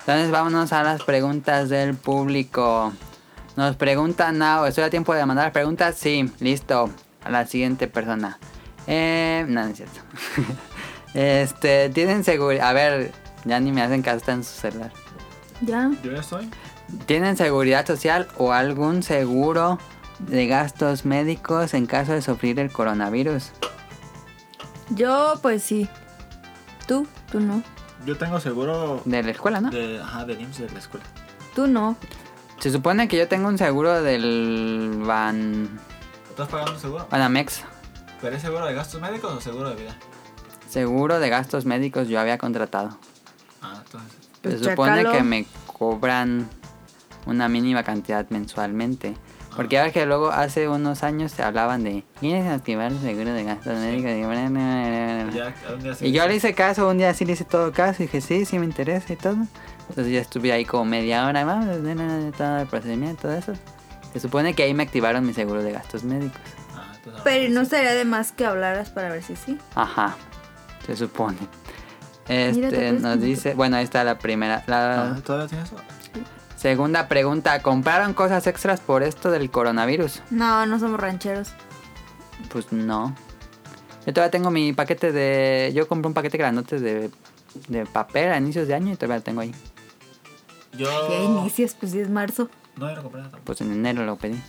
Entonces vámonos a las preguntas del público. Nos preguntan now, ¿estoy a tiempo de mandar las preguntas? Sí, listo. A la siguiente persona. Eh, no, no es cierto. este, tienen seguridad. A ver, ya ni me hacen caso, está en su celular. Ya. Yo ya estoy. ¿Tienen seguridad social o algún seguro de gastos médicos en caso de sufrir el coronavirus? Yo, pues sí. Tú, tú no. Yo tengo seguro De la escuela, ¿no? de, ajá, del IMSS de la escuela. Tú no. Se supone que yo tengo un seguro del Ban... ¿Estás pagando un seguro? Banamex. ¿Pero es seguro de gastos médicos o seguro de vida? Seguro de gastos médicos yo había contratado. Ah, entonces. Se Pues supone chécalo. que me cobran una mínima cantidad mensualmente. Porque ya ves que luego hace unos años se hablaban de... ¿Quieres activar el seguro de gastos médicos? Y- Ya, ¿a dónde hace Y yo eso? le hice caso, un día sí le hice todo caso, y dije, sí, sí me interesa y todo. Entonces ya estuve ahí como media hora más, na, na, na, todo el procedimiento, todo eso. Se supone que ahí me activaron mi seguro de gastos médicos. Ah, entonces, Pero no sería de más que hablaras para ver si sí. Ajá, se supone. Mira, te Este puedes nos conectar. dice, bueno, ahí está la primera. La Ah, ¿Todavía tienes eso? segunda pregunta, ¿compraron cosas extras por esto del coronavirus? No, no somos rancheros. Pues no. Yo todavía tengo mi paquete de... Yo compré un paquete grandote de, de papel a inicios de año y todavía lo tengo ahí. Yo. ¿Qué inicias? Pues sí es marzo. No, yo no compré nada tampoco. Pues en enero lo pedí.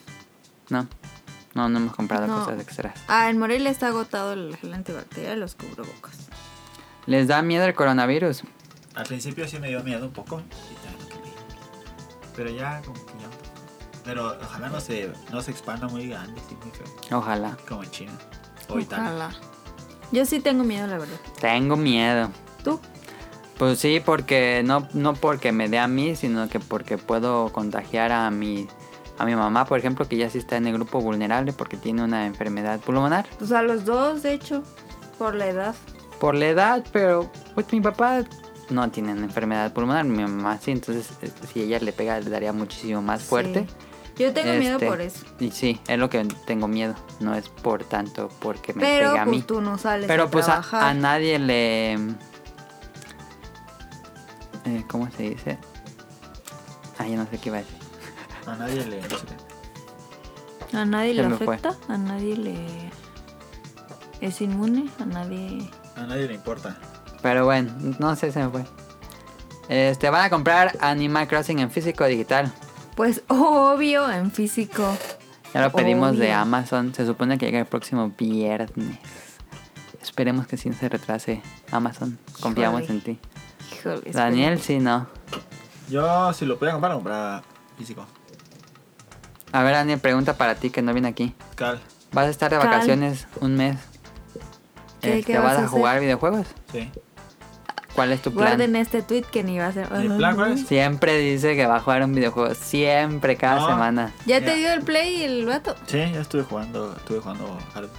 No. No, no hemos comprado No. cosas extras. Ah, en Morelia está agotado el gel antibacterial y los cubrebocas. ¿Les da miedo el coronavirus? Al principio sí me dio miedo un poco. y tal, no quería. Pero ya, como que ya. Pero ojalá no se, no se expanda muy grande, sí, muy feo. Ojalá. Como en China. O Italia. Ojalá. Yo sí tengo miedo, la verdad. Tengo miedo. ¿Tú? Pues sí, porque no, no porque me dé a mí, sino que porque puedo contagiar a mi, a mi mamá, por ejemplo, que ya sí está en el grupo vulnerable porque tiene una enfermedad pulmonar. Pues a los dos, de hecho, por la edad. Por la edad, pero pues mi papá no tiene una enfermedad pulmonar, mi mamá sí, entonces eh, si ella le pega le daría muchísimo más fuerte. Sí. Yo tengo miedo Este, por eso. Y sí, es lo que tengo miedo. No es por tanto porque me Pero pega a mí. pues tú no sales Pero a pues a, trabajar. a nadie le. eh, ¿cómo se dice? Ah, ya no sé qué iba a decir. A nadie le. no sé qué. A nadie Se le me fue. afecta, a nadie le es inmune, a nadie. A nadie le importa. Pero bueno, no sé, se me fue. Este, van a comprar Animal Crossing en físico o digital. Pues obvio en físico. Ya lo pedimos de Obvio. Amazon. Se supone que llega el próximo viernes. Esperemos que sí se retrase Amazon. Confiamos Híjole. en ti. Híjole, espera. Daniel, sí, no. Yo, si lo pudiera comprar, lo compraba físico. A ver, Daniel, pregunta para ti que no viene aquí. Cal, Vas a estar de Cal. vacaciones un mes. ¿Qué- Este, qué vas, vas a a hacer? jugar videojuegos? sí. ¿Cuál es tu plan? Guarden este tweet que ni va a ser. ¿Mi plan cuál es? Siempre dice que va a jugar un videojuego. Siempre, cada No. semana. ¿Ya Ya. te dio el play el vato? Sí, ya estuve jugando, estuve jugando Halo.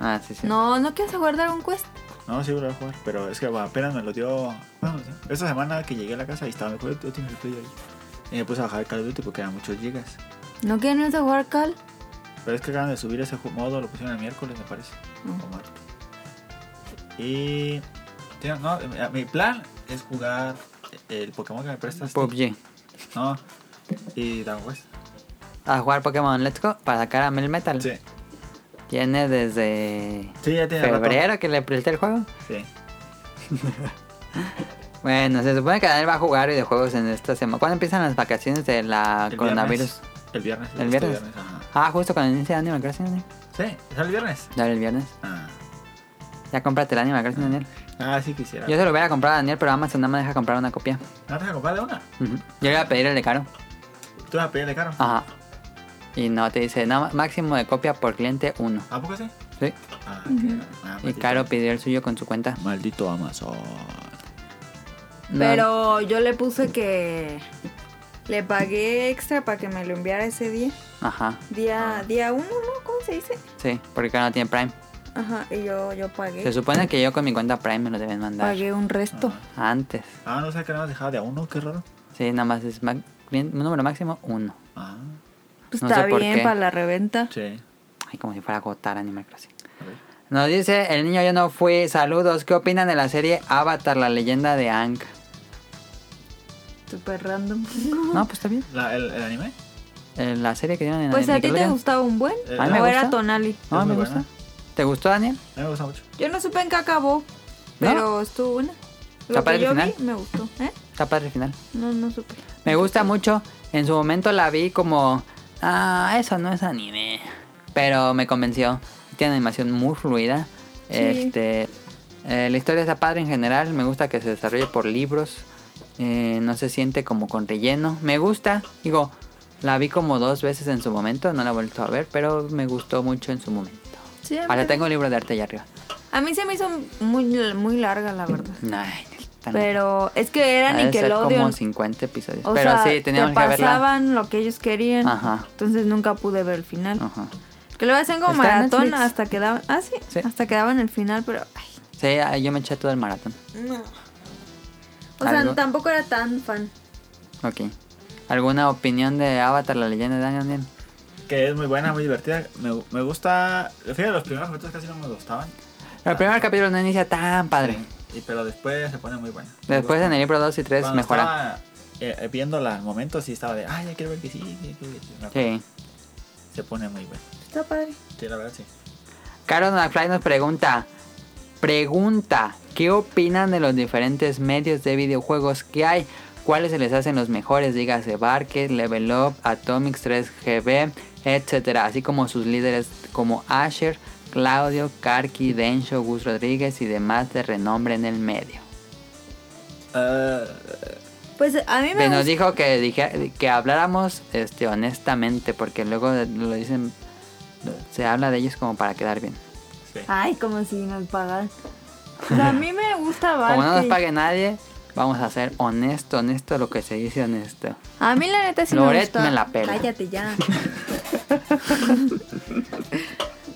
Ah, sí, sí. No, no quieres guardar un quest. No, sí, voy a jugar, pero es que apenas me lo dio. Bueno, sí. esta semana que llegué a la casa y estaba mejor, yo tengo el play ahí. Y me puse a bajar Call of Duty porque eran muchos gigas. ¿No quieren irse a jugar Cal? Pero es que acaban de subir ese ju- modo, lo pusieron el miércoles, me parece. O martes. Y. tío, no, eh, mi plan es jugar eh, el Pokémon que me prestas. tú. PUBG. No. Y Dragon Quest. A jugar Pokémon Let's Go para sacar a Mel Metal. Sí. Tiene desde Sí, ya tiene rato. febrero Ah, que le presté el juego. Sí. Bueno, se supone que Daniel va a jugar videojuegos en esta semana. ¿Cuándo empiezan las vacaciones de la El coronavirus? viernes. El viernes. ¿El este viernes? ajá. Ah, justo cuando inicia Animal Crossing, Daniel. Sí, sale el viernes. Dale el viernes. Ah, Ya cómprate el Animal Crossing, Daniel. ah sí quisiera. Yo se lo voy a comprar a Daniel, pero Amazon no me deja comprar una copia. ¿No te vas a comprar de una? Ujú. Yo le voy a pedir el de caro. ¿Tú vas a pedirle caro? Ajá. Y no, te dice no, máximo de copia por cliente uno. ¿A poco sí? Sí. Ah, qué- ah, Y maldito- Caro pidió el suyo con su cuenta. Maldito Amazon. No, Pero yo le puse que le pagué extra para que me lo enviara ese día. Ajá, Ah. Día, día uno, ¿no? ¿Cómo se dice? sí, porque Caro no tiene Prime. Ajá, y yo, yo Se pagué. supone que yo con mi cuenta Prime me lo deben mandar. Pagué un resto. Antes. Ah, no sé que nada más dejaba de a uno, qué raro. Sí, nada más es ma- clien- número máximo uno. Ah, Pues No está sé por bien qué. para la reventa. sí. Ay, como si fuera a agotar Animal Crossing. A ver. Nos dice, el niño yo no fui, saludos, ¿qué opinan de la serie Avatar, la leyenda de Ang? Super random. No, pues está bien. La- el, el anime? Eh, la serie que dieron en Pues a ti te Nickelodeon. gustaba un buen. Eh, A mí me o era gusta. Tonali. No, Es me muy gusta. buena. ¿Te gustó, Daniel? A mí me gusta mucho. Yo no supe en qué acabó, pero estuvo buena. Lo Capaz que el yo final. vi me gustó, ¿eh? Está padre el final. No, no supe. Me gusta mucho. En su momento la vi como, ah, eso no es anime. Pero me convenció. Tiene animación muy fluida. Sí. Este, eh, la historia está padre en general. Me gusta que se desarrolle por libros. Eh, no se siente como con relleno. Me gusta. Digo, la vi como dos veces en su momento. No la he vuelto a ver, pero me gustó mucho en su momento. Sí, a, Ahora mí, Ah, tengo el libro de arte allá arriba. a mí se me hizo muy, muy larga, la verdad. Ay, tan- Pero es que era ha de ser como Nickelodeon. 50 episodios. O pero sea, sí, teníamos te que verla. pasaban lo que ellos querían. Ajá. Entonces nunca pude ver el final. Ajá. Que lo hacen como Está en maratón Netflix. hasta que daban. Ah, sí, Sí. Hasta que daban el final, pero. ay, Sí, ah, yo me eché todo el maratón. no. O ¿Algo? sea, tampoco era tan fan. Ok. ¿Alguna opinión de Avatar, la leyenda de Daniel? Que es muy buena, muy divertida. Me, me gusta. Fíjate, los primeros minutos casi no me gustaban. El primer capítulo no inicia tan padre. Y, pero después se pone muy buena. Me Después gusta. en el libro 2 y 3 Cuando mejora. estaba, eh, eh, viéndola al momento, sí estaba de. Ay, ya quiero ver que sí. ya quiero ver que sí". Me acuerdo. Sí. Se pone muy buena. Está padre. Sí, la verdad, sí. Carol McFly nos pregunta. Pregunta, ¿qué opinan de los diferentes medios de videojuegos que hay? ¿Cuáles se les hacen los mejores? Dígase Barket, Level Up, Atomics 3GB, etcétera, así como sus líderes como Asher, Claudio, Karki, Dencho, Gus Rodríguez y demás de renombre en el medio. Ah, Pues a mí me Ve, nos gusta. dijo que dije, que habláramos este honestamente porque luego de- lo dicen se habla de ellos como para quedar bien. sí. Ay, como si nos pagaran. O sea, a mí me gusta Como no nos Barty. pague nadie, vamos a ser honesto, honesto lo que se dice honesto. A mí la neta sí Loret me gusta. me la pela. Cállate ya.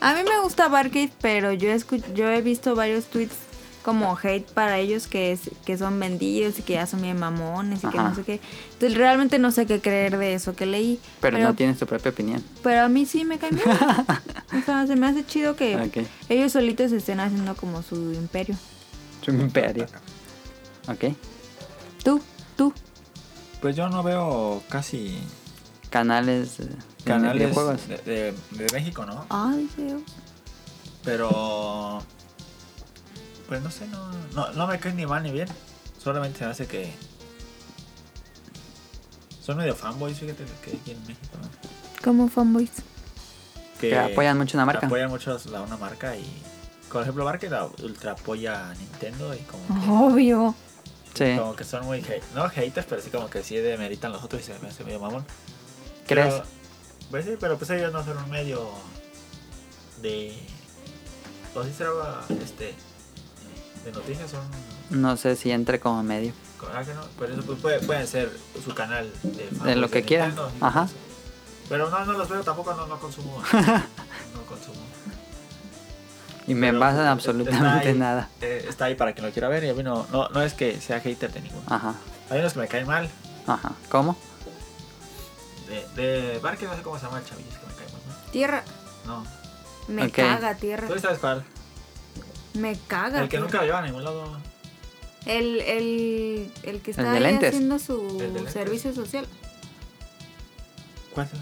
a mí me gusta Barcade, pero yo, escu- yo he visto varios tweets como hate para ellos que, es- que son vendidos y que ya son bien mamones y que Ajá. no sé qué. Entonces realmente no sé qué creer de eso que leí. Pero, no tienes tu propia opinión. pero a mí sí me cambió. o sea, se me hace chido que Ok. ellos solitos estén haciendo como su imperio. Es un imperio. Ok. ¿Tú? Pues yo no veo casi Canales, eh, de canales videojuegos. de, de- de México, ¿no? Ay, Dios. Pero. Pues no sé, no, no, no me caen ni mal ni bien. Solamente hace que. Son medio fanboys, fíjate, que hay aquí en México, ¿no? Como fanboys. Que apoyan mucho una marca. Apoyan mucho a una marca y. Por ejemplo, Barca la ultra apoya a Nintendo y como que, Obvio. Sí. como que son muy. hate- no haters, pero sí como que sí demeritan los otros y se me hace medio mamón. ¿Crees? Pero- pues sí, pero pues ellos no son un medio de. O sí será, este. De noticias son. No sé si entre como medio. con- ah, que no, Pero eso pues, puede, pueden ser su canal de. De lo que quieran. Nintendo y Ajá. cosas. Pero no, no los veo tampoco, no, no consumo. no consumo. Y me Pero, basan eh, absolutamente está ahí, nada. eh, está ahí para quien lo quiera ver y a mí no, no, no es que sea hater de ninguno. Ajá, Hay unos que me caen mal. ajá. ¿Cómo? De, de Barque no sé cómo se llama el chavillo, es que me cae mal. Tierra. No. No. Me Ok. caga, tierra. ¿Tú sabes cuál? Me caga. El que tierra. nunca lo lleva a ningún lado. El, el, el que está de ahí lentes. haciendo El de su lentes. servicio social. ¿Cuál es el?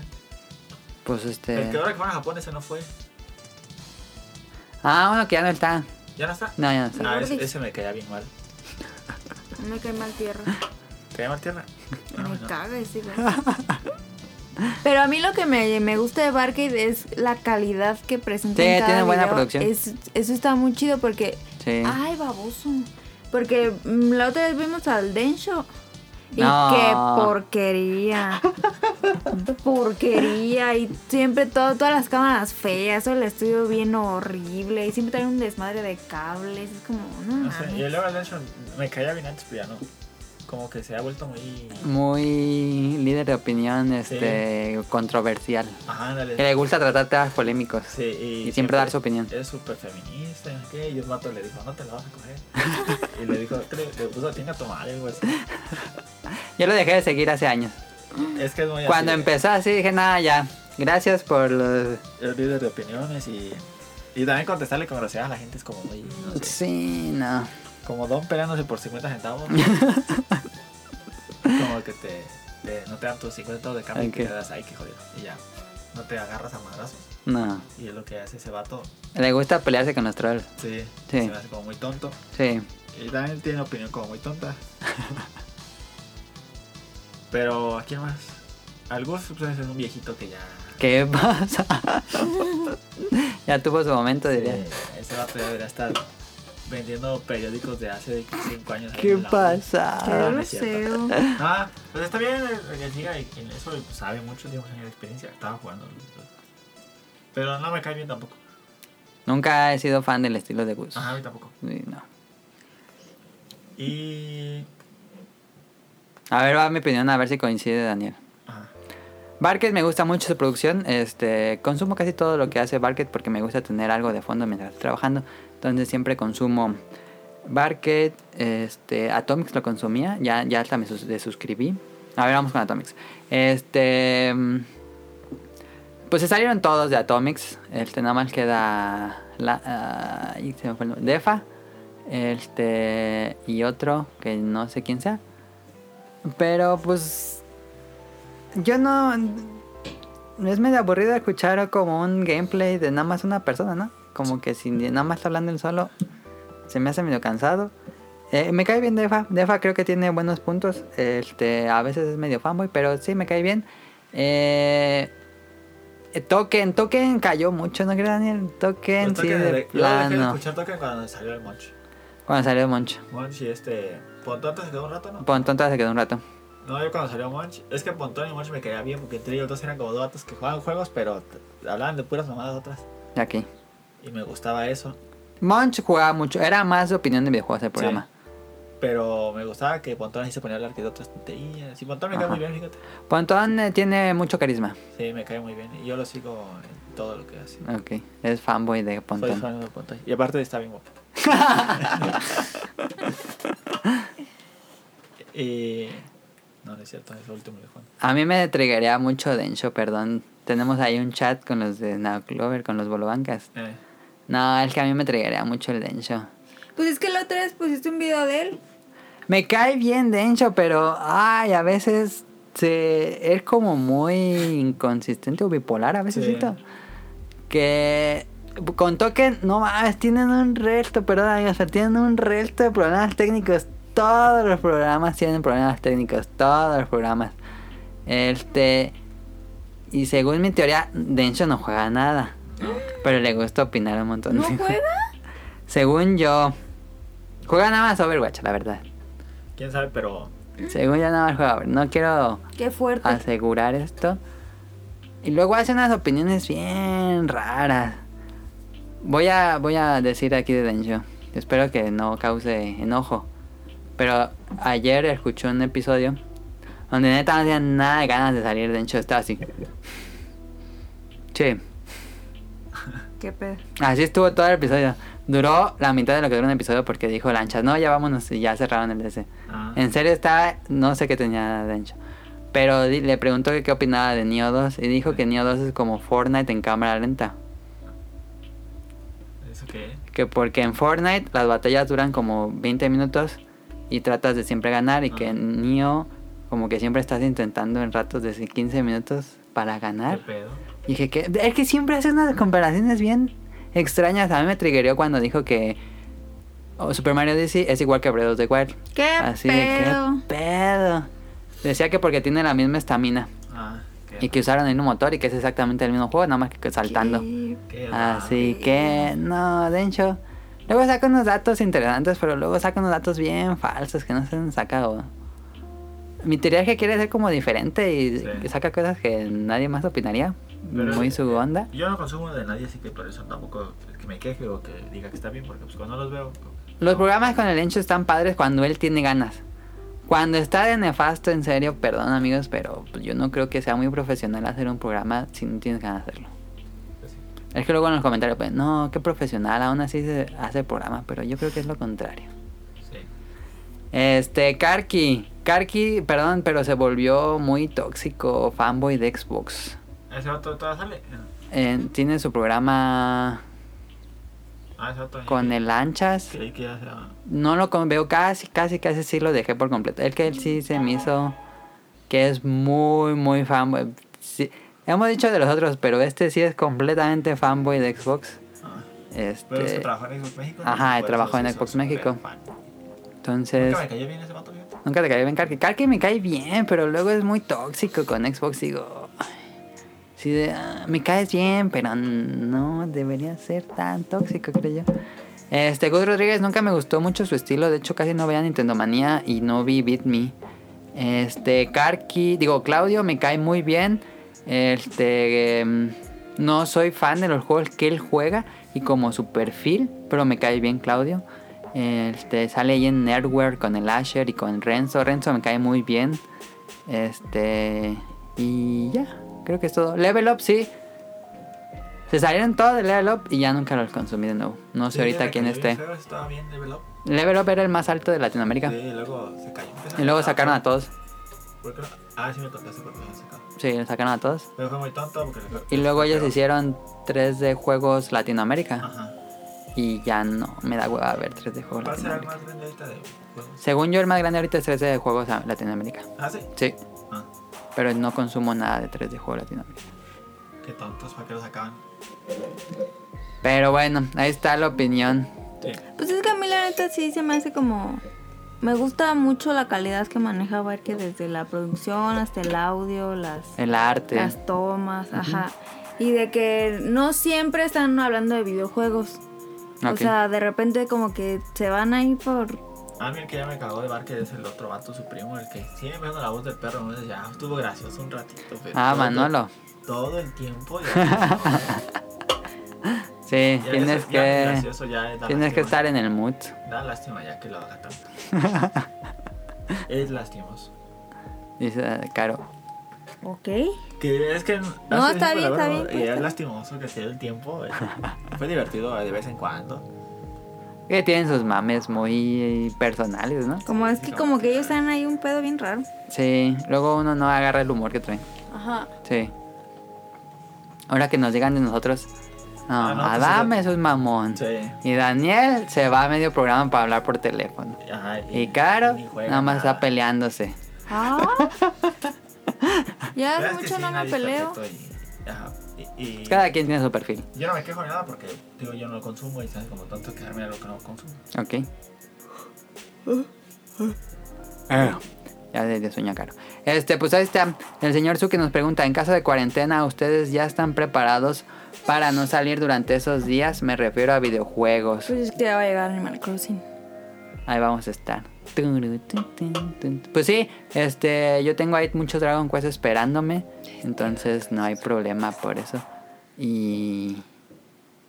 Pues El este. que ahora que van a Japón, ese no fue. Ah, bueno, que ya no está. ¿Ya no está? No, ya no está. Ah, ese, Gordis. ese me caía bien mal. No me cae mal tierra. Ah, ¿Caía mal tierra? No, Me no. caga ese güey. Pero a mí lo que me, me gusta de Barcade es la calidad que presenta. Sí, en cada tiene buena video. producción. Es- eso está muy chido porque. Sí. Ay, baboso. Porque mm, la otra vez vimos al Densho. Y No. qué porquería. porquería. Y siempre todo, todas las cámaras feas. O el estudio bien horrible. Y siempre trae un desmadre de cables. Es como, no, No sé. mames. Y el Level me caía bien antes, pero ya no. Como que se ha vuelto muy. Muy líder de opinión, este. Controversial. Ajá, ándale. Que le gusta tratar temas polémicos. Sí, Y siempre dar su opinión. Es súper feminista, y no sé ¿qué? Y un mato le dijo, no te la vas a coger. y le dijo, le, le puso, tiene a tomar algo así. Yo lo dejé de seguir hace años. Es que es muy Cuando así, empezó así dije, nada, ya. Gracias por los. Es líder de opiniones y. Y también contestarle con groserías a la gente es como muy. no sé, Sí, no. Como don peleándose por 50 centavos. como que te, te- no te dan tus 50 centavos de cambio y Ok. te das ay, qué jodido. Y ya. No te agarras a madrazos. No. Y es lo que hace ese vato. Le gusta pelearse con los trolls. Sí. Sí. Se me hace como muy tonto. Sí. Y también tiene opinión como muy tonta. Pero, ¿a quién más? Al Gus pues, es un viejito que ya. ¿Qué pasa? ya tuvo su momento, diría. eh, ese vato ya debería estar vendiendo periódicos de hace 5 años. ahí ¿Qué en la U. Qué pasa? Ah, no es cierto. grosero. Ah, pues está bien el que siga y en eso pues, sabe mucho, tiene un año de experiencia, estaba jugando. Pero no me cae bien tampoco. Nunca he sido fan del estilo de Gus. Ajá, a mí tampoco. Sí, No. Y. A ver, va mi opinión, a ver si coincide Daniel. Ajá. Barket me gusta mucho su producción. Este, consumo casi todo lo que hace Barket porque me gusta tener algo de fondo mientras estoy trabajando. Entonces siempre consumo Barket, este, Atomics lo consumía, ya, ya hasta me sus- desuscribí. A ver, vamos con Atomics. Este, mm, pues se salieron todos de Atomics. Este, nada más queda la, ah, ay, se me fue el nombre. Defa, este y otro que no sé quién sea. Pero pues yo no. Es medio aburrido escuchar como un gameplay de nada más una persona, ¿no? Como que si nada más está hablando él solo, se me hace medio cansado. Eh, me cae bien Defa. Defa creo que tiene buenos puntos. Este, a veces es medio fanboy, pero sí me cae bien. Eh, eh, Token, Token cayó mucho, ¿no crees, Daniel? Token, Pues sí, de Token, le- yo dejé de plano. escuchar Token cuando salió el Monch. Cuando salió Moncho. Monch y este. Pontón se quedó un rato, ¿no? Pontón todavía se quedó un rato. No, yo cuando salió Monch. Es que Pontón y Monch me caía bien porque entre ellos dos eran como dos vatos que jugaban juegos, pero t- hablaban de puras mamadas otras. De aquí. Y me gustaba eso. Monch jugaba mucho. Era más de opinión de videojuegos el programa. Pero me gustaba que Pontón así se ponía a hablar que de otras tonterías. Y Pontón me cae Ajá. muy bien, fíjate. Pontón eh, tiene mucho carisma. Sí, me cae muy bien. Y yo lo sigo en todo lo que hace. Ok, es fanboy de Soy Pontón. fan de Pontón. Y aparte está bien guapo. y... Eh, No, no es cierto, es lo último de Juan. A mí me triggería mucho Densho, perdón. Tenemos ahí un chat con los de Now Clover, con los Bolobancas. Eh, No, es que a mí me triggería mucho el Densho. Pues es que la otra vez pusiste un video de él. Me cae bien Dencho, pero ay, a veces se, es como muy inconsistente o bipolar a veces. Sí. Que con Token, no mames, tienen un resto, perdón, o sea, tienen un resto de problemas técnicos. Todos los programas tienen problemas técnicos, todos los programas. Este. Y según mi teoría, Dencho no juega nada. Pero le gusta opinar un montón. ¿No de cosas. juega? Según yo. Juega nada más Overwatch, la verdad. Quién sabe, pero. Según yo nada más juega Overwatch. No quiero Qué fuerte. Ah. asegurar esto. Y luego hace unas opiniones bien raras. Voy a, voy a decir aquí de Densho. Espero que no cause enojo. Pero ayer escuché un episodio donde neta no tenía nada de ganas de salir Densho. Estaba así. Sí. Qué pedo. Así estuvo todo el episodio. Duró la mitad de lo que duró un episodio porque dijo Lanchas, no, ya vámonos y ya cerraron el DC. Ah. En serio estaba, no sé qué tenía Dencho. Pero di- le preguntó que qué opinaba de Neo 2 y dijo que Neo 2 es como Fortnite en cámara lenta. ¿Eso qué? Que porque en Fortnite las batallas duran como 20 minutos y tratas de siempre ganar y que Ah. en Neo como que siempre estás intentando en ratos de 15 minutos para ganar. ¿Qué pedo? Y dije que es que siempre hace unas comparaciones bien extrañas. A mí me triggerió cuando dijo que oh, Super Mario Odyssey es igual que Breath of the Wild. Qué Así pedo. de qué pedo. Decía que porque tiene la misma estamina Ah, qué, y que usaron el mismo motor y que es exactamente el mismo juego, nada más que saltando. Qué- qué Así que no, Dencho. Luego saca unos datos interesantes, pero luego saca unos datos bien falsos que no se han sacado. Mi teoría es que quiere ser como diferente y Sí. que saca cosas que nadie más opinaría. Pero- Muy su onda. Yo no consumo de nadie, así que por eso tampoco es que me queje o que diga que está bien, porque pues cuando los veo. Los programas con el Encho están padres cuando él tiene ganas. Cuando está de nefasto, en serio, perdón amigos, pero pues, yo no creo que sea muy profesional hacer un programa si no tienes ganas de hacerlo. pues, sí. Es que luego en los comentarios, pues, no, qué profesional, aún así se hace el programa, pero yo creo que es lo contrario. Sí. Este, Karki. Karki, perdón, pero se volvió muy tóxico fanboy de Xbox. ¿Ese vato todavía sale? Eh, tiene su programa Ah, ese vato. con el Anchas. Creí que ya sea. No lo con- veo casi, casi, casi sí lo dejé por completo. El que él sí se me hizo que es muy, muy fanboy. Sí, hemos dicho de los otros, pero este sí es completamente fanboy de Xbox. Ah. Pero es que Este, trabajó en Xbox México. Ajá, Entonces, trabajó por eso en se Xbox hizo México. súper fan. entonces Nunca me cayó bien ese vato, fíjate. nunca te cayó bien Karki. Karki me cae bien, pero luego es muy tóxico con Xbox. Digo, ay, sí, de, ah, me caes bien, pero no debería ser tan tóxico, creo yo. Este, Gus Rodríguez nunca me gustó mucho su estilo. De hecho, casi no veía Nintendo Manía y no vi Beat Me. Este, Karki, digo, Claudio me cae muy bien. Este, em, no soy fan de los juegos que él juega y como su perfil, pero me cae bien Claudio. Este, sale ahí en Nerdware con el Asher y con Renzo. Renzo me cae muy bien. Este, y ya, creo que es todo. Level Up, sí. Se salieron todos de Level Up y ya nunca los consumí de nuevo. No sé Sí, ahorita me quién cayó bien esté. feo, Estaba bien developed. Level Up era el más alto de Latinoamérica. Sí, y luego se cayó. Y luego sacaron a todos. ¿Por qué no? Ah, sí me contaste por qué lo sacaron. Sí, sacaron a todos. Pero fue muy tonto porque... le- Y luego ellos pero- Ah. hicieron 3D juegos Latinoamérica. Ajá. Y ya no, me da hueva ver 3D juegos ¿Cuál será el Latinoamérica. más grande ahorita de juegos? Según yo, el más grande ahorita es 3D juegos a- Latinoamérica. Ah, sí. Sí, Ah, pero no consumo nada de 3D juegos Latinoamérica. qué tontos, ¿para qué lo sacaban? Pero bueno, ahí está la opinión. Sí. Pues es que a mí la neta sí se me hace como... Me gusta mucho la calidad que maneja que desde la producción hasta el audio, las, El arte. las tomas, ajá. Y de que no siempre están hablando de videojuegos. O Ok. sea, de repente como que se van ahí por... A mí el que ya me cagó de bar que es el otro vato, su primo, el que sigue viendo la voz del perro, no sé, ya estuvo gracioso un ratito. pero Ah, todo- Manolo. Todo el tiempo. Ya, Sí, ya tienes es- ya es que gracioso, ya es- da tienes que lástima. estar en el mood. Da lástima ya que lo haga tanto. es lastimoso. Dice eh, Caro. Ok. Que es que. No, hace está tiempo bien, la está veo bien, Y pues, es lastimoso que sea el tiempo. eh. Fue divertido eh, de vez en cuando. Que tienen sus mames muy personales, ¿no? Como es que como que ellos están ahí un pedo bien raro. Sí, luego uno no agarra el humor que traen. Ajá. Sí. Ahora que nos digan de nosotros No, Ah, no, pues Adam era- es un mamón. Sí. Y Daniel se va a medio programa para hablar por teléfono. Ajá, Y Caro ni juega nada más está nada. peleándose. Ah. Ya Pero hace es que mucho sí, no me nadie está peleo. perfecto y- ajá, y- y- Cada quien tiene su perfil. Yo no me quejo de nada porque digo, yo no lo consumo y sabes como tanto quejarme de lo que no consumo. Ok. Eh, Ya de, de sueña caro. Este, pues ahí está. El señor Suki nos pregunta, en caso de cuarentena, ¿ustedes ya están preparados para no salir durante esos días? Me refiero a videojuegos. Pues es que ya va a llegar Animal Crossing. Ahí vamos a estar. Turu, tun, tun, tun. Pues sí, este, yo tengo ahí muchos Dragon Quest esperándome. Entonces no hay problema por eso. Y.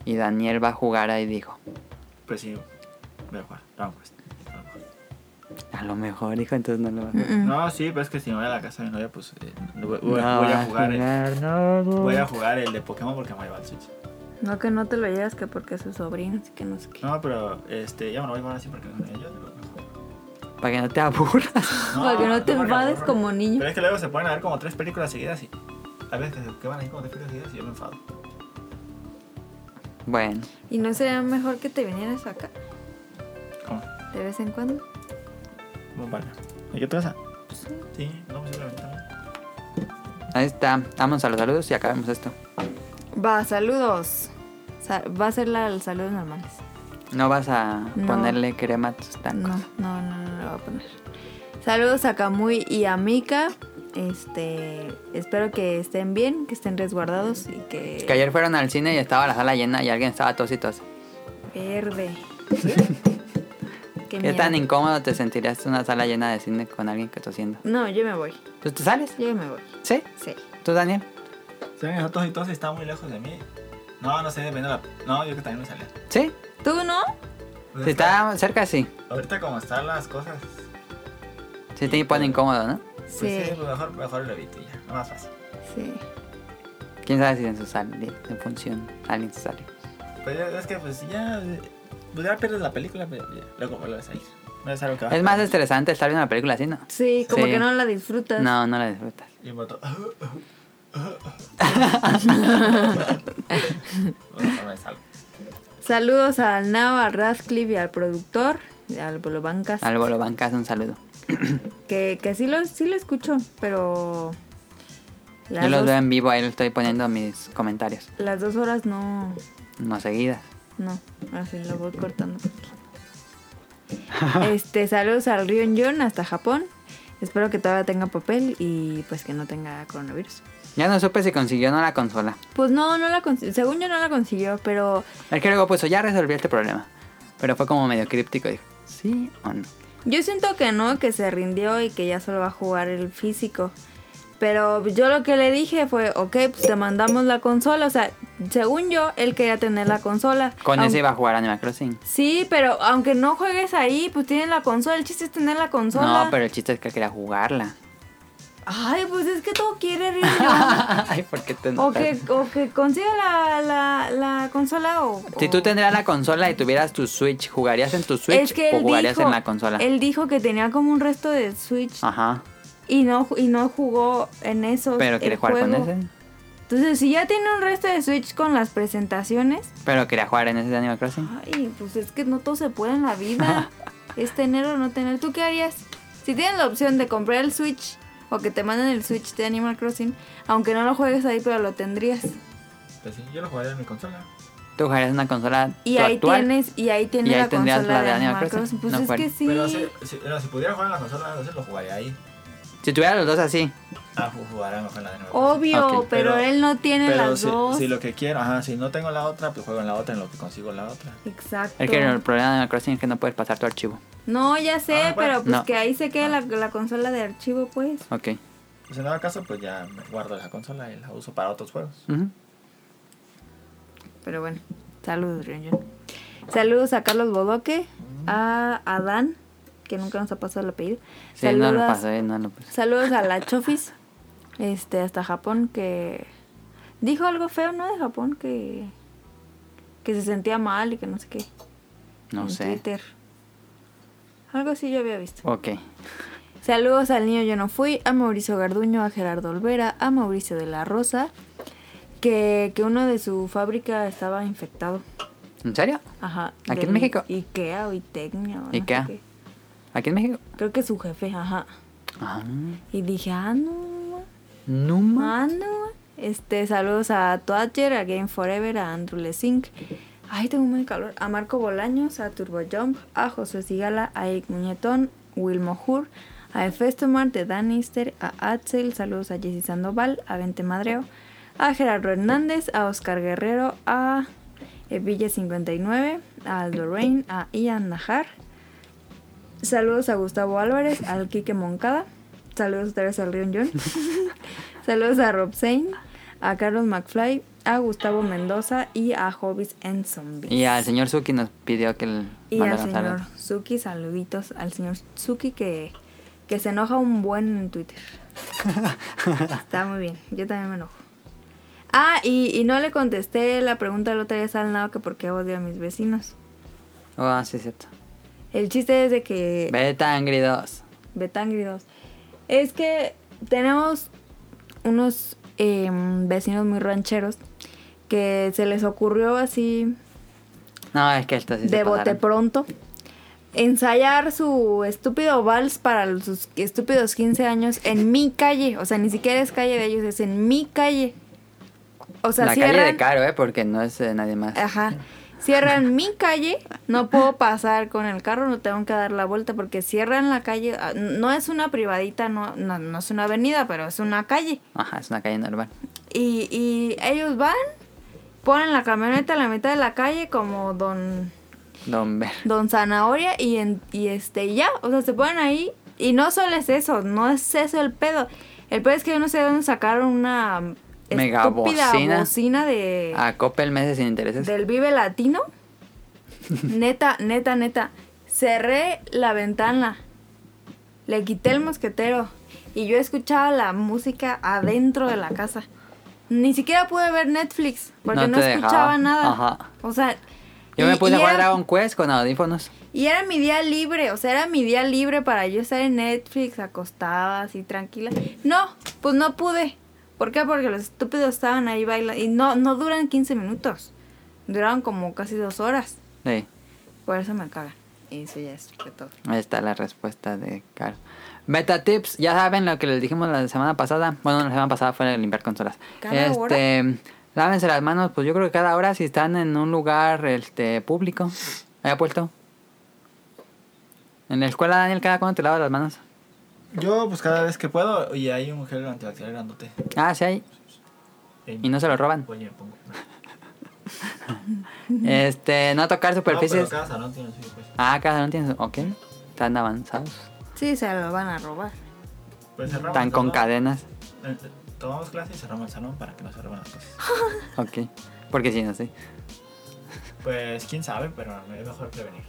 Y Daniel va a jugar ahí, dijo. Pues sí, voy a jugar. Dragon Quest. Dragon Quest. A lo mejor, dijo, entonces no lo va a jugar. Mm. No, sí, pero es que si me voy a la casa de mi novia, pues eh, voy, voy- No voy va a jugar eh. el, jugar, no, no. voy a jugar el de Pokémon porque me va el Switch. No, que no te lo llevas, que porque es su sobrino, así que no sé qué. No, pero este, ya me lo voy a jugar así porque me yo. digo, Para que no te aburras. Para que no te porque me enfades aburro. como niño. Pero es que luego se ponen a ver como tres películas seguidas y a veces se queman ahí como tres películas seguidas y yo me enfado. Bueno, ¿Y no sería mejor que te vinieras acá ¿Cómo? de vez en cuando? ¿Cómo para? ¿Y qué pasa? Pues Pues Sí, no, seguramente no. ahí está. Vamos a los saludos y acabemos esto. Va, saludos. Sa- va a ser la los saludos normales. No vas a No. ponerle crema a tus No, tacos. no, no, no, lo voy a poner. Saludos a Kamui y a Mika. Este, espero que estén bien, que estén resguardados y que... Que ayer fueron al cine y estaba la sala llena y alguien estaba tos y tos. Verde. Qué ¿Qué tan miedo. incómodo te sentirías en una sala llena de cine con alguien que tosiendo? No, yo me voy. ¿Tú te sales? Yo me voy. ¿Sí? Sí. ¿Tú, Daniel? Sí, nosotros y todos están muy lejos de mí. No, no sé, depende de la. No, yo que también me salía. ¿Sí? ¿Tú no? Si está cerca, sí. Ahorita como están las cosas. Sí te pone incómodo, ¿no? Pues Sí. sí, pues mejor, mejor lo evito y ya, lo más fácil. Sí. ¿Quién sabe si en su sala, en función, alguien se sale? Pues ya- es que pues ya. Pues ya pierdes la película, pero ya, luego vuelves a ir. No es algo que va Es más estresante estar viendo una película así, ¿no? Sí, como Sí. que no la disfrutas. No, no la disfrutas. Y moto. no es algo. Saludos al Nao, al Radcliffe y al productor, y al Bolobancas. Al lo bancas, un saludo. Que, que sí, lo, sí lo escucho, pero... Las, Yo los dos, veo en vivo, ahí le estoy poniendo mis comentarios. las dos horas no... No seguidas. No, así lo voy cortando. Este, saludos al Rion John hasta Japón. Espero que todavía tenga papel y pues que no tenga coronavirus. Ya no supe si consiguió o no la consola. Pues no, no la consiguió. Según yo no la consiguió, pero Es que luego puso, ya resolví este problema. Pero fue como medio críptico, dijo, ¿sí o no? yo siento que no, que se rindió y que ya solo va a jugar el físico. Pero yo lo que le dije fue, ok, pues te mandamos la consola. O sea, según yo, él quería tener la consola. Con Aunque- ese iba a jugar Animal Crossing. Sí, pero aunque no juegues ahí, pues tienes la consola. El chiste es tener la consola. No, pero el chiste es que quería jugarla. Ay, pues es que todo quiere Rion John. Ay, ¿por qué te O enojas? que, o que consiga la, la, la consola o... Si tú o- tendrías la consola y tuvieras tu Switch, ¿jugarías en tu Switch es que o él jugarías dijo- en la consola? Ah. Él dijo que tenía como un resto de Switch Ajá. y no, y no jugó en esos. Pero quería quería jugar con ese. Entonces, si ya tiene un resto de Switch con las presentaciones, Pero quería jugar en ese de Animal Crossing. ay, pues es que no todo se puede en la vida. es tener o no tener. ¿Tú qué harías? Si tienes la opción de comprar el Switch o que te manden el Switch de Animal Crossing, aunque no lo juegues ahí, pero lo tendrías. Pues sí, yo lo jugaría en mi consola. Tú jugarías en una consola Y tu ahí actual. tienes, y ahí tienes Y ahí la tendrías consola la de Animal Crossing. Pues No es cual. que sí. Pero si, si, pero si pudiera jugar en la consola, entonces lo jugaría ahí. Si tuvieras los dos así. Ah, ju- jugaría mejor en la de nuevo. Obvio, Ok, pero, pero- él no tiene Pero las si, dos. si lo que quiero, ajá, si no tengo la otra, pues juego en la otra, en lo que consigo la otra. Exacto. Es que el problema de Animal Crossing es que no puedes pasar tu archivo. No, ya sé, Ah, bueno. Ah. pero pues No. que ahí se quede la, la consola de archivo, pues. Ok. Pues en dado caso, pues ya me guardo la consola y la uso para otros juegos. Ujú. Pero bueno, saludos, Ryunjun. Saludos a Carlos Bodoque, a Adán, que nunca nos ha pasado el apellido. Sí, no lo pasó, eh, no lo pasó. saludos a la Chofis, este, hasta Japón, que dijo algo feo, ¿no? De Japón, que, que se sentía mal y que no sé qué. No en sé. Twitter. Algo así yo había visto. Ok. Saludos al niño yo no fui, a Mauricio Garduño, a Gerardo Olvera, a Mauricio de la Rosa. que, que uno de su fábrica estaba infectado. ¿En serio? Ajá. ¿Aquí del en México? Ikea o Itecnia. o no sé Ikea. qué. ¿Aquí en México? Creo que su jefe, ajá. Ah, Y dije, ah, no. no ma- Ah, no. Este, saludos a Toadger, a Game Forever, a Andrew Lesink. Ay, tengo muy calor. A Marco Bolaños, a Turbo Jump, a José Sigala, a Eric Muñetón, Wilmo Hur, a Efestomar de Danister, a Axel, saludos a Jesse Sandoval, a Vente Madreo, a Gerardo Hernández, a Oscar Guerrero, a Villa59, a Aldo Rain, a Ian Najar, Saludos a Gustavo Álvarez, al Quique Moncada. Saludos otra vez al Rion John. Saludos a Rob Zane, a Carlos McFly, a Gustavo Mendoza y a Hobbies and Zombies. Y al señor Suki nos pidió que le Y al mandáramos señor saludos. Suki, saluditos al señor Suki que, que se enoja un buen en Twitter. Está muy bien, yo también me enojo. Ah, y, y no le contesté la pregunta la otra vez al Nao que por qué odio a mis vecinos. Ah, sí, cierto. El chiste es de que... Betangri 2. Betangridos. Es que tenemos unos em, vecinos muy rancheros que se les ocurrió así No, es que esto sí se de bote pasaron. pronto ensayar su estúpido vals para sus estúpidos 15 años en mi calle. O sea, ni siquiera es calle de ellos, es en mi calle. O sea, La calle cierran- de Caro, ¿eh? Porque no es eh, nadie más. Ajá. Cierran mi calle, no puedo pasar con el carro, no tengo que dar la vuelta porque cierran la calle. ah, No es una privadita, no, no, no es una avenida, pero es una calle. Ajá, es una calle normal. Y, y ellos van, ponen la camioneta en la mitad de la calle como don, Don Ver. don Zanahoria y, en, y este, y ya, o sea, se ponen ahí. Y no solo es eso, no es eso el pedo. El pedo es que yo no sé de dónde sacaron una Mega estúpida bocina. Ah, bocina de A Coppel meses sin intereses. del Vive Latino. Neta, neta, neta. Cerré la ventana. Le quité el mosquetero. Y yo escuchaba la música adentro de la casa. Ni siquiera pude ver Netflix. Porque No no, te escuchaba dejaba. nada. Ajá. O sea. Yo me y- puse y a jugar era- Dragon Quest con audífonos. y era mi día libre, o sea, era mi día libre para yo estar en Netflix acostada, así tranquila. No, pues no pude. ¿Por qué? Porque los estúpidos estaban ahí bailando. Y no, no duran 15 minutos. Duraron como casi dos horas. Sí, Por eso me cagan. Y eso ya es de todo. ahí está la respuesta de Caro. Meta tips, ya saben lo que les dijimos la semana pasada. Bueno, la semana pasada fue limpiar consolas. ¿Cada hora? este, lávense las manos, pues yo creo que cada hora si están en un lugar este público. ¿Había puesto? En la escuela, Daniel, cada cuándo te lavas las manos. Yo, pues cada vez que puedo, y hay un gel antibacterial grandote. Ah, sí hay. Y no se lo roban. Oye, me pongo. No, Este, no tocar pero superficies. cada salón tiene su pues. Ah, cada no tienes. Ok. Están avanzados. Sí, se lo van a robar. Pues cerramos Están el con salón, cadenas. eh, Tomamos clase y cerramos el salón para que no se roben las cosas. Ok. Porque si no sé. Pues quién sabe, pero es mejor prevenir.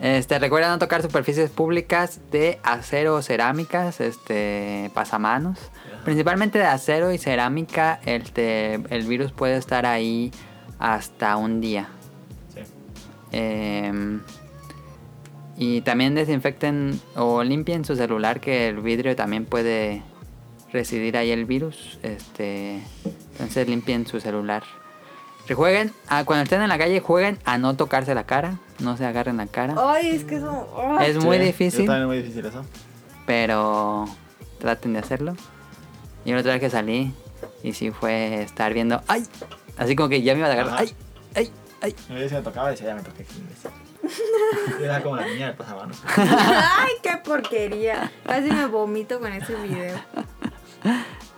Este, recuerda no tocar superficies públicas de acero o cerámicas, este, pasamanos. Principalmente de acero y cerámica, este, el virus puede estar ahí hasta un día. Sí. Eh, y también desinfecten o limpien su celular, que el vidrio también puede residir ahí el virus. Este, entonces limpien su celular. Rejueguen, ah, cuando estén en la calle, jueguen a no tocarse la cara, no se agarren la cara. Ay, es que son. ay. es muy Sí, ¿eh? difícil, Yo también muy difícil eso. pero traten de hacerlo. Yo la otra vez que salí, y sí fue estar viendo, ¡ay! Así como que ya me iba a agarrar, Ajá. ¡ay! ¡ay! ¡ay! A veces me tocaba y decía, ya me toqué. chingue su madre. Yo Era como la niña del pasamanos. Ay, qué porquería. Casi me vomito con ese video.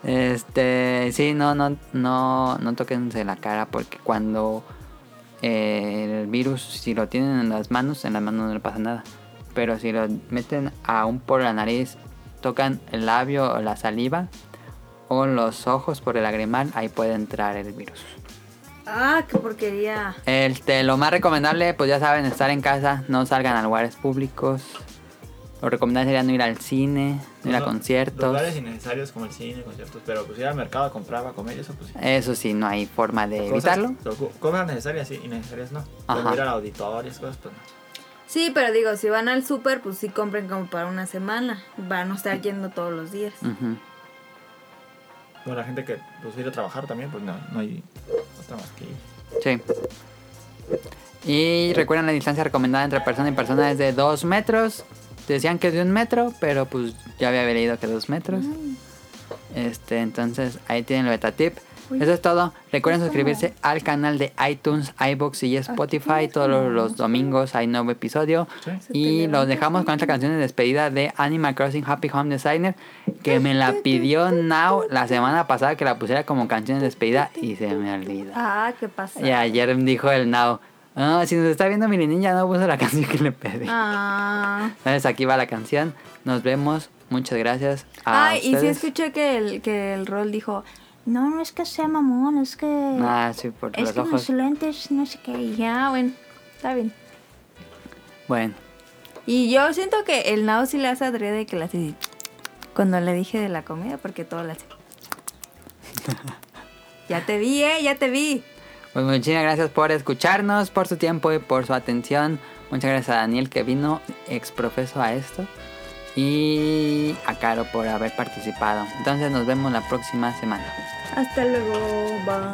Este, sí, no, no, no, no toquense la cara porque cuando eh, el virus, si lo tienen en las manos, en las manos no le pasa nada. Pero si lo meten aún por la nariz, tocan el labio o la saliva o los ojos por el lagrimal, ahí puede entrar el virus. Ah, qué porquería. Este, lo más recomendable, pues ya saben, estar en casa, no salgan a lugares públicos. Lo recomendable sería no ir al cine, no ir a No, conciertos. Lugares innecesarios como el cine, conciertos. Pero pues ir al mercado a comprar, a comer, eso pues sí. Eso sí, no hay forma de Cosas- Eh, evitarlo. co- Cosas necesarias sí, innecesarias no. Ajá. Como ir al auditorio, esas cosas, pues no. Sí, pero digo, si van al súper, pues sí compren como para una semana. Van a estar yendo todos los días. Ujú. Pero la gente que pues, ir a trabajar también, pues no, no hay otra más que ir. Sí. Y recuerden la distancia recomendada entre persona y persona es de 2 metros. Decían que es de un metro, pero pues ya había leído que dos metros. Este, entonces ahí tienen el beta tip. Eso es todo. Recuerden suscribirse al canal de iTunes, iBox y Spotify. Todos los, los domingos hay nuevo episodio. Sí. Y los dejamos con esta canción de despedida de Animal Crossing Happy Home Designer. Que me la pidió Now la semana pasada que la pusiera como canción de despedida y se me olvidó. Ah, ¿qué pasa? Y ayer me dijo el Now. "Ah, si nos está viendo mi niña, no puso la canción que le pedí. Ah. Entonces aquí va la canción. Nos vemos. Muchas gracias. A Ay, y sí ustedes. escuché que el, que el rol dijo, no, no es que sea mamón, es que... Ah, sí, por es los que ojos. los lentes, no sé qué. Y Ya, bueno, está bien. Bueno, Y yo siento que el Nao sí le hace adrede que le hace así, cuando le dije de la comida, porque todo le hace... ya te vi, eh, ya te vi. pues muchísimas gracias por escucharnos, por su tiempo y por su atención. Muchas gracias a Daniel que vino ex profeso a esto. Y a Caro por haber participado. Entonces nos vemos la próxima semana. Hasta luego, bye.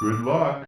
Good luck.